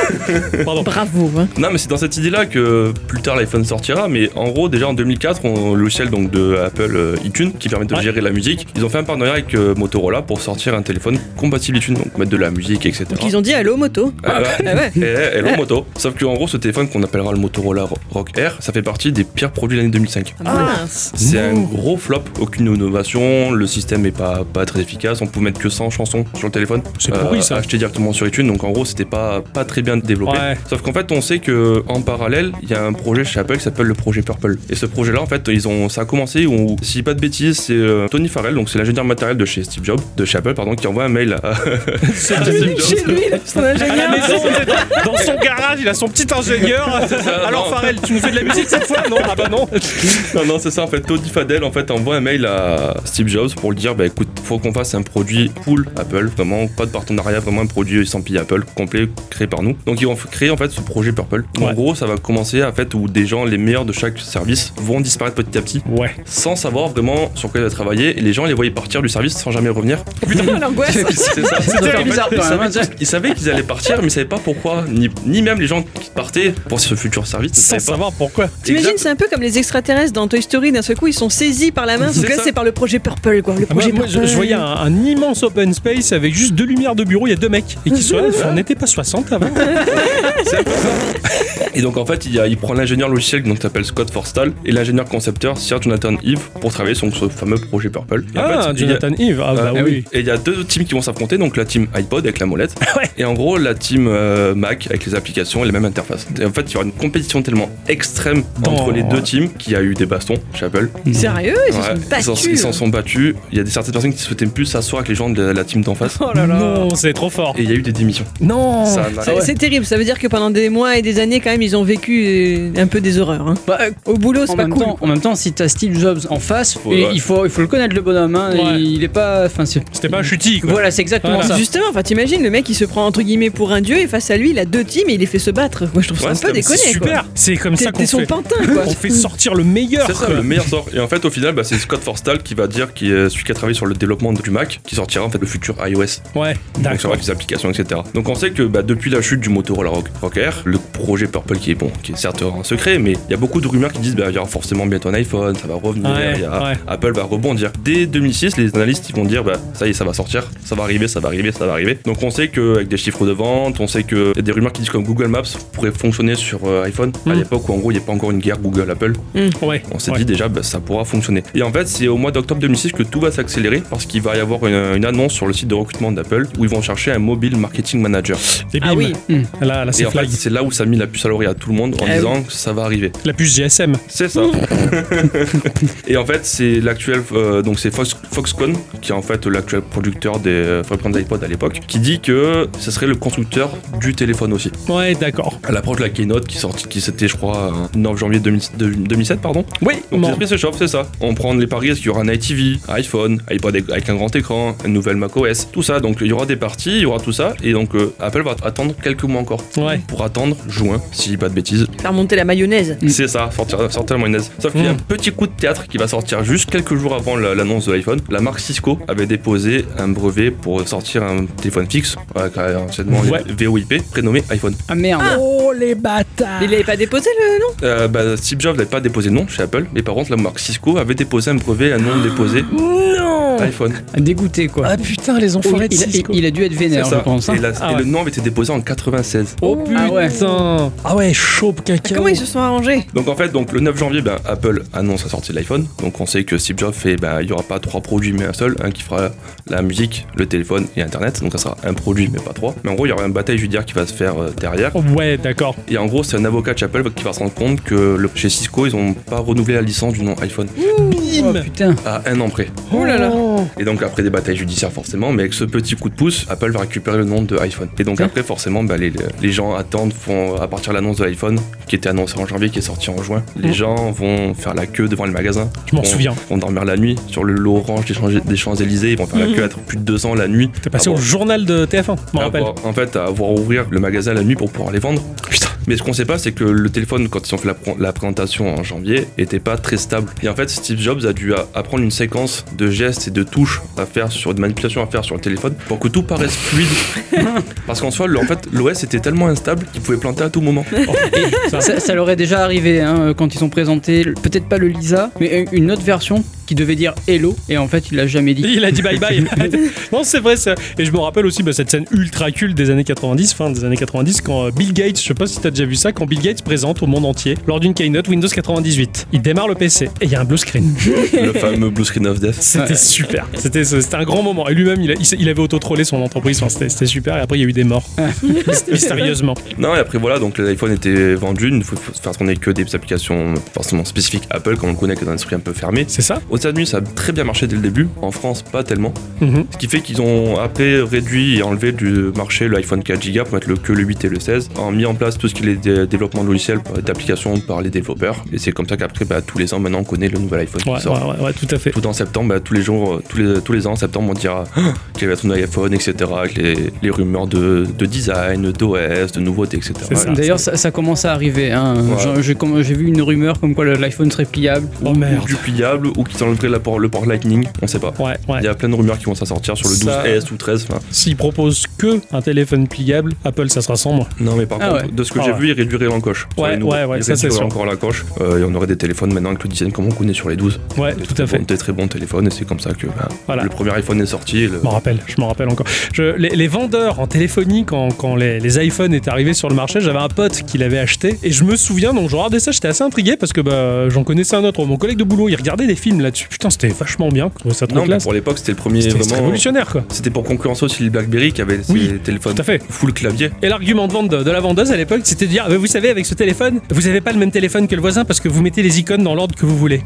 Speaker 2: Pardon.
Speaker 3: Bravo. hein.
Speaker 4: Non, mais c'est dans cette idée-là que plus tard l'iPhone sortira. Mais en gros, déjà en 2004, on, le logiciel donc de Apple euh, iTunes qui permet de
Speaker 2: Ouais.
Speaker 4: gérer la musique, ils ont fait un partenariat avec euh, Motorola pour sortir un téléphone compatible iTunes, donc mettre de la musique, etc.
Speaker 3: Donc ils ont dit Allô moto.
Speaker 4: Ah, ouais.
Speaker 3: Ah ouais.
Speaker 4: Et, et le moto. Sauf qu'en gros, ce téléphone qu'on appellera le Motorola Ro- Rock Air, ça fait partie des pires produits de l'année 2005.
Speaker 3: Ah, mince.
Speaker 4: C'est
Speaker 2: Non.
Speaker 4: un gros flop, aucune innovation, le système est pas, pas très efficace, on pouvait mettre que 100 chansons sur le téléphone.
Speaker 2: C'est pourri, ça.
Speaker 4: Acheté Euh, directement sur iTunes, donc en gros c'était pas, pas très bien développé.
Speaker 2: Ouais.
Speaker 4: Sauf qu'en fait on sait que en parallèle, il y a un projet chez Apple qui s'appelle le projet Purple. Et ce projet là en fait, ils ont, ça a commencé, où, si je dis pas de bêtises, c'est euh, Tony Farrell, donc c'est l'ingénieur matériel de chez Steve Jobs, de chez Apple, pardon, qui envoie un mail à, à
Speaker 2: Ah,
Speaker 4: Steve Jobs.
Speaker 3: Chez lui, là, son
Speaker 2: À
Speaker 3: ingénieur.
Speaker 2: la maison, c'est- dans son garage, il a son petit ingénieur.
Speaker 4: ça,
Speaker 2: Alors
Speaker 4: non.
Speaker 2: Farrell, tu nous fais de la musique cette fois Non, ah bah non.
Speaker 4: Non, non, c'est ça en fait. Tony Fadell en fait envoie un mail à Steve Jobs pour lui dire bah écoute, faut qu'on fasse un produit full Apple, vraiment pas de partenariat, vraiment un produit sans pile Apple complet créé par nous. Donc ils vont créer en fait ce projet Purple.
Speaker 2: Ouais.
Speaker 4: En gros, ça va commencer en fait où des gens les meilleurs de chaque service vont disparaître petit à petit
Speaker 2: Ouais.
Speaker 4: sans savoir vraiment sur quoi ils vont travailler et les gens les voyaient partir du service sans jamais revenir.
Speaker 3: Ah, l'angoisse.
Speaker 4: C'est ça.
Speaker 1: Ça doit faire bizarre
Speaker 4: Ils
Speaker 1: quand même, hein,
Speaker 4: savaient, ils savaient qu'ils allaient partir, mais ils savaient pas pourquoi, ni, ni même les gens qui partaient pour ce futur service. ne
Speaker 2: Sans
Speaker 4: savaient pas.
Speaker 2: savoir pourquoi.
Speaker 3: T'imagines, c'est un peu comme les extraterrestres dans Toy Story, d'un seul coup ils sont saisis par la main, sauf
Speaker 4: C'est
Speaker 3: que là
Speaker 4: ça.
Speaker 3: c'est par le projet Purple quoi. Le
Speaker 2: Ah, Moi,
Speaker 3: projet
Speaker 2: moi, je,
Speaker 3: Purple.
Speaker 2: je voyais un, un immense open space avec juste deux lumières de bureau, il y a deux mecs. Et qui sont là, on n'était pas 60 avant.
Speaker 4: Et donc en fait, il, y a- il prend l'ingénieur logiciel donc s'appelle Scott Forstall et l'ingénieur concepteur Sir Jonathan Eve pour travailler sur ce fameux projet Purple. Et en
Speaker 2: Ah,
Speaker 4: fait, il y a-
Speaker 2: Jonathan Yves, ah bah
Speaker 4: Ah,
Speaker 2: oui.
Speaker 4: Et il y a deux teams qui vont s'affronter, donc la team iPod avec la molette,
Speaker 2: Ah Ouais.
Speaker 4: et en gros la team euh, Mac avec les applications et les mêmes interfaces. Et en fait, il y aura une compétition tellement extrême
Speaker 2: Dans-
Speaker 4: entre les deux teams qu'il y a eu des bastons chez Apple.
Speaker 3: Sérieux, ils se
Speaker 4: Ouais,
Speaker 3: sont
Speaker 4: ils s'en-
Speaker 3: battus. hein.
Speaker 4: ils s'en sont battus. Il y a des certaines personnes qui souhaitaient plus s'asseoir avec les gens de la, la team d'en face.
Speaker 3: Oh là là.
Speaker 2: Non, c'est trop fort.
Speaker 4: Et il y a eu des démissions.
Speaker 2: Non
Speaker 4: Ça n'a-
Speaker 3: C'est c'est terrible, ça veut dire que pendant des mois et des années, quand même, ils ont vécu euh, un peu des horreurs. hein.
Speaker 1: Bah, euh,
Speaker 3: Au boulot,
Speaker 1: en,
Speaker 3: c'est pas
Speaker 1: même
Speaker 3: cool.
Speaker 1: temps, en même temps, si t'as Steve Jobs en face,
Speaker 4: Faut-
Speaker 1: et
Speaker 4: ouais.
Speaker 1: il, faut, il faut le connaître le bonhomme. hein,
Speaker 2: Ouais.
Speaker 1: Il est pas. Enfin, c'est-
Speaker 2: C'était pas un chutis, quoi.
Speaker 1: Voilà, c'est exactement
Speaker 2: Voilà.
Speaker 1: ça.
Speaker 3: Justement, enfin, t'imagines, le mec il se prend entre guillemets pour un dieu et face à lui, il a deux teams et il les fait se battre. Moi je trouve
Speaker 4: Ouais,
Speaker 3: ça un peu
Speaker 4: c'était-
Speaker 2: C'est
Speaker 3: déconné quoi.
Speaker 2: super. C'est comme ça
Speaker 3: T'es
Speaker 2: qu'on
Speaker 3: t'es son
Speaker 2: fait.
Speaker 3: pantin quoi.
Speaker 2: On fait sortir le meilleur.
Speaker 4: C'est ça,
Speaker 2: quoi.
Speaker 4: le meilleur sort. Et en fait, au final, bah, c'est Scott Forstall qui va dire, qui est celui qui a travaillé sur le développement du Mac, qui sortira en fait le futur iOS.
Speaker 2: Ouais,
Speaker 4: Donc, ça
Speaker 2: d'accord.
Speaker 4: va avec les applications, etc. Donc, on sait que bah, depuis la chute du Motorola Rock, Rock Air, le projet Purple qui est bon, qui est certes un secret, mais il y a beaucoup de rumeurs qui disent bah, il y aura forcément bientôt un iPhone, ça va revenir,
Speaker 2: Ouais,
Speaker 4: il y a-
Speaker 2: ouais.
Speaker 4: Apple va rebondir. Dès 2006, les analystes ils vont dire bah, ça y est, ça va sortir, ça va arriver, ça va arriver, ça va arriver. Donc, on sait qu'avec des chiffres de vente, on sait qu'il y a des rumeurs qui disent comme Google Maps pourrait fonctionner sur euh, iPhone à
Speaker 2: Mm.
Speaker 4: l'époque où en gros il n'y a pas encore une guerre Google-Apple.
Speaker 2: Ouais.
Speaker 4: On s'est
Speaker 2: ouais.
Speaker 4: dit déjà, bah, ça pourra fonctionner. Et en fait, c'est au mois d'octobre 2006 que tout va s'accélérer parce qu'il va y avoir une, une annonce sur le site de recrutement d'Apple où ils vont chercher un mobile marketing manager.
Speaker 2: Et bim.
Speaker 3: Ah oui.
Speaker 2: Là, là
Speaker 4: Et
Speaker 2: c'est
Speaker 4: en fait,
Speaker 2: flag.
Speaker 4: c'est là où ça a mis la puce à sourire à tout le monde en
Speaker 3: Ah oui.
Speaker 4: disant que ça va arriver.
Speaker 2: La puce GSM.
Speaker 4: C'est ça. et en fait, c'est l'actuel, euh, donc c'est Fox- Foxconn, qui est en fait l'actuel producteur des euh, fabricants d'iPod à l'époque, qui dit que ce serait le constructeur du téléphone aussi.
Speaker 2: Ouais, d'accord.
Speaker 4: À l'approche de la keynote qui sortit, qui c'était, je crois, euh, 9 janvier 2000 de- 2007, pardon.
Speaker 2: Oui,
Speaker 4: Donc
Speaker 2: bon.
Speaker 4: l'esprit s'échauffe, c'est ça. On prend les paris, est-ce qu'il y aura un iTV, un iPhone, iPod avec- avec un grand écran, une nouvelle macOS, tout ça. Donc il y aura des parties, il y aura tout ça. Et donc euh, Apple va attendre quelques mois encore.
Speaker 2: Ouais.
Speaker 4: Pour attendre juin, si pas de bêtises.
Speaker 3: Faire monter la mayonnaise.
Speaker 1: Mm.
Speaker 4: C'est ça, sortir, sortir la mayonnaise. Sauf qu'il y a
Speaker 2: Mm.
Speaker 4: un petit coup de théâtre qui va sortir juste quelques jours avant la- l'annonce de l'iPhone. La marque Cisco avait déposé un brevet pour sortir un téléphone fixe, avec euh, anciennement
Speaker 2: Ouais.
Speaker 4: VOIP, prénommé iPhone.
Speaker 1: Ah merde.
Speaker 2: Oh les bâtards
Speaker 3: Il l'avait pas déposé le nom
Speaker 4: Euh, bah, Steve Jobs n'avait pas déposé le nom chez Apple, mais par contre, la marque Cisco avait déposé un brevet, un nom déposé
Speaker 2: Non
Speaker 4: iPhone.
Speaker 1: Dégoûté quoi. Oh,
Speaker 2: Ah putain, les enfoirés de
Speaker 1: il, a, il-
Speaker 2: Cisco.
Speaker 1: il a dû être
Speaker 4: C'est
Speaker 1: vénère, je
Speaker 4: ça.
Speaker 1: pense. hein.
Speaker 4: Et, la-
Speaker 2: Ah
Speaker 4: et
Speaker 2: ouais.
Speaker 4: le nom avait été déposé en 96.
Speaker 2: Oh putain
Speaker 1: Ah ouais.
Speaker 2: Ah ouais, chaud caca.
Speaker 3: Comment ils se sont arrangés
Speaker 4: Donc en fait, donc le 9 janvier, ben, Apple annonce la sortie de l'iPhone. Donc on sait que Steve Jobs fait, ben, il n'y aura pas trois produits mais un seul, un qui fera la musique, le téléphone et Internet. Donc ça sera un produit mais pas trois. Mais en gros, il y aura une bataille judiciaire qui va se faire euh, derrière.
Speaker 2: Oh, Ouais, d'accord.
Speaker 4: Et en gros, c'est un avocat de chez Apple qui va se rendre compte que le, chez Cisco, ils n'ont pas renouvelé la licence du nom iPhone
Speaker 1: Oh putain.
Speaker 4: à un an près.
Speaker 3: Oh là là.
Speaker 4: Et donc après des batailles judiciaires forcément, mais avec ce petit coup de pouce, Apple va récupérer le nom de iPhone. Et donc
Speaker 1: Hein
Speaker 4: après forcément, bah, les, les gens attendent, font à partir de l'annonce de l'iPhone, qui était annoncée en janvier, qui est sortie en juin, les
Speaker 2: Mm.
Speaker 4: gens vont faire la queue devant le magasin.
Speaker 2: Je m'en
Speaker 4: Vont-
Speaker 2: souviens.
Speaker 4: Vont dormir la nuit sur le lot orange des, Champs- des Champs-Élysées, ils vont faire la queue à plus de 200 la nuit.
Speaker 2: Mhm. T'es passé
Speaker 4: Ah
Speaker 2: au
Speaker 4: bon. Ah
Speaker 2: journal de TF1, je m'en
Speaker 4: À
Speaker 2: rappelle.
Speaker 4: avoir- en fait, à avoir ouvrir le magasin la nuit pour pouvoir les vendre. Putain. Mais ce qu'on sait pas, c'est que le téléphone, quand ils ont fait la, pr- la présentation en janvier, était pas très stable. Et en fait, Steve Jobs a dû a- apprendre une séquence de gestes et de touches à faire sur, de manipulations à faire sur le téléphone pour que tout paraisse fluide. Parce qu'en soi, le- en fait, l'OS était tellement instable qu'il pouvait planter à tout moment.
Speaker 2: Oh, Ça,
Speaker 1: Ça, ça leur est déjà arrivé hein, quand ils ont présenté, le- peut-être pas le Lisa, mais un- une autre version qui devait dire Hello et en fait il l'a jamais dit.
Speaker 2: Il a dit bye bye. non, c'est vrai ça. Et je me rappelle aussi bah, cette scène ultra culte des années 90, fin des années 90, quand euh, Bill Gates, je sais pas si t'as déjà vu ça, quand Bill Gates présente au monde entier lors d'une keynote Windows 98. Il démarre le PC et il y a un blue screen.
Speaker 4: le fameux Blue Screen of Death.
Speaker 2: C'était
Speaker 1: Ouais.
Speaker 2: super. C'était c'était un grand moment. Et lui-même, il, a- il s- il avait auto-trollé son entreprise. Enfin, c'était c'était super. Et après, il y a eu des morts. Mystérieusement.
Speaker 4: Non, et après voilà, donc l'iPhone était vendu, il ne faut faut faire tourner que des applications forcément spécifiques Apple, comme on le connaît, qui est un esprit un peu fermé.
Speaker 2: C'est ça
Speaker 4: Aux États-Unis, ça a très bien marché dès le début, en France, pas tellement.
Speaker 2: Mhm.
Speaker 4: Ce qui fait qu'ils ont après réduit et enlevé du marché le iPhone 4Go pour mettre le, que le 8 et le 16, en mis en place tout ce qui est dé- développement de logiciels, euh, d'applications par les développeurs. Et c'est comme ça qu'après, bah, tous les ans, maintenant, on connaît le nouvel iPhone
Speaker 2: Ouais,
Speaker 4: qui sort.
Speaker 2: ouais, ouais, ouais, tout à fait.
Speaker 4: Tout en septembre, bah, tous les jours, euh, tous les, tous les ans en septembre, on dira Ah, quel va être ton iPhone, etc. Avec les, les rumeurs de, de design, d'OS, de nouveautés, etc.
Speaker 2: C'est ça.
Speaker 1: D'ailleurs, ça, ça commence à arriver. hein.
Speaker 4: Ouais.
Speaker 1: Genre, J'ai comme- j'ai vu une rumeur comme quoi le- l'iPhone serait pliable.
Speaker 2: Oh
Speaker 4: Ou
Speaker 2: merde.
Speaker 4: du pliable, ou qui t'enlèverait la por- le port Lightning, on sait pas.
Speaker 2: Ouais, ouais.
Speaker 4: Il y a plein de rumeurs qui vont s'en sortir sur le
Speaker 2: Ça-
Speaker 4: 12S ou 13. enfin,
Speaker 2: S'il propose que un téléphone pliable, Apple, ça sera sans moi.
Speaker 4: Non, mais par
Speaker 1: Ah
Speaker 4: contre,
Speaker 1: ouais.
Speaker 4: de ce que
Speaker 2: Ah
Speaker 4: j'ai
Speaker 2: ouais.
Speaker 4: vu, il réduirait l'encoche. Sur
Speaker 2: Ouais,
Speaker 4: les nouveaux,
Speaker 2: ouais, ouais,
Speaker 4: il
Speaker 2: ça, c'est
Speaker 4: réduirait
Speaker 2: sûr.
Speaker 4: encore l'encoche. Euh, et on aurait des téléphones maintenant avec le design comme on connaît sur les 12.
Speaker 2: Ouais,
Speaker 4: Des
Speaker 2: tout
Speaker 4: très
Speaker 2: à fait.
Speaker 4: bons- Des très bons téléphones, et c'est comme ça que bah,
Speaker 2: Voilà.
Speaker 4: le premier iPhone est sorti. et le-
Speaker 2: Je m'en rappelle, je m'en rappelle encore. Je- les, les vendeurs en téléphonie, quand, quand les, les iPhones étaient arrivés sur le marché, j'avais un pote qui l'avait acheté. Et je me souviens, donc je regardais ça, j'étais assez intrigué parce que bah, j'en connaissais un autre. Mon collègue de boulot, il regardait des films là-dessus. Putain, c'était vachement bien. je trouvais ça trop
Speaker 4: Non, mais
Speaker 2: classe.
Speaker 4: pour l'époque, c'était le premier
Speaker 2: C'était c'était
Speaker 4: vraiment.
Speaker 2: révolutionnaire quoi.
Speaker 4: C'était pour concurrencer aussi les Blackberry qui avaient
Speaker 2: Oui,
Speaker 4: ces téléphones
Speaker 2: tout à fait.
Speaker 4: full clavier.
Speaker 2: Et l'argument de vente de, de la vendeuse à l'époque, c'était de dire Ah, Vous savez, avec ce téléphone, vous n'avez pas le même téléphone que le voisin parce que vous mettez les icônes dans l'ordre que vous voulez.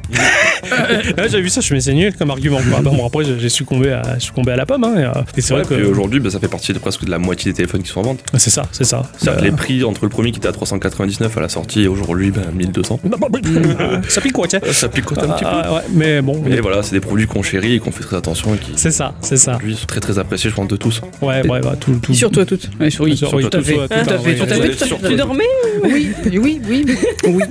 Speaker 2: Là, J'avais vu ça, je me suis nul comme argument. Bah, bon, après, j'ai- j'ai succombé, à- succombé à la pomme. hein, et, euh, et c'est
Speaker 4: Ouais,
Speaker 2: vrai
Speaker 4: puis
Speaker 2: que. Bah.
Speaker 4: aujourd'hui, bah, ça fait partie de presque de la moitié des téléphones qui sont en vente.
Speaker 2: C'est ça, c'est ça. Euh,
Speaker 4: Certes, les prix entre le premier qui était à 399 à la sortie et aujourd'hui, bah, 1200.
Speaker 2: ça pique quoi, tiens
Speaker 4: Euh, Ça picote un petit peu.
Speaker 2: Ah, ouais, mais bon.
Speaker 4: Mais voilà, c'est des produits qu'on chérit et qu'on fait très attention et qui,
Speaker 2: C'est ça, c'est ça.
Speaker 4: aujourd'hui, sont très très appréciés, je pense, de tous.
Speaker 2: Ouais, ouais, ouais, tout, tout.
Speaker 3: Surtout à toutes.
Speaker 1: Ouais, sur- oui,
Speaker 2: Sur-
Speaker 1: sur-
Speaker 2: oui,
Speaker 1: tout à
Speaker 2: tout-
Speaker 1: fait.
Speaker 2: tout-
Speaker 1: Tout
Speaker 2: tout-
Speaker 1: à fait, tout à
Speaker 2: oui,
Speaker 1: fait.
Speaker 4: oui.
Speaker 1: tout à fait.
Speaker 3: Tu dormais
Speaker 1: Oui, oui, oui, oui.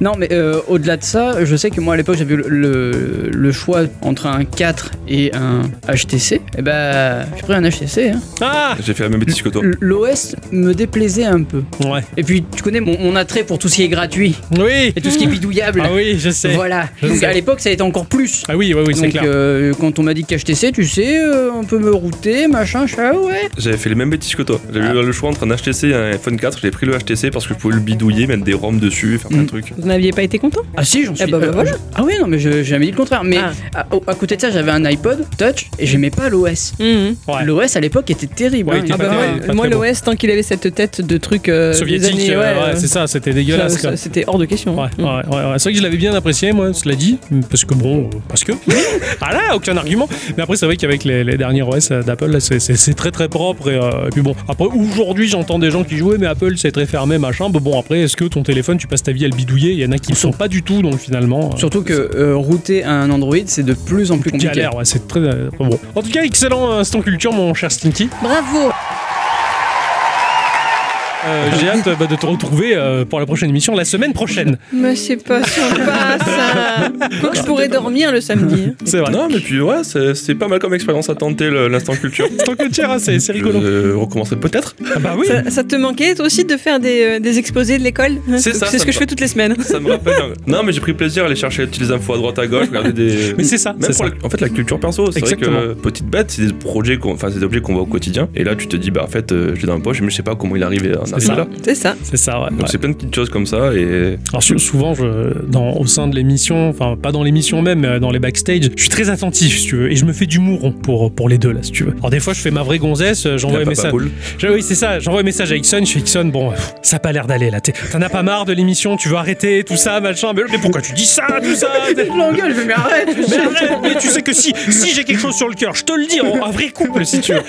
Speaker 1: Non, mais euh, au-delà de ça, je sais que moi à l'époque j'avais le, le- le choix entre un 4 et un HTC. Et ben, j'ai pris un HTC. hein.
Speaker 2: Ah
Speaker 4: J'ai fait la même bêtise que toi.
Speaker 1: L- L'OS me déplaisait un peu.
Speaker 4: Ah.
Speaker 2: Ouais.
Speaker 1: Et puis, tu connais mon, mon attrait pour tout ce qui est gratuit
Speaker 2: Oui
Speaker 1: et tout ce qui est bidouillable.
Speaker 2: Ah oui, je sais.
Speaker 1: voilà.
Speaker 2: je
Speaker 1: Donc
Speaker 2: sais.
Speaker 1: à l'époque, ça a été encore plus.
Speaker 2: Ah oui, oui, oui, c'est
Speaker 1: Donc
Speaker 2: clair.
Speaker 1: euh, quand on m'a dit qu'HTC, tu sais, euh, on peut me router, machin, je fais, ah ouais.
Speaker 4: J'avais fait les mêmes bêtises que toi.
Speaker 2: Mm.
Speaker 4: J'avais eu le choix entre un HTC et un iPhone 4. J'ai pris le HTC parce que je pouvais le bidouiller, mettre des ROM dessus, faire plein de trucs.
Speaker 3: On aviez pas été content
Speaker 1: Ah si, j'en suis.
Speaker 2: euh,
Speaker 3: bah, bah, voilà.
Speaker 1: Ah oui, non, mais je- j'ai jamais dit le contraire. Mais
Speaker 3: Ah.
Speaker 1: à, au- à côté de ça, j'avais un iPod Touch et j'aimais pas l'OS.
Speaker 3: Mhm.
Speaker 1: euh,
Speaker 2: Ouais.
Speaker 1: L'OS à l'époque était terrible.
Speaker 2: Ouais,
Speaker 1: hein.
Speaker 2: il était
Speaker 1: Ah
Speaker 2: pas
Speaker 1: bah
Speaker 2: terrible.
Speaker 1: ouais.
Speaker 2: pas
Speaker 3: Moi,
Speaker 2: très beau.
Speaker 3: l'OS, tant qu'il avait cette tête de truc euh, des
Speaker 2: Soviétique,
Speaker 3: années,
Speaker 2: euh, ouais,
Speaker 3: ouais,
Speaker 2: c'est ça, c'était
Speaker 3: ça-
Speaker 2: dégueulasse. quoi.
Speaker 3: ça- c'était hors de question.
Speaker 2: Ouais,
Speaker 3: Mhm.
Speaker 2: ouais, ouais, ouais. C'est vrai que je l'avais bien apprécié, moi, cela dit, parce que bon, euh, parce que. ah là, aucun argument. Mais après, c'est vrai qu'avec les, les derniers OS d'Apple, là, c'est- c'est c'est très très propre. Et, euh, et puis bon, après, aujourd'hui, j'entends des gens qui jouent, Ouais, mais Apple, c'est très fermé, machin. Bah, bon, après, est-ce que ton téléphone, tu passes ta vie à le bidouiller Il y en a qui ne sont pas du tout, donc finalement. euh,
Speaker 1: Surtout que euh, router un Android, c'est de plus en plus compliqué.
Speaker 2: Galère, ouais, c'est très. euh, bon. En tout cas, excellent euh, instant culture, mon cher Stinky.
Speaker 3: Bravo
Speaker 2: Euh, J'ai hâte euh, bah, de te retrouver euh, pour la prochaine émission, la semaine prochaine.
Speaker 3: Mais c'est pas sympa ça Quoique je pourrais dormir le samedi. hein.
Speaker 2: C'est vrai.
Speaker 4: Non, mais puis ouais, c'est c'est pas mal comme expérience à tenter le- l'instant culture.
Speaker 2: Instant culture, hein, c'est c'est rigolo.
Speaker 4: Je recommencerai peut-être.
Speaker 2: Ah bah oui.
Speaker 3: Ça, ça te manquait toi aussi de faire des, euh, des exposés de l'école hein
Speaker 4: C'est ça,
Speaker 3: C'est ce
Speaker 4: ça
Speaker 3: que
Speaker 4: me
Speaker 3: je
Speaker 4: va.
Speaker 3: fais toutes les semaines.
Speaker 4: Ça me rappelle. un- Non, mais j'ai pris plaisir à aller chercher des petites infos à droite à gauche, regarder des.
Speaker 2: Mais c'est ça,
Speaker 4: Même
Speaker 2: c'est ça.
Speaker 4: pour la- en fait, la culture perso, c'est vrai que
Speaker 2: Exactement.
Speaker 4: petite bête, c'est des projets, qu'on- enfin, c'est des objets qu'on voit au quotidien. Et là, tu te dis, bah en fait, euh, je l'ai dans la poche, mais je sais pas comment il est arrivé à en arriver
Speaker 2: ça.
Speaker 4: là.
Speaker 3: C'est ça.
Speaker 2: C'est ça, ouais.
Speaker 4: Donc
Speaker 2: ouais.
Speaker 4: c'est plein de petites choses comme ça. Et
Speaker 2: Alors sou- souvent, je, dans, au sein de l'émission, enfin pas dans l'émission même, mais dans les backstage, je suis très attentif, si tu veux, et je me fais du mouron pour, pour les deux, là, si tu veux. Alors des fois, je fais ma vraie gonzesse, euh, j'envoie un
Speaker 4: La papa
Speaker 2: message.
Speaker 4: poule.
Speaker 2: Je- oui, c'est ça, j'envoie un message à Ixon, je fais Ixon, bon, euh, ça a pas l'air d'aller, là, t'es- t'en as pas marre de l'émission, tu veux arrêter, tout ça, machin, mais, mais pourquoi tu dis ça, tout ça t'es-
Speaker 1: Je l'engueule, je vais m'arrêter.
Speaker 2: mais arrête, mais tu sais que si, si j'ai quelque chose sur le cœur, je te le dis, en- un vrai couple si tu veux.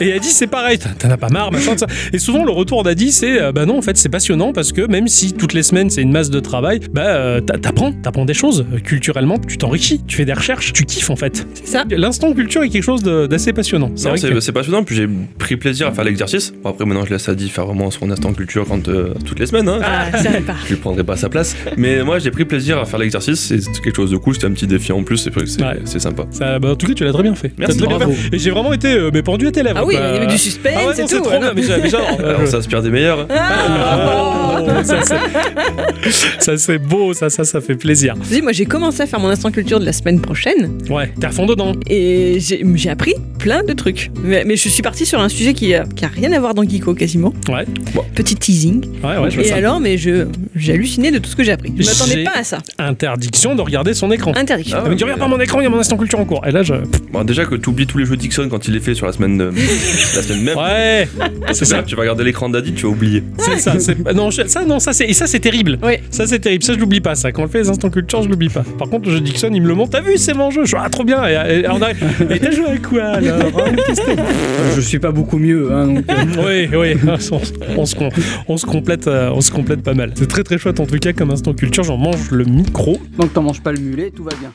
Speaker 2: Et, et Adi, c'est pareil, t'en- t'en as pas marre, machin, tout ça. Et souvent, le retour d'Adi, c'est euh, bah non, en fait, c'est passionnant parce que même si toutes les semaines c'est une masse de travail, bah euh, t'a- t'apprends, t'apprends des choses. Euh, Culturellement, tu t'enrichis, tu fais des recherches, tu kiffes en fait.
Speaker 3: C'est ça.
Speaker 2: L'instant culture est quelque chose de- d'assez passionnant. C'est
Speaker 4: Non,
Speaker 2: vrai
Speaker 4: c'est
Speaker 2: que-
Speaker 4: c'est passionnant, puis j'ai pris plaisir à faire l'exercice. Bon, après, maintenant, je laisse Adi faire vraiment son instant culture quand, euh, toutes les semaines. Hein.
Speaker 3: Ah, ça va pas.
Speaker 4: Je lui prendrai pas sa place. Mais moi, j'ai pris plaisir à faire l'exercice. C'est quelque chose de cool. C'était un petit défi en plus. C'est vrai que c'est
Speaker 2: Ouais.
Speaker 4: c'est sympa.
Speaker 2: ça- bah, en tout cas, tu l'as très bien fait.
Speaker 4: Merci,
Speaker 2: T'as très bien
Speaker 4: bravo.
Speaker 2: fait. Et j'ai vraiment été euh, mais pendu à tes lèvres.
Speaker 3: Ah oui,
Speaker 2: quoi.
Speaker 3: il y avait du suspense
Speaker 2: Ah ouais,
Speaker 3: et
Speaker 2: non, c'est
Speaker 3: tout.
Speaker 2: trop
Speaker 3: ouais,
Speaker 2: bien,
Speaker 3: non.
Speaker 2: mais j'a- mais genre,
Speaker 4: Alors,
Speaker 2: euh,
Speaker 4: on s'inspire des meilleurs.
Speaker 2: Oh, ça, c'est- ça c'est beau, ça, ça, ça fait plaisir.
Speaker 3: Vas-y, moi j'ai commencé à faire mon instant culture de la semaine prochaine
Speaker 2: Ouais, t'es à fond dedans.
Speaker 3: et j'ai j'ai appris plein de trucs. Mais, mais je suis partie sur un sujet qui a, qui a rien à voir dans Geeko quasiment.
Speaker 2: Ouais.
Speaker 4: Bon.
Speaker 3: Petit teasing.
Speaker 2: Ouais, ouais, je vois
Speaker 3: et
Speaker 2: ça.
Speaker 3: alors, mais je j'ai halluciné de tout ce que j'ai appris. Je m'attendais
Speaker 2: J'ai-
Speaker 3: pas à ça.
Speaker 2: Interdiction de regarder son écran.
Speaker 3: Interdiction.
Speaker 4: Ah,
Speaker 2: Ah, mais tu regardes pas mon écran, il y a mon instant culture en cours. Et là, je.
Speaker 4: Bon, déjà que tu oublies tous les jeux Dixon quand il les fait sur la semaine, euh, la semaine même.
Speaker 2: Ouais,
Speaker 4: c'est ça. Tu vas regarder l'écran d'Adi, tu vas oublier.
Speaker 2: c'est ça. c'est- Non, je- ça, non, ça, c'est. Et ça, c'est terrible.
Speaker 3: Ouais.
Speaker 2: Ça, c'est terrible. Ça, je l'oublie pas. Ça, quand on fait les instants culture, je l'oublie pas. Par contre, le jeu Dixon, il me le montre. T'as vu, c'est mon jeu. Je suis ah, trop bien. Et, et- on arrive. Et t'as joué à quoi alors hein Qu'est-ce que
Speaker 1: Je suis pas beaucoup mieux. Hein, donc, euh,
Speaker 2: oui, oui, on, se, com- on se complète, euh, on se complète pas mal. C'est très très chouette en tout cas comme instant culture. J'en mange le micro.
Speaker 1: tant que t'en manges pas le mulet, tout va bien.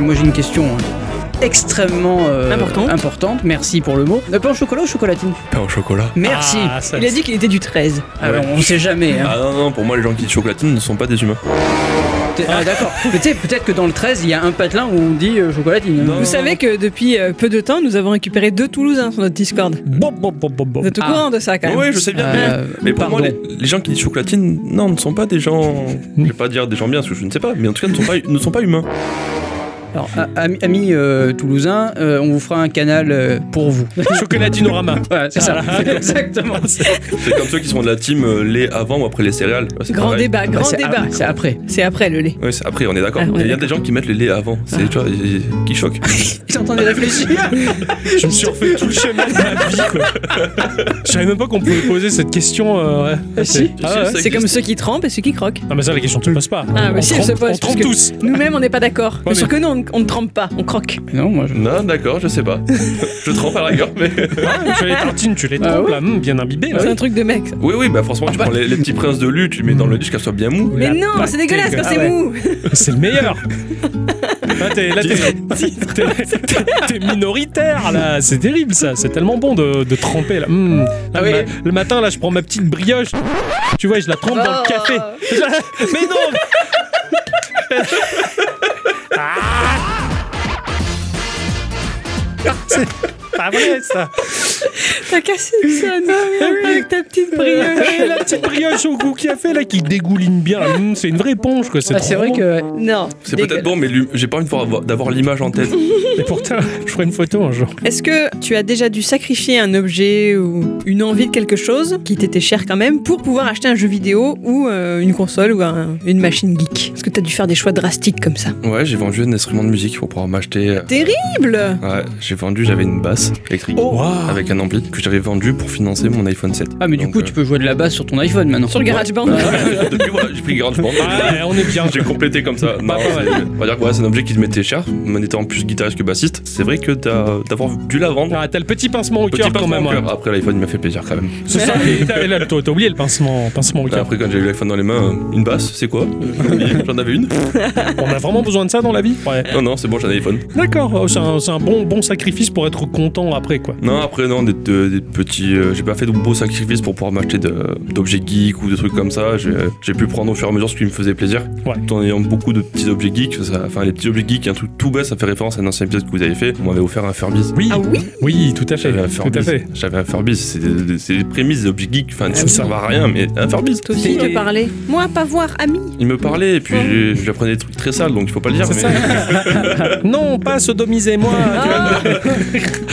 Speaker 1: moi j'ai une question hein, extrêmement euh,
Speaker 3: Importante.
Speaker 1: importante. Merci pour le mot. Le pain au chocolat ou chocolatine
Speaker 4: Pain au chocolat.
Speaker 1: Merci.
Speaker 2: Ah, ça-
Speaker 3: Il a dit qu'il était du 13.
Speaker 1: Ah, bah, on sait jamais. hein.
Speaker 4: Ah non, non, pour moi, les gens qui disent chocolatine ne sont pas des humains.
Speaker 1: T'es- Ah, d'accord. Mais tu sais, peut-être que dans le 13, il y a un patelin où on dit euh, chocolatine.
Speaker 4: Non.
Speaker 1: hein.
Speaker 3: Vous savez que depuis euh, peu de temps, nous avons récupéré deux Toulousains sur notre Discord.
Speaker 2: Bon, bon, bon, bon, bon.
Speaker 3: Vous êtes au
Speaker 1: Ah.
Speaker 3: courant de ça quand
Speaker 4: Oui,
Speaker 3: même
Speaker 4: oui, je sais bien.
Speaker 1: Euh,
Speaker 4: mais- mais pour moi, les,
Speaker 1: pardon.
Speaker 4: les gens qui disent chocolatine, non, ne sont pas des gens. Je vais pas dire des gens bien, parce que je ne sais pas, mais en tout cas, ne sont pas, ne sont pas humains.
Speaker 1: Alors, a- ami- amis euh, toulousains, euh, on vous fera un canal euh, pour vous.
Speaker 2: Chocolatinorama.
Speaker 1: Voilà, c'est ça. Exactement.
Speaker 4: C'est comme ceux qui sont de la team euh, lait avant ou après les céréales. Ah Ouais, c'est
Speaker 3: Grand
Speaker 4: pareil.
Speaker 3: débat, grand
Speaker 1: Bah, c'est-
Speaker 3: débat.
Speaker 1: ah, C'est après.
Speaker 3: C'est après le lait.
Speaker 4: Ouais, c'est après, on est d'accord.
Speaker 3: Ah, on est
Speaker 4: Il y a des gens qui mettent le lait avant. C'est tu vois, ils- ils- qui choque.
Speaker 1: J'entends des réfléchir.
Speaker 2: Je me suis refait tout le chemin de ma vie, quoi. Je savais même pas qu'on pouvait poser cette question. euh, ouais.
Speaker 1: Ah, si.
Speaker 2: Ah, ouais.
Speaker 4: Ça
Speaker 3: C'est
Speaker 4: existe.
Speaker 3: comme ceux qui trempent et ceux qui croquent.
Speaker 2: Non, mais ça, la question ne se pose pas.
Speaker 3: Ah, mais
Speaker 2: on
Speaker 3: si, elle
Speaker 2: trempe,
Speaker 3: se pose,
Speaker 2: on trempe
Speaker 3: parce que-
Speaker 2: tous.
Speaker 3: Nous-mêmes, on n'est pas d'accord.
Speaker 2: mais-
Speaker 3: mais sûr que non, on- on ne trempe pas, on croque.
Speaker 1: Non, moi je.
Speaker 4: Non, d'accord, je sais pas. je trempe à la rigueur, mais.
Speaker 2: Ah, tu les tartines, tu les
Speaker 1: Ah
Speaker 2: trempes, là, hum, bien imbibé.
Speaker 3: C'est un truc de mec. ça.
Speaker 4: Oui, oui, bah franchement, tu prends les, les petits princes de lu, tu les mets dans le disque, qu'elles soient bien mou.
Speaker 3: Mais non, c'est dégueulasse quand
Speaker 2: Ah
Speaker 3: c'est
Speaker 2: ouais.
Speaker 3: mou.
Speaker 2: C'est le meilleur. Là, t'es, là, t'es- t'es- t'es- t'es minoritaire, là. C'est terrible, ça. C'est tellement bon de, de tremper, là. Hum. Là,
Speaker 1: Ah
Speaker 2: le,
Speaker 1: oui.
Speaker 2: ma- le matin, là, je prends ma petite brioche. Tu vois, je la trempe
Speaker 1: Oh.
Speaker 2: dans le café. Mais non Ah. C'est pas vrai, ça.
Speaker 3: T'as cassé le son avec ta petite brioche.
Speaker 2: Et Eh, la petite brioche au goût café, là, qui dégouline bien. Hum, c'est une vraie éponge, quoi. C'est,
Speaker 1: Ah, c'est
Speaker 2: trop
Speaker 1: vrai
Speaker 2: bon.
Speaker 1: que.
Speaker 3: Non.
Speaker 4: C'est peut-être bon, mais l'hum- j'ai pas envie de voir- d'avoir l'image en tête.
Speaker 2: Et pourtant, je ferai une photo un jour.
Speaker 3: Est-ce que tu as déjà dû sacrifier un objet ou une envie de quelque chose qui t'était cher quand même pour pouvoir acheter un jeu vidéo ou euh, une console ou un- une machine geek Est-ce que t'as dû faire des choix drastiques comme ça
Speaker 4: Ouais, j'ai vendu un instrument de musique pour pouvoir m'acheter. euh,
Speaker 3: Terrible
Speaker 4: Ouais, j'ai vendu, j'avais une basse électrique
Speaker 1: Oh.
Speaker 2: Waouh.
Speaker 4: avec un ampli que j'avais vendu pour financer mon iPhone 7.
Speaker 1: Ah, mais du
Speaker 4: Donc,
Speaker 1: coup,
Speaker 4: euh,
Speaker 1: tu peux jouer de la basse sur ton iPhone maintenant.
Speaker 3: Sur le GarageBand
Speaker 4: Depuis, voilà, j'ai pris GarageBand.
Speaker 2: Ah, ouais, on est bien.
Speaker 4: Eh ben, J'ai complété comme ça. Non,
Speaker 2: pas
Speaker 4: c'est-
Speaker 2: mal.
Speaker 4: on va dire que ouais, c'est un objet qui te mettait cher, en étant plus guitariste que bassiste. C'est vrai que t'as- d'avoir dû la vendre.
Speaker 2: Ah, t'as le petit pincement au
Speaker 4: Petit
Speaker 2: cœur quand
Speaker 4: pincement
Speaker 2: même.
Speaker 4: au
Speaker 2: hein.
Speaker 4: cœur. Après l'iPhone il m'a fait plaisir quand même.
Speaker 2: C'est ça. et T'as là, t'as- t'as oublié le pincement, pincement au
Speaker 4: Là,
Speaker 2: cœur.
Speaker 4: après quand j'ai eu l'iPhone dans les mains, euh, une basse, c'est quoi J'ai oublié, J'en avais une.
Speaker 2: On a vraiment besoin de ça dans la vie Ouais.
Speaker 4: Non non, c'est bon, j'ai un iPhone.
Speaker 2: D'accord. oh, c'est un, c'est un bon, bon sacrifice pour être content après, quoi.
Speaker 4: Non après non, des, de- des petits, euh, j'ai pas fait de beaux sacrifices pour pouvoir m'acheter de- d'objets geeks ou de trucs comme ça. J'ai j'ai pu prendre au fur et à mesure ce qui me faisait plaisir.
Speaker 2: Ouais.
Speaker 4: Tout en ayant beaucoup de petits objets geeks. ça- Enfin les petits objets geeks, un truc tout bas, ça fait référence à un ancien épisode que vous avez fait. On m'avait offert un Furbiz.
Speaker 2: Oui.
Speaker 3: Ah oui
Speaker 2: Oui, tout à fait.
Speaker 4: J'avais un
Speaker 2: Tout à fait. Ah
Speaker 4: Furbiz. J'avais un Furbiz. C'est des, des- c'est des prémices d'objets geeks. Enfin, ça
Speaker 2: oui.
Speaker 4: ne servent à rien, mais un Furbiz.
Speaker 3: Toi aussi,
Speaker 1: C'est-
Speaker 3: te parler. Moi, pas voir, ami.
Speaker 4: Il me parlait et puis je- je lui apprenais des trucs très sales, donc il faut pas le dire.
Speaker 2: C'est
Speaker 4: mais-
Speaker 2: ça. non, pas sodomisez-moi. tu vois.
Speaker 3: Ah,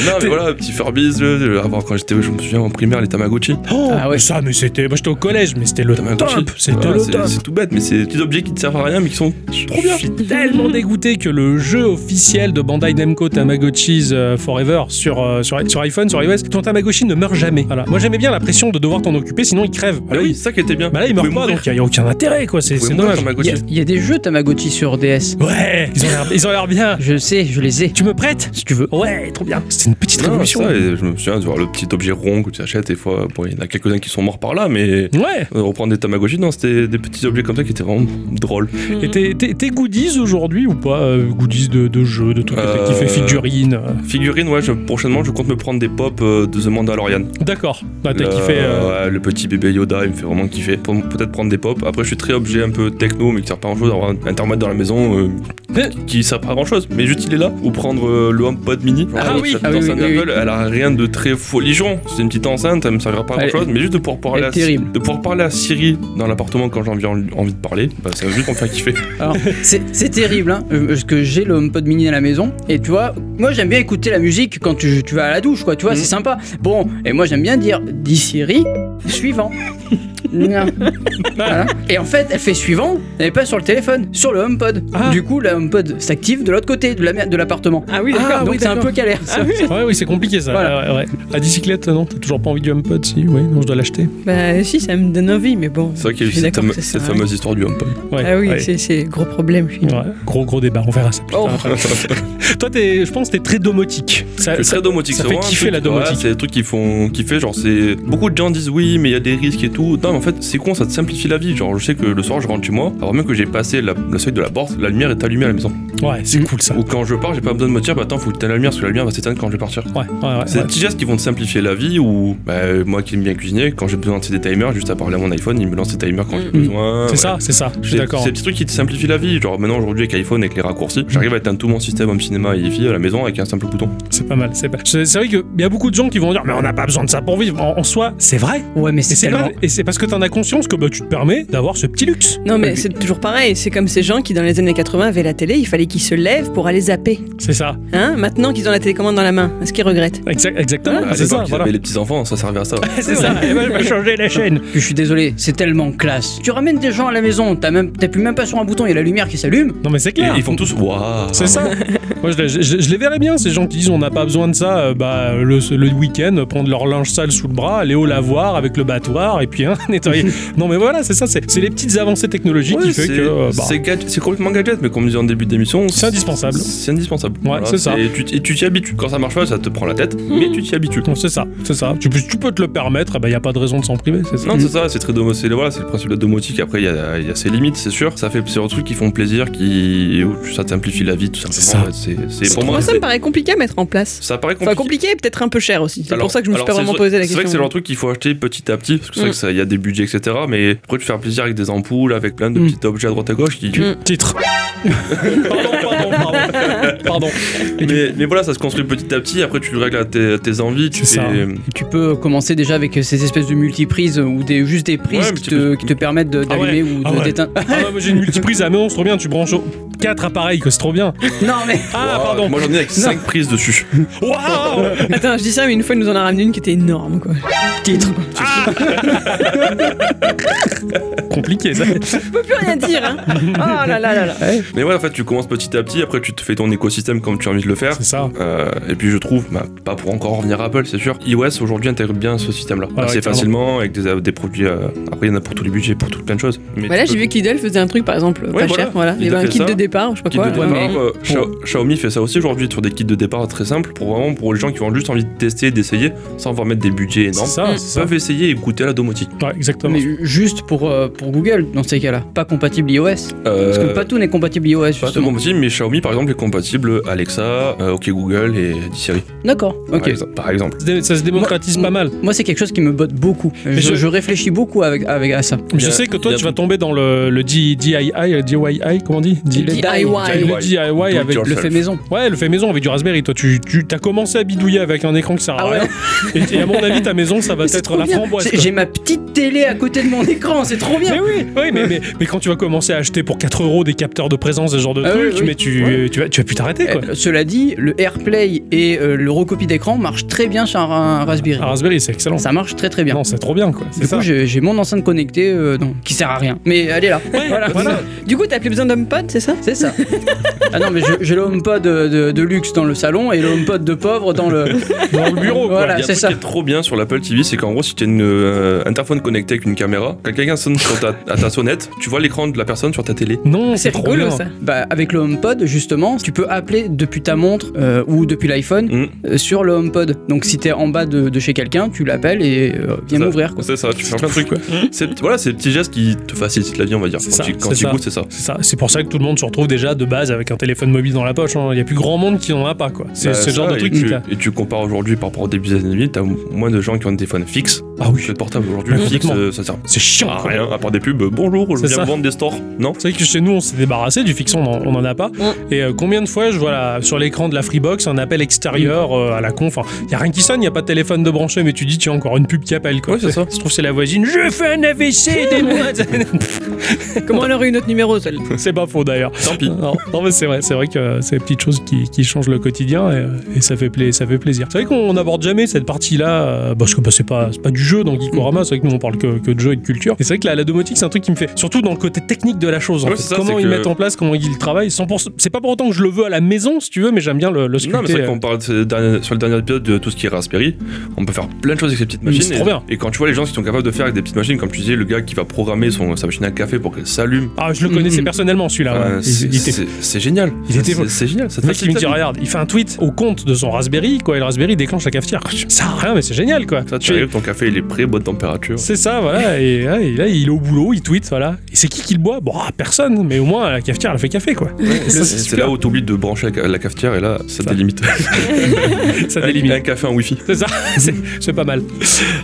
Speaker 4: Non, mais voilà, petit Furbiz, le, le- avant, quand j'étais, je me souviens, en primaire, les Tamagotchi.
Speaker 2: Oh,
Speaker 1: Ah ouais.
Speaker 2: ça, mais c'était. Moi, j'étais au collège, mais c'était le
Speaker 4: Tamagotchi.
Speaker 2: top. C'était
Speaker 4: Voilà,
Speaker 2: le
Speaker 4: c'est-
Speaker 2: top.
Speaker 4: C'est tout bête, mais c'est des petits objets qui ne servent à rien, mais qui sont trop bien.
Speaker 2: Je suis tellement dégoûté que le jeu officiel de Bandai Namco Tamagotchi's euh, Forever sur, euh, sur, sur iPhone, sur iOS, ton Tamagotchi ne meurt jamais. Voilà. Moi j'aimais bien la pression de devoir t'en occuper, sinon il crève.
Speaker 4: Ah oui, c'est ça qui était bien.
Speaker 2: Bah là il
Speaker 4: Vous
Speaker 2: meurt
Speaker 4: pouvez
Speaker 2: pas,
Speaker 4: mourir.
Speaker 2: donc il n'y a aucun intérêt quoi, c'est
Speaker 4: Vous
Speaker 2: c'est
Speaker 4: pouvez mourir,
Speaker 2: dommage.
Speaker 1: Il y,
Speaker 4: Tamagotchi.
Speaker 1: a- il y a des jeux Tamagotchi sur DS.
Speaker 2: Ouais, ils ont l'air- ils ont l'air bien.
Speaker 1: Je sais, je les ai.
Speaker 2: Tu me prêtes
Speaker 1: Si tu veux.
Speaker 2: Ouais, trop bien. C'est une petite
Speaker 4: Non,
Speaker 2: révolution.
Speaker 4: ça, et je me souviens de voir le petit objet rond que tu achètes, des fois, bon, il y en a quelques-uns qui sont morts par là, mais.
Speaker 2: Ouais,
Speaker 4: euh, Reprendre des Tamagotchi, non, c'était des petits objets comme ça qui étaient vraiment drôles.
Speaker 3: Mmh.
Speaker 2: et tes- tes tes goodies aujourd'hui ou pas euh, Goodies de, de jeux, de trucs que t'as
Speaker 4: Euh,
Speaker 2: kiffé, figurines. euh.
Speaker 4: Figurines, ouais, je- prochainement je compte me prendre des pop euh, de The Mandalorian.
Speaker 2: D'accord, Ah, t'as
Speaker 4: Le-
Speaker 2: kiffé. euh,
Speaker 4: ouais, le petit bébé Yoda, il me fait vraiment kiffer. Pour- Peut-être prendre des pop. Après, je suis très objet un peu techno, mais qui sert pas à grand chose. Avoir un thermomètre dans la maison euh,
Speaker 2: Hein
Speaker 4: qui sert pas à grand chose. Mais juste, il est là. Ou prendre euh, le HomePod mini.
Speaker 2: Ah
Speaker 4: Genre,
Speaker 2: oui.
Speaker 4: cette
Speaker 1: Ah oui,
Speaker 4: enceinte
Speaker 1: oui, oui,
Speaker 4: Apple, elle a rien de très folichon. C'est une petite enceinte, elle me servira pas à
Speaker 1: Elle-
Speaker 4: grand chose. Mais juste de pouvoir parler,
Speaker 1: elle est
Speaker 4: à, Si-
Speaker 1: terrible.
Speaker 4: de pouvoir parler à Siri dans l'appartement quand j'ai envie, envie de parler, bah, ça va juste me faire kiffer.
Speaker 1: Alors, c'est c'est terrible, hein, euh, parce que j'ai le HomePod mini à la maison, et tu vois, moi j'aime bien écouter la musique quand tu, tu vas à la douche, quoi, tu vois,
Speaker 4: Mhm.
Speaker 1: c'est sympa. Bon, et moi j'aime bien dire, dis Siri, suivant. Nya. Voilà. Et en fait, elle fait suivant, elle est pas sur le téléphone, sur le HomePod.
Speaker 2: Ah.
Speaker 1: Du coup, la HomePod s'active de l'autre côté de la mer- de l'appartement.
Speaker 3: Ah oui,
Speaker 1: Ah,
Speaker 3: d'accord. Ah,
Speaker 1: Donc
Speaker 2: oui,
Speaker 1: c'est un
Speaker 2: d'accord.
Speaker 1: peu galère. ça.
Speaker 2: Ouais, oui, c'est compliqué ça.
Speaker 1: Voilà.
Speaker 2: Ouais, ouais. La bicyclette, non T'as toujours pas envie du HomePod Si, oui, non, je dois l'acheter.
Speaker 3: Bah si, ça me donne envie, mais bon.
Speaker 4: C'est vrai qu'il y a
Speaker 3: je
Speaker 4: eu
Speaker 3: suis
Speaker 4: cette,
Speaker 3: d'accord
Speaker 4: fame-
Speaker 3: que ça sert
Speaker 4: cette
Speaker 3: à rien.
Speaker 4: fameuse histoire du HomePod.
Speaker 2: Ouais,
Speaker 3: Ah oui,
Speaker 2: ouais.
Speaker 3: c'est- c'est gros problème. je suis-
Speaker 2: Ouais. Gros, gros débat, on verra ça plus
Speaker 3: Oh.
Speaker 2: tard. Toi, t'es- je pense que t'es très domotique. Ça-
Speaker 4: Je suis
Speaker 2: Euh, ça-
Speaker 4: très domotique.
Speaker 2: ça
Speaker 4: c'est
Speaker 2: fait
Speaker 4: vraiment un
Speaker 2: kiffer
Speaker 4: truc-
Speaker 2: la domotique.
Speaker 4: voilà, c'est des trucs qui font kiffer. Genre, c'est beaucoup de gens disent oui, mais il y a des risques et tout. Non, mais en fait, c'est con, ça te simplifie la vie. Genre, je sais que le soir, je rentre chez moi, alors même que j'ai passé la- le seuil de la porte, la lumière est allumée à la maison.
Speaker 2: Ouais, c'est cool ça.
Speaker 4: Ou quand je pars, j'ai pas besoin de me dire, bah attends, faut éteindre la lumière parce que la lumière va s'éteindre quand je vais partir.
Speaker 2: Ouais, ouais, ouais.
Speaker 4: C'est des petits gestes qui vont te simplifier la vie ou bah, moi qui aime bien cuisiner, quand j'ai besoin de lancer des timers, juste à parler à mon iPhone, il me lance des timers quand j'ai
Speaker 3: Mm.
Speaker 4: besoin.
Speaker 2: C'est
Speaker 4: Ah
Speaker 2: ça,
Speaker 4: ouais.
Speaker 2: c'est ça. Je suis
Speaker 4: C'est-
Speaker 2: d'accord.
Speaker 4: C'est des petits trucs qui te simplifient la vie. Genre maintenant aujourd'hui avec iPhone, avec les raccourcis, j'arrive à éteindre tout mon système home cinéma et hi à la maison avec un simple bouton.
Speaker 2: C'est pas mal. C'est pas- c'est- c'est vrai qu'il y a beaucoup de gens qui vont dire, mais on n'a pas besoin de ça pour vivre. En, en soi, c'est vrai.
Speaker 1: Ouais, mais
Speaker 2: Et
Speaker 1: c'est
Speaker 2: c'est
Speaker 1: tellement.
Speaker 2: pas- et c'est parce que t'en as conscience que bah, tu te permets d'avoir ce petit luxe.
Speaker 3: Non, mais c'est toujours pareil. C'est comme ces gens qui, dans les années 80, avaient la télé, il fallait qu'ils se lèvent pour aller zapper.
Speaker 2: C'est ça.
Speaker 3: Hein Maintenant qu'ils ont la télécommande dans la main, est-ce qu'ils regrettent
Speaker 2: Exact- exactement.
Speaker 4: à
Speaker 2: c'est
Speaker 4: l'époque,
Speaker 2: ça.
Speaker 4: ils
Speaker 2: voilà.
Speaker 4: avaient les petits enfants, ça servait à ça.
Speaker 2: C'est ça. Et ben, je vais changer la chaîne.
Speaker 1: Puis je suis désolé, c'est tellement classe. Tu ramènes des gens à la maison, t'as même, t'appuies même pas sur un bouton, il y a la lumière qui s'allume.
Speaker 2: Non, mais c'est
Speaker 4: Et
Speaker 2: clair.
Speaker 4: ils font tous waouh.
Speaker 2: C'est ça. Moi, je, je- je- je les verrais bien, ces gens qui disent on n'a pas besoin de ça euh, bah, le, le week-end, euh, prendre leur linge sale sous le bras, aller au lavoir avec le battoir et puis hein, nettoyer. non, mais voilà, c'est ça, c'est c'est les petites avancées technologiques
Speaker 4: Ouais,
Speaker 2: qui fait
Speaker 4: c'est
Speaker 2: que. euh, bah,
Speaker 4: c'est gadget- c'est complètement gadget, mais comme on disait en début d'émission,
Speaker 2: C'est indispensable.
Speaker 4: C'est indispensable.
Speaker 2: Ouais, c'est ça. Mmh.
Speaker 4: Et tu t- et tu t'y habitues. Quand ça marche pas, ça te prend la tête, mais tu t'y habitues.
Speaker 2: non, c'est ça, c'est ça. Tu, peux- tu peux te le permettre, il n'y a pas de raison de s'en priver, c'est ça.
Speaker 4: Non, c'est ça, c'est très domo, c'est voilà, c'est le principe de la domotique. Après, il y a, il y a ses limites, c'est sûr. Ça fait plusieurs trucs qui font plaisir, qui où ça te simplifie la vie, tout simplement.
Speaker 2: C'est ça.
Speaker 4: Ouais, C'est, c'est- pour
Speaker 3: Moi,
Speaker 4: moi,
Speaker 3: ça me
Speaker 4: c'est-
Speaker 3: paraît compliqué à mettre en place.
Speaker 4: ça paraît compliqué.
Speaker 3: Enfin, compliqué et peut-être un peu cher aussi. C'est
Speaker 4: Alors-
Speaker 3: pour ça que je me suis
Speaker 4: alors,
Speaker 3: pas
Speaker 4: c'est
Speaker 3: vraiment
Speaker 4: vrai-
Speaker 3: posé la
Speaker 4: C'est vrai que
Speaker 3: question.
Speaker 4: c'est le truc qu'il faut acheter petit à petit, parce que c'est vrai
Speaker 3: Mm.
Speaker 4: que ça, il y a des budgets, etc. Mais après, tu fais plaisir avec des ampoules, avec plein de
Speaker 1: Mm.
Speaker 4: petits objets à droite à gauche qui.
Speaker 3: Mm.
Speaker 2: Titre. pardon, pardon, pardon. Pardon. Et du-
Speaker 4: Mais, mais voilà, ça se construit petit à petit. Après, tu le règles à tes, tes envies. Tu
Speaker 2: C'est ça.
Speaker 4: fais-
Speaker 1: Et tu peux commencer déjà avec ces espèces de multiprises ou des, juste des prises
Speaker 4: Ouais, mais
Speaker 1: qui,
Speaker 4: tu
Speaker 1: te,
Speaker 4: peux-
Speaker 1: qui te permettent de-
Speaker 2: Ah ouais,
Speaker 1: d'allumer ou
Speaker 2: ah
Speaker 1: de-
Speaker 2: ouais.
Speaker 1: d'éteindre.
Speaker 2: Ah ouais, moi, j'ai une multiprise à la maison, c'est trop bien, tu branches au- quatre appareils, que c'est trop bien.
Speaker 1: non mais.
Speaker 2: Ah,
Speaker 4: Waouh,
Speaker 2: pardon.
Speaker 4: Moi, j'en ai avec 5 prises dessus.
Speaker 2: Waouh
Speaker 3: Attends, je dis ça, mais une fois, il nous en a ramené une qui était énorme, quoi.
Speaker 1: Titre.
Speaker 2: Compliqué, ça.
Speaker 3: Je peux plus rien dire, hein. Oh là là là là.
Speaker 4: Mais ouais, en fait, tu commences petit à petit. Après, tu te fais ton écosystème comme tu as envie de le faire.
Speaker 2: C'est ça.
Speaker 4: Euh, et puis je trouve, bah, pas pour encore revenir à Apple, c'est sûr, iOS aujourd'hui intègre bien ce système-là.
Speaker 2: ouais,
Speaker 4: assez
Speaker 2: clairement.
Speaker 4: facilement, avec des, des produits. euh, après, il y en a pour tous les budgets, pour toutes plein de choses. Mais
Speaker 3: Bah là,
Speaker 4: tu
Speaker 3: j'ai vu qu'Idel faisait un truc, par exemple, pas
Speaker 4: voilà.
Speaker 3: cher. Voilà.
Speaker 4: Ils
Speaker 3: Il y
Speaker 4: te
Speaker 3: avait
Speaker 4: font
Speaker 3: un kit
Speaker 4: ça.
Speaker 3: de départ, je sais pas
Speaker 4: Kit
Speaker 3: quoi.
Speaker 4: de
Speaker 2: bah,
Speaker 4: départ,
Speaker 3: ouais.
Speaker 4: euh, Xia- Xiaomi fait ça aussi aujourd'hui sur des kits de départ très simples pour vraiment pour les gens qui ont juste envie de tester, d'essayer sans avoir mettre des budgets
Speaker 2: C'est
Speaker 4: énormes.
Speaker 2: ça,
Speaker 3: Mm.
Speaker 2: c'est
Speaker 4: Ils
Speaker 2: ça.
Speaker 4: peuvent essayer et goûter à la domotique.
Speaker 2: Ouais, exactement.
Speaker 1: Mais juste pour, euh, pour Google dans ces cas-là. Pas compatible iOS. Parce que
Speaker 4: Euh,
Speaker 1: pas tout n'est compatible iOS
Speaker 4: pas tout
Speaker 1: justement.
Speaker 4: compatible, mais Xiaomi par exemple est compatible Alexa, euh, OK Google et Siri.
Speaker 1: D'accord.
Speaker 4: Par
Speaker 1: Ok.
Speaker 4: exemple- Par exemple.
Speaker 2: Ça se dé- Ça se démocratise
Speaker 1: Moi-
Speaker 2: pas mal.
Speaker 1: Moi c'est quelque chose qui me botte beaucoup. Je,
Speaker 2: je-
Speaker 1: je réfléchis beaucoup avec, avec à ça.
Speaker 4: Il y
Speaker 2: Je
Speaker 4: a-
Speaker 2: sais que
Speaker 4: il
Speaker 2: toi,
Speaker 4: y a-
Speaker 2: tu vas tomber dans le, le D- DIY, euh, DIY, comment on dit
Speaker 1: DIY.
Speaker 3: DIY.
Speaker 2: Le DIY avec.
Speaker 4: Yourself.
Speaker 1: Le fait maison.
Speaker 2: Ouais, le fait maison avec du Raspberry. Toi, tu, tu as commencé à bidouiller avec un écran qui sert à
Speaker 1: Ah ouais.
Speaker 2: rien. Et, et à mon avis, ta maison, ça va
Speaker 1: Mais c'est
Speaker 2: être
Speaker 1: trop
Speaker 2: la
Speaker 1: bien.
Speaker 2: framboise.
Speaker 1: J'ai-
Speaker 2: quoi.
Speaker 1: J'ai ma petite télé à côté de mon écran, c'est trop bien.
Speaker 2: Mais oui, oui mais, mais, mais quand tu vas commencer à acheter pour 4 euros des capteurs de présence, ce genre de
Speaker 1: Ah
Speaker 2: trucs,
Speaker 1: oui, oui.
Speaker 2: mais tu, tu, vas, tu vas plus t'arrêter quoi.
Speaker 1: Euh, Cela dit, le AirPlay et euh, le recopie d'écran marchent très bien sur un, un Raspberry.
Speaker 2: Un Ah, Raspberry, c'est excellent.
Speaker 1: Ça marche très très bien.
Speaker 2: Non, c'est trop bien quoi. C'est
Speaker 1: Du
Speaker 2: ça.
Speaker 1: coup, j'ai j'ai mon enceinte connectée euh, non, qui sert à rien. Mais elle est là. voilà.
Speaker 2: Voilà.
Speaker 3: Du coup, t'as plus besoin d'HomePod, c'est ça
Speaker 1: C'est ça. ah non, mais je- j'ai le HomePod de, de- de luxe dans le salon et le HomePod de pauvre dans le.
Speaker 2: Dans le bureau quoi.
Speaker 1: Voilà,
Speaker 4: Il y a un
Speaker 1: c'est
Speaker 4: truc
Speaker 1: ça.
Speaker 4: qui est trop bien sur l'Apple TV, c'est qu'en gros, si tu as une, euh, interphone connecté avec une caméra, quand quelqu'un sonne sur ta, à ta sonnette, tu vois l'écran de la personne sur ta télé.
Speaker 2: Non,
Speaker 3: C'est
Speaker 2: c'est trop
Speaker 3: rigolo,
Speaker 2: bien.
Speaker 3: ça.
Speaker 1: Bah, avec le HomePod, justement, tu peux appeler depuis ta montre euh, ou depuis l'iPhone
Speaker 4: Mm.
Speaker 1: euh, sur le HomePod. Donc, si t'es en bas de, de chez quelqu'un, tu l'appelles et euh, viens
Speaker 4: Ça-
Speaker 1: m'ouvrir. quoi.
Speaker 4: C'est ça, tu fais plein de trucs. C'est- Voilà, c'est des petits gestes qui te facilitent la vie, on va dire.
Speaker 2: C'est
Speaker 4: Quand
Speaker 2: ça,
Speaker 4: tu- Quand
Speaker 2: c'est
Speaker 4: tu
Speaker 2: ça.
Speaker 4: goûtes, c'est ça.
Speaker 2: C'est ça, c'est pour ça que tout le monde se retrouve déjà de base avec un téléphone mobile dans la poche. hein. Il n'y a plus grand monde qui n'en a pas, quoi. C'est
Speaker 4: Bah,
Speaker 2: ce
Speaker 4: ça,
Speaker 2: genre de
Speaker 4: et
Speaker 2: truc qui
Speaker 4: tu,
Speaker 2: t'a-
Speaker 4: et tu compares aujourd'hui par rapport au début des années 2000, t'as moins de gens qui ont des téléphones fixes.
Speaker 2: Ah oui,
Speaker 4: Le portable aujourd'hui,
Speaker 2: Mais
Speaker 4: le fixe,
Speaker 2: complètement.
Speaker 4: euh, ça sert
Speaker 2: c'est chiant.
Speaker 4: à
Speaker 2: quoi.
Speaker 4: rien, à part des pubs. Bonjour, je
Speaker 2: C'est
Speaker 4: viens
Speaker 2: ça.
Speaker 4: vendre des stores. Non
Speaker 2: C'est vrai que chez nous, on s'est débarrassé du fixe, on en- on en a pas. Et euh, combien de fois je vois là, sur l'écran de la Freebox un appel extérieur euh, à la con. Enfin, il n'y a rien qui sonne, il n'y a pas de téléphone de branché, mais tu dis, tu as encore une pub qui appelle, quoi.
Speaker 4: Ouais, c'est ça.
Speaker 2: Je trouve que c'est la voisine, je fais un AVC, aidez-moi.
Speaker 3: Comment on aurait eu notre numéro, seul
Speaker 2: c'est pas faux d'ailleurs.
Speaker 4: Tant pis.
Speaker 2: Non, non, mais c'est vrai, c'est vrai que euh, c'est des petites choses qui, qui changent le quotidien et, euh, et ça, fait pla- ça fait plaisir. C'est vrai qu'on n'aborde jamais cette partie-là euh, parce que bah, c'est pas, c'est pas du jeu dans Geekorama. C'est vrai que nous, on parle que, que de jeu et de culture. Et c'est vrai que la, la domotique, c'est un truc qui me fait. Surtout dans le côté technique de la chose. en
Speaker 4: Ouais,
Speaker 2: fait.
Speaker 4: c'est ça,
Speaker 2: comment
Speaker 4: c'est
Speaker 2: ils
Speaker 4: que-
Speaker 2: mettent en place, comment ils travaillent. 100%... C'est pas pour autant que je le veux à la maison, si tu veux, mais j'aime bien le, le
Speaker 4: Non, mais c'est
Speaker 2: sculpter.
Speaker 4: vrai qu'on parle de ce dernier- sur le dernier épisode de tout ce qui est Raspberry. On peut faire plein de choses avec ces petites
Speaker 2: Mais
Speaker 4: machines.
Speaker 2: c'est
Speaker 4: et,
Speaker 2: trop bien.
Speaker 4: et quand tu vois les gens qui sont capables de faire avec des petites machines, comme tu disais, le gars qui va programmer son, sa machine à café pour qu'elle s'allume.
Speaker 2: Ah, je le connaissais
Speaker 1: Mhm.
Speaker 2: personnellement, celui-là. Ah ouais.
Speaker 4: euh,
Speaker 2: Il-
Speaker 4: c'est
Speaker 2: il était
Speaker 4: c'est- c'est génial.
Speaker 2: il était-
Speaker 4: C'est c'est génial. Ça
Speaker 2: Le
Speaker 4: te
Speaker 2: mec il me
Speaker 4: facilite
Speaker 2: dit
Speaker 4: la vie.
Speaker 2: regarde, il fait un tweet au compte de son Raspberry quoi, et le Raspberry déclenche la cafetière. Ça sert à rien mais c'est génial quoi.
Speaker 4: Ça, tu
Speaker 2: Tu-
Speaker 4: arrives, ton café il est prêt, bonne température.
Speaker 2: C'est ça voilà et, ouais, et là il est au boulot, il tweet voilà. Et c'est qui qui le boit Bon ah, personne mais au moins la cafetière elle fait café quoi.
Speaker 4: Et
Speaker 2: ça,
Speaker 4: C'est
Speaker 2: c'est
Speaker 4: c'est
Speaker 2: super.
Speaker 4: là où t'oublies de brancher la la cafetière et là ça te délimite.
Speaker 2: ça
Speaker 4: Un-
Speaker 2: délimite.
Speaker 4: Un café en wifi.
Speaker 2: C'est ça, c'est- c'est pas mal.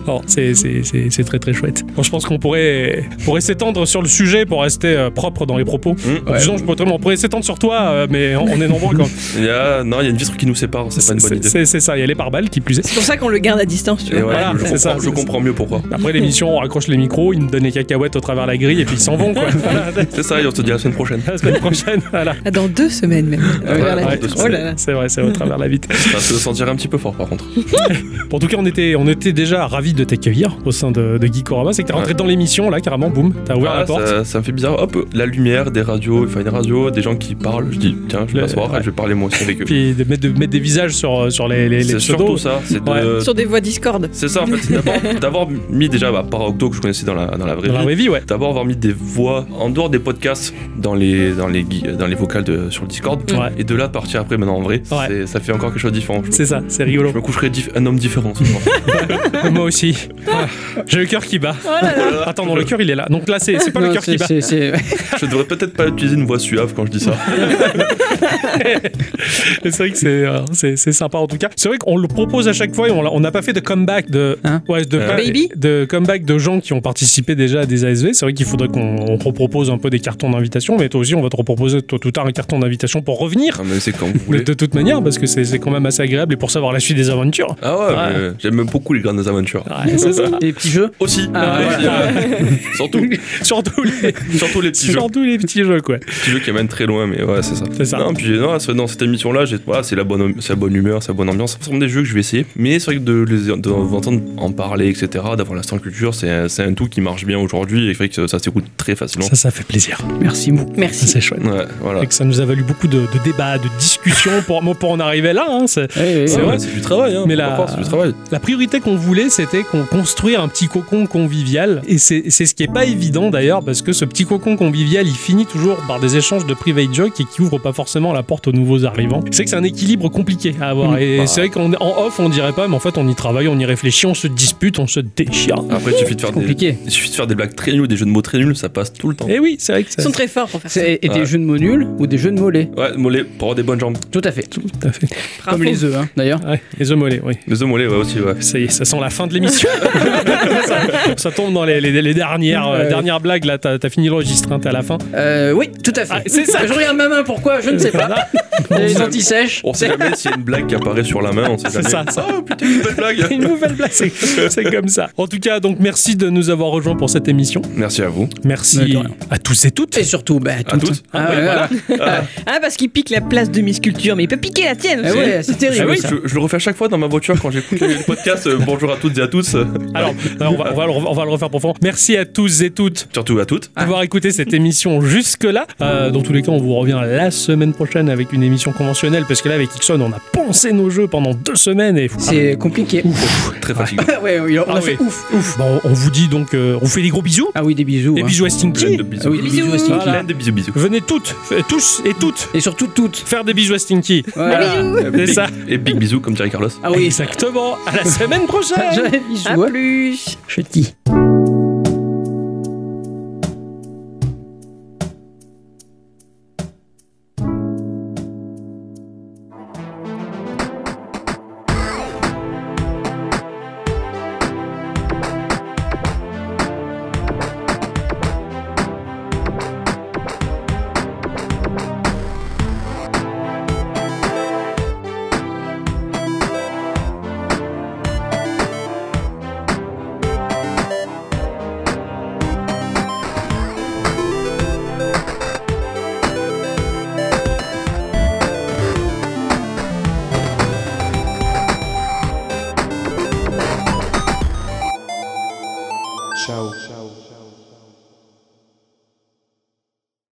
Speaker 2: Alors, c'est- C'est c'est- c'est très très chouette. Bon, je pense qu'on pourrait, pourrait s'étendre sur le sujet pour rester euh, propre dans les propos. En
Speaker 4: Mmh, ouais.
Speaker 2: disant, je pourrais, on pourrait s'étendre sur toi, euh, mais on, on est nombreux quand même.
Speaker 4: Il y a, non, il y a une vitre qui nous sépare, c'est pas une bonne idée.
Speaker 2: C'est c'est ça, il y a les pare-balles qui plus est.
Speaker 3: C'est pour ça qu'on le garde à distance, tu
Speaker 4: Et ouais,
Speaker 3: vois.
Speaker 2: Voilà,
Speaker 4: je,
Speaker 2: c'est
Speaker 4: comprends,
Speaker 2: ça,
Speaker 4: je
Speaker 2: c'est-
Speaker 4: comprends mieux pourquoi.
Speaker 2: Après l'émission, on raccroche les micros, ils me donnent les cacahuètes au travers de la grille et puis ils s'en vont quoi. Voilà,
Speaker 4: C'est ça, et on se dit à la semaine prochaine.
Speaker 2: la semaine prochaine, voilà.
Speaker 3: Ah, Dans deux semaines même.
Speaker 4: Ah ouais,
Speaker 3: Vers la
Speaker 4: ouais,
Speaker 3: vitre.
Speaker 4: deux
Speaker 3: oh
Speaker 4: semaines.
Speaker 3: là là.
Speaker 2: C'est vrai, c'est au travers la vitre.
Speaker 4: Ça se sentirait un petit peu fort par contre.
Speaker 2: Bon, en tout cas, on était, on était déjà ravis de t'accueillir au sein de, de Geekorama. C'est que t'es rentré
Speaker 4: Ouais.
Speaker 2: dans l'émission, là, carrément, boum, t'as ouvert
Speaker 4: Ah,
Speaker 2: la porte.
Speaker 4: Ça, ça me fait bizarre. Hop, la lumière, des radios, enfin une radio, des gens qui parlent. Je dis, tiens, je vais
Speaker 2: Le-
Speaker 4: m'asseoir
Speaker 2: ouais.
Speaker 4: et je vais parler moi aussi avec eux.
Speaker 2: Puis de mettre, de mettre des visages sur, sur les, les, les
Speaker 4: c'est surtout
Speaker 2: pseudos.
Speaker 4: ça. C'est de-
Speaker 2: Ouais.
Speaker 3: Sur des voies Discord.
Speaker 4: c'est ça en fait. c'est d'avoir- D'avoir mis déjà, bah, par Octo que je connaissais dans la, dans la vraie
Speaker 2: Dans la
Speaker 4: vie.
Speaker 2: vraie vie, ouais.
Speaker 4: D'abord avoir mis des voix en dehors des podcasts dans les dans les gui- dans les vocales de, sur le Discord
Speaker 2: Ouais.
Speaker 4: et de là partir après maintenant en vrai
Speaker 2: Ouais.
Speaker 4: c'est- ça fait encore quelque chose de différent. Je,
Speaker 2: C'est ça, c'est rigolo.
Speaker 4: je me coucherai diff- un homme différent. ce soir.
Speaker 2: Moi aussi. Ah, J'ai le cœur qui bat. Euh, Attends, non, le cœur, il est là. Donc là, c'est c'est pas le
Speaker 1: Non,
Speaker 2: cœur qui
Speaker 1: c'est-
Speaker 2: bat.
Speaker 1: c'est- c'est-
Speaker 4: je devrais peut-être pas utiliser une voix suave quand je dis ça.
Speaker 2: Et C'est vrai que c'est euh, c'est- c'est sympa en tout cas. C'est vrai qu'on le propose à chaque fois et on l'a- on n'a pas fait de comeback de
Speaker 1: Hein
Speaker 2: ouais, de,
Speaker 4: Euh,
Speaker 2: pas-
Speaker 3: Baby
Speaker 2: de comeback de gens qui ont participé déjà à des ASV. C'est vrai qu'il faudrait qu'on on te propose un peu des cartons d'invitation, mais toi aussi on va te reproposer tôt ou tard un carton d'invitation pour revenir.
Speaker 4: Ah, mais c'est quand vous
Speaker 2: De,
Speaker 4: voulez.
Speaker 2: de toute manière, parce que c'est c'est quand même assez agréable et pour savoir la suite des aventures.
Speaker 4: Ah ouais,
Speaker 2: Ouais.
Speaker 4: mais j'aime beaucoup les grandes aventures.
Speaker 2: Ouais, c'est ça.
Speaker 1: Des petits jeux
Speaker 4: Aussi,
Speaker 1: Ah,
Speaker 4: Ouais,
Speaker 1: voilà.
Speaker 4: aussi, euh, surtout,
Speaker 2: surtout les,
Speaker 4: surtout les petits jeux,
Speaker 2: surtout les petits jeux, quoi.
Speaker 4: petits jeux qui amènent très loin, mais ouais, c'est ça.
Speaker 2: C'est ça.
Speaker 4: Non, puis non, ce- dans cette émission-là, j'ai- voilà, c'est la bonne, c'est la bonne humeur, c'est la bonne ambiance. Ce sont des jeux que je vais essayer, mais c'est vrai que de les de-
Speaker 2: Ah.
Speaker 4: d'entendre en parler, etc., d'avoir l'instant culture, c'est un, c'est un tout qui marche bien aujourd'hui et fait que ça s'écoute très facilement.
Speaker 2: Ça, ça fait plaisir.
Speaker 1: Merci beaucoup.
Speaker 2: Ça,
Speaker 3: Merci.
Speaker 2: C'est chouette.
Speaker 4: Ouais, voilà.
Speaker 2: Et que ça nous a valu beaucoup de, de débats, de discussions pour, pour en arriver là. hein. C'est-
Speaker 1: Ouais, ouais,
Speaker 2: C'est
Speaker 1: ouais.
Speaker 4: Ouais,
Speaker 2: vrai.
Speaker 4: c'est du travail, hein.
Speaker 2: Mais
Speaker 4: faut
Speaker 2: la-
Speaker 4: pas croire, c'est du travail.
Speaker 2: La priorité qu'on voulait, c'était qu'on construise un petit cocon convivial. Et c'est c'est ce qui est pas évident d'ailleurs, parce que ce petit cocon convivial, il finit toujours par des échanges de private jokes et qui ouvre pas forcément la porte aux nouveaux arrivants. C'est que c'est un équilibre compliqué à avoir.
Speaker 1: Mm.
Speaker 2: Et
Speaker 4: Bah.
Speaker 2: c'est vrai qu'en en off, on dirait pas, mais en fait, on y travaille, on y réfléchit, on se dispute, on se déchire.
Speaker 4: Après, il suffit de faire des,
Speaker 1: compliqué.
Speaker 4: il suffit de faire des blagues très nulles, des jeux de mots très nuls, ça passe tout le
Speaker 1: Ah.
Speaker 4: temps.
Speaker 2: Et oui, c'est vrai que ça.
Speaker 3: Ils sont très forts pour faire ça.
Speaker 1: C'est- Et des
Speaker 4: Ouais.
Speaker 1: jeux de mots nuls ou des jeux de mollets.
Speaker 4: Ouais, mollet, pour avoir des bonnes jambes.
Speaker 1: Tout à fait.
Speaker 2: Tout à fait.
Speaker 1: Comme les œufs, hein, d'ailleurs.
Speaker 2: Ouais, les œufs mollets, oui.
Speaker 4: Les œufs mollets, ouais, aussi, ouais.
Speaker 2: Ça y est, ça sent la fin de l'émission. ça, ça tombe dans les, les- les dernières, euh,
Speaker 1: Ouais.
Speaker 2: dernières blagues. Là, t'as t'as fini le registre, hein, t'es à la fin.
Speaker 1: Euh, oui, tout à fait.
Speaker 2: Ah, c'est ça.
Speaker 1: Je regarde ma main, pourquoi Je ne sais pas. les antisèches.
Speaker 4: On sait jamais s'il y a une blague qui apparaît sur la main, on sait
Speaker 2: C'est
Speaker 4: jamais.
Speaker 2: ça, ça.
Speaker 4: Oh putain, une belle blague
Speaker 2: Une nouvelle blague, c'est c'est comme ça. En tout cas, donc merci de nous avoir rejoints pour cette émission.
Speaker 4: Merci à vous.
Speaker 1: Ouais,
Speaker 2: Merci
Speaker 1: de rien.
Speaker 2: à tous et toutes.
Speaker 1: Et surtout, bah, à
Speaker 4: À
Speaker 1: toutes.
Speaker 4: toutes.
Speaker 1: Ah,
Speaker 4: Ah, oui,
Speaker 1: ouais,
Speaker 4: voilà.
Speaker 3: Ah, parce qu'il pique la place de Miss Culture, mais il peut piquer la tienne
Speaker 1: Ah
Speaker 3: aussi.
Speaker 1: ouais, c'est
Speaker 4: Je,
Speaker 1: terrible.
Speaker 2: oui,
Speaker 1: ça.
Speaker 4: je- je le refais à chaque fois dans ma voiture quand j'écoute le podcast. euh, bonjour à toutes et à tous. euh,
Speaker 2: Alors, alors, on, va, on va le re- on va le refaire pour fond. Merci à tous et toutes
Speaker 4: Surtout à toutes.
Speaker 1: Ah.
Speaker 2: d'avoir écouté cette émission jusque-là. Euh, dans tous les cas, on vous revient la semaine prochaine avec une émission conventionnelle parce que là, avec Ixon, on a pensé nos jeux pendant deux semaines et
Speaker 1: C'est compliqué.
Speaker 4: Très fatigué.
Speaker 1: Ah ouais, oui, on a
Speaker 2: Ah
Speaker 1: fait
Speaker 2: oui.
Speaker 1: ouf.
Speaker 2: ouf. Bon, on vous dit donc, euh, on vous fait des gros bisous.
Speaker 1: Ah oui, des bisous.
Speaker 2: Des
Speaker 1: hein.
Speaker 2: bisous à Stinky.
Speaker 4: Plein de bisous.
Speaker 1: Ah oui, des
Speaker 3: Bisous.
Speaker 1: bisous à Stinky.
Speaker 2: Voilà.
Speaker 4: Plein de bisous, bisous.
Speaker 2: Venez toutes, f- tous et toutes,
Speaker 1: Et surtout toutes.
Speaker 2: faire des bisous à Stinky.
Speaker 1: Voilà.
Speaker 4: Euh,
Speaker 2: C'est
Speaker 4: big-
Speaker 2: ça.
Speaker 4: Et big bisous comme dirait Carlos.
Speaker 1: Ah oui, ça.
Speaker 2: Exactement. À la semaine prochaine.
Speaker 1: Bisous.
Speaker 3: À
Speaker 1: hein.
Speaker 3: Ah, plus
Speaker 1: Je te dis.
Speaker 6: Ciao.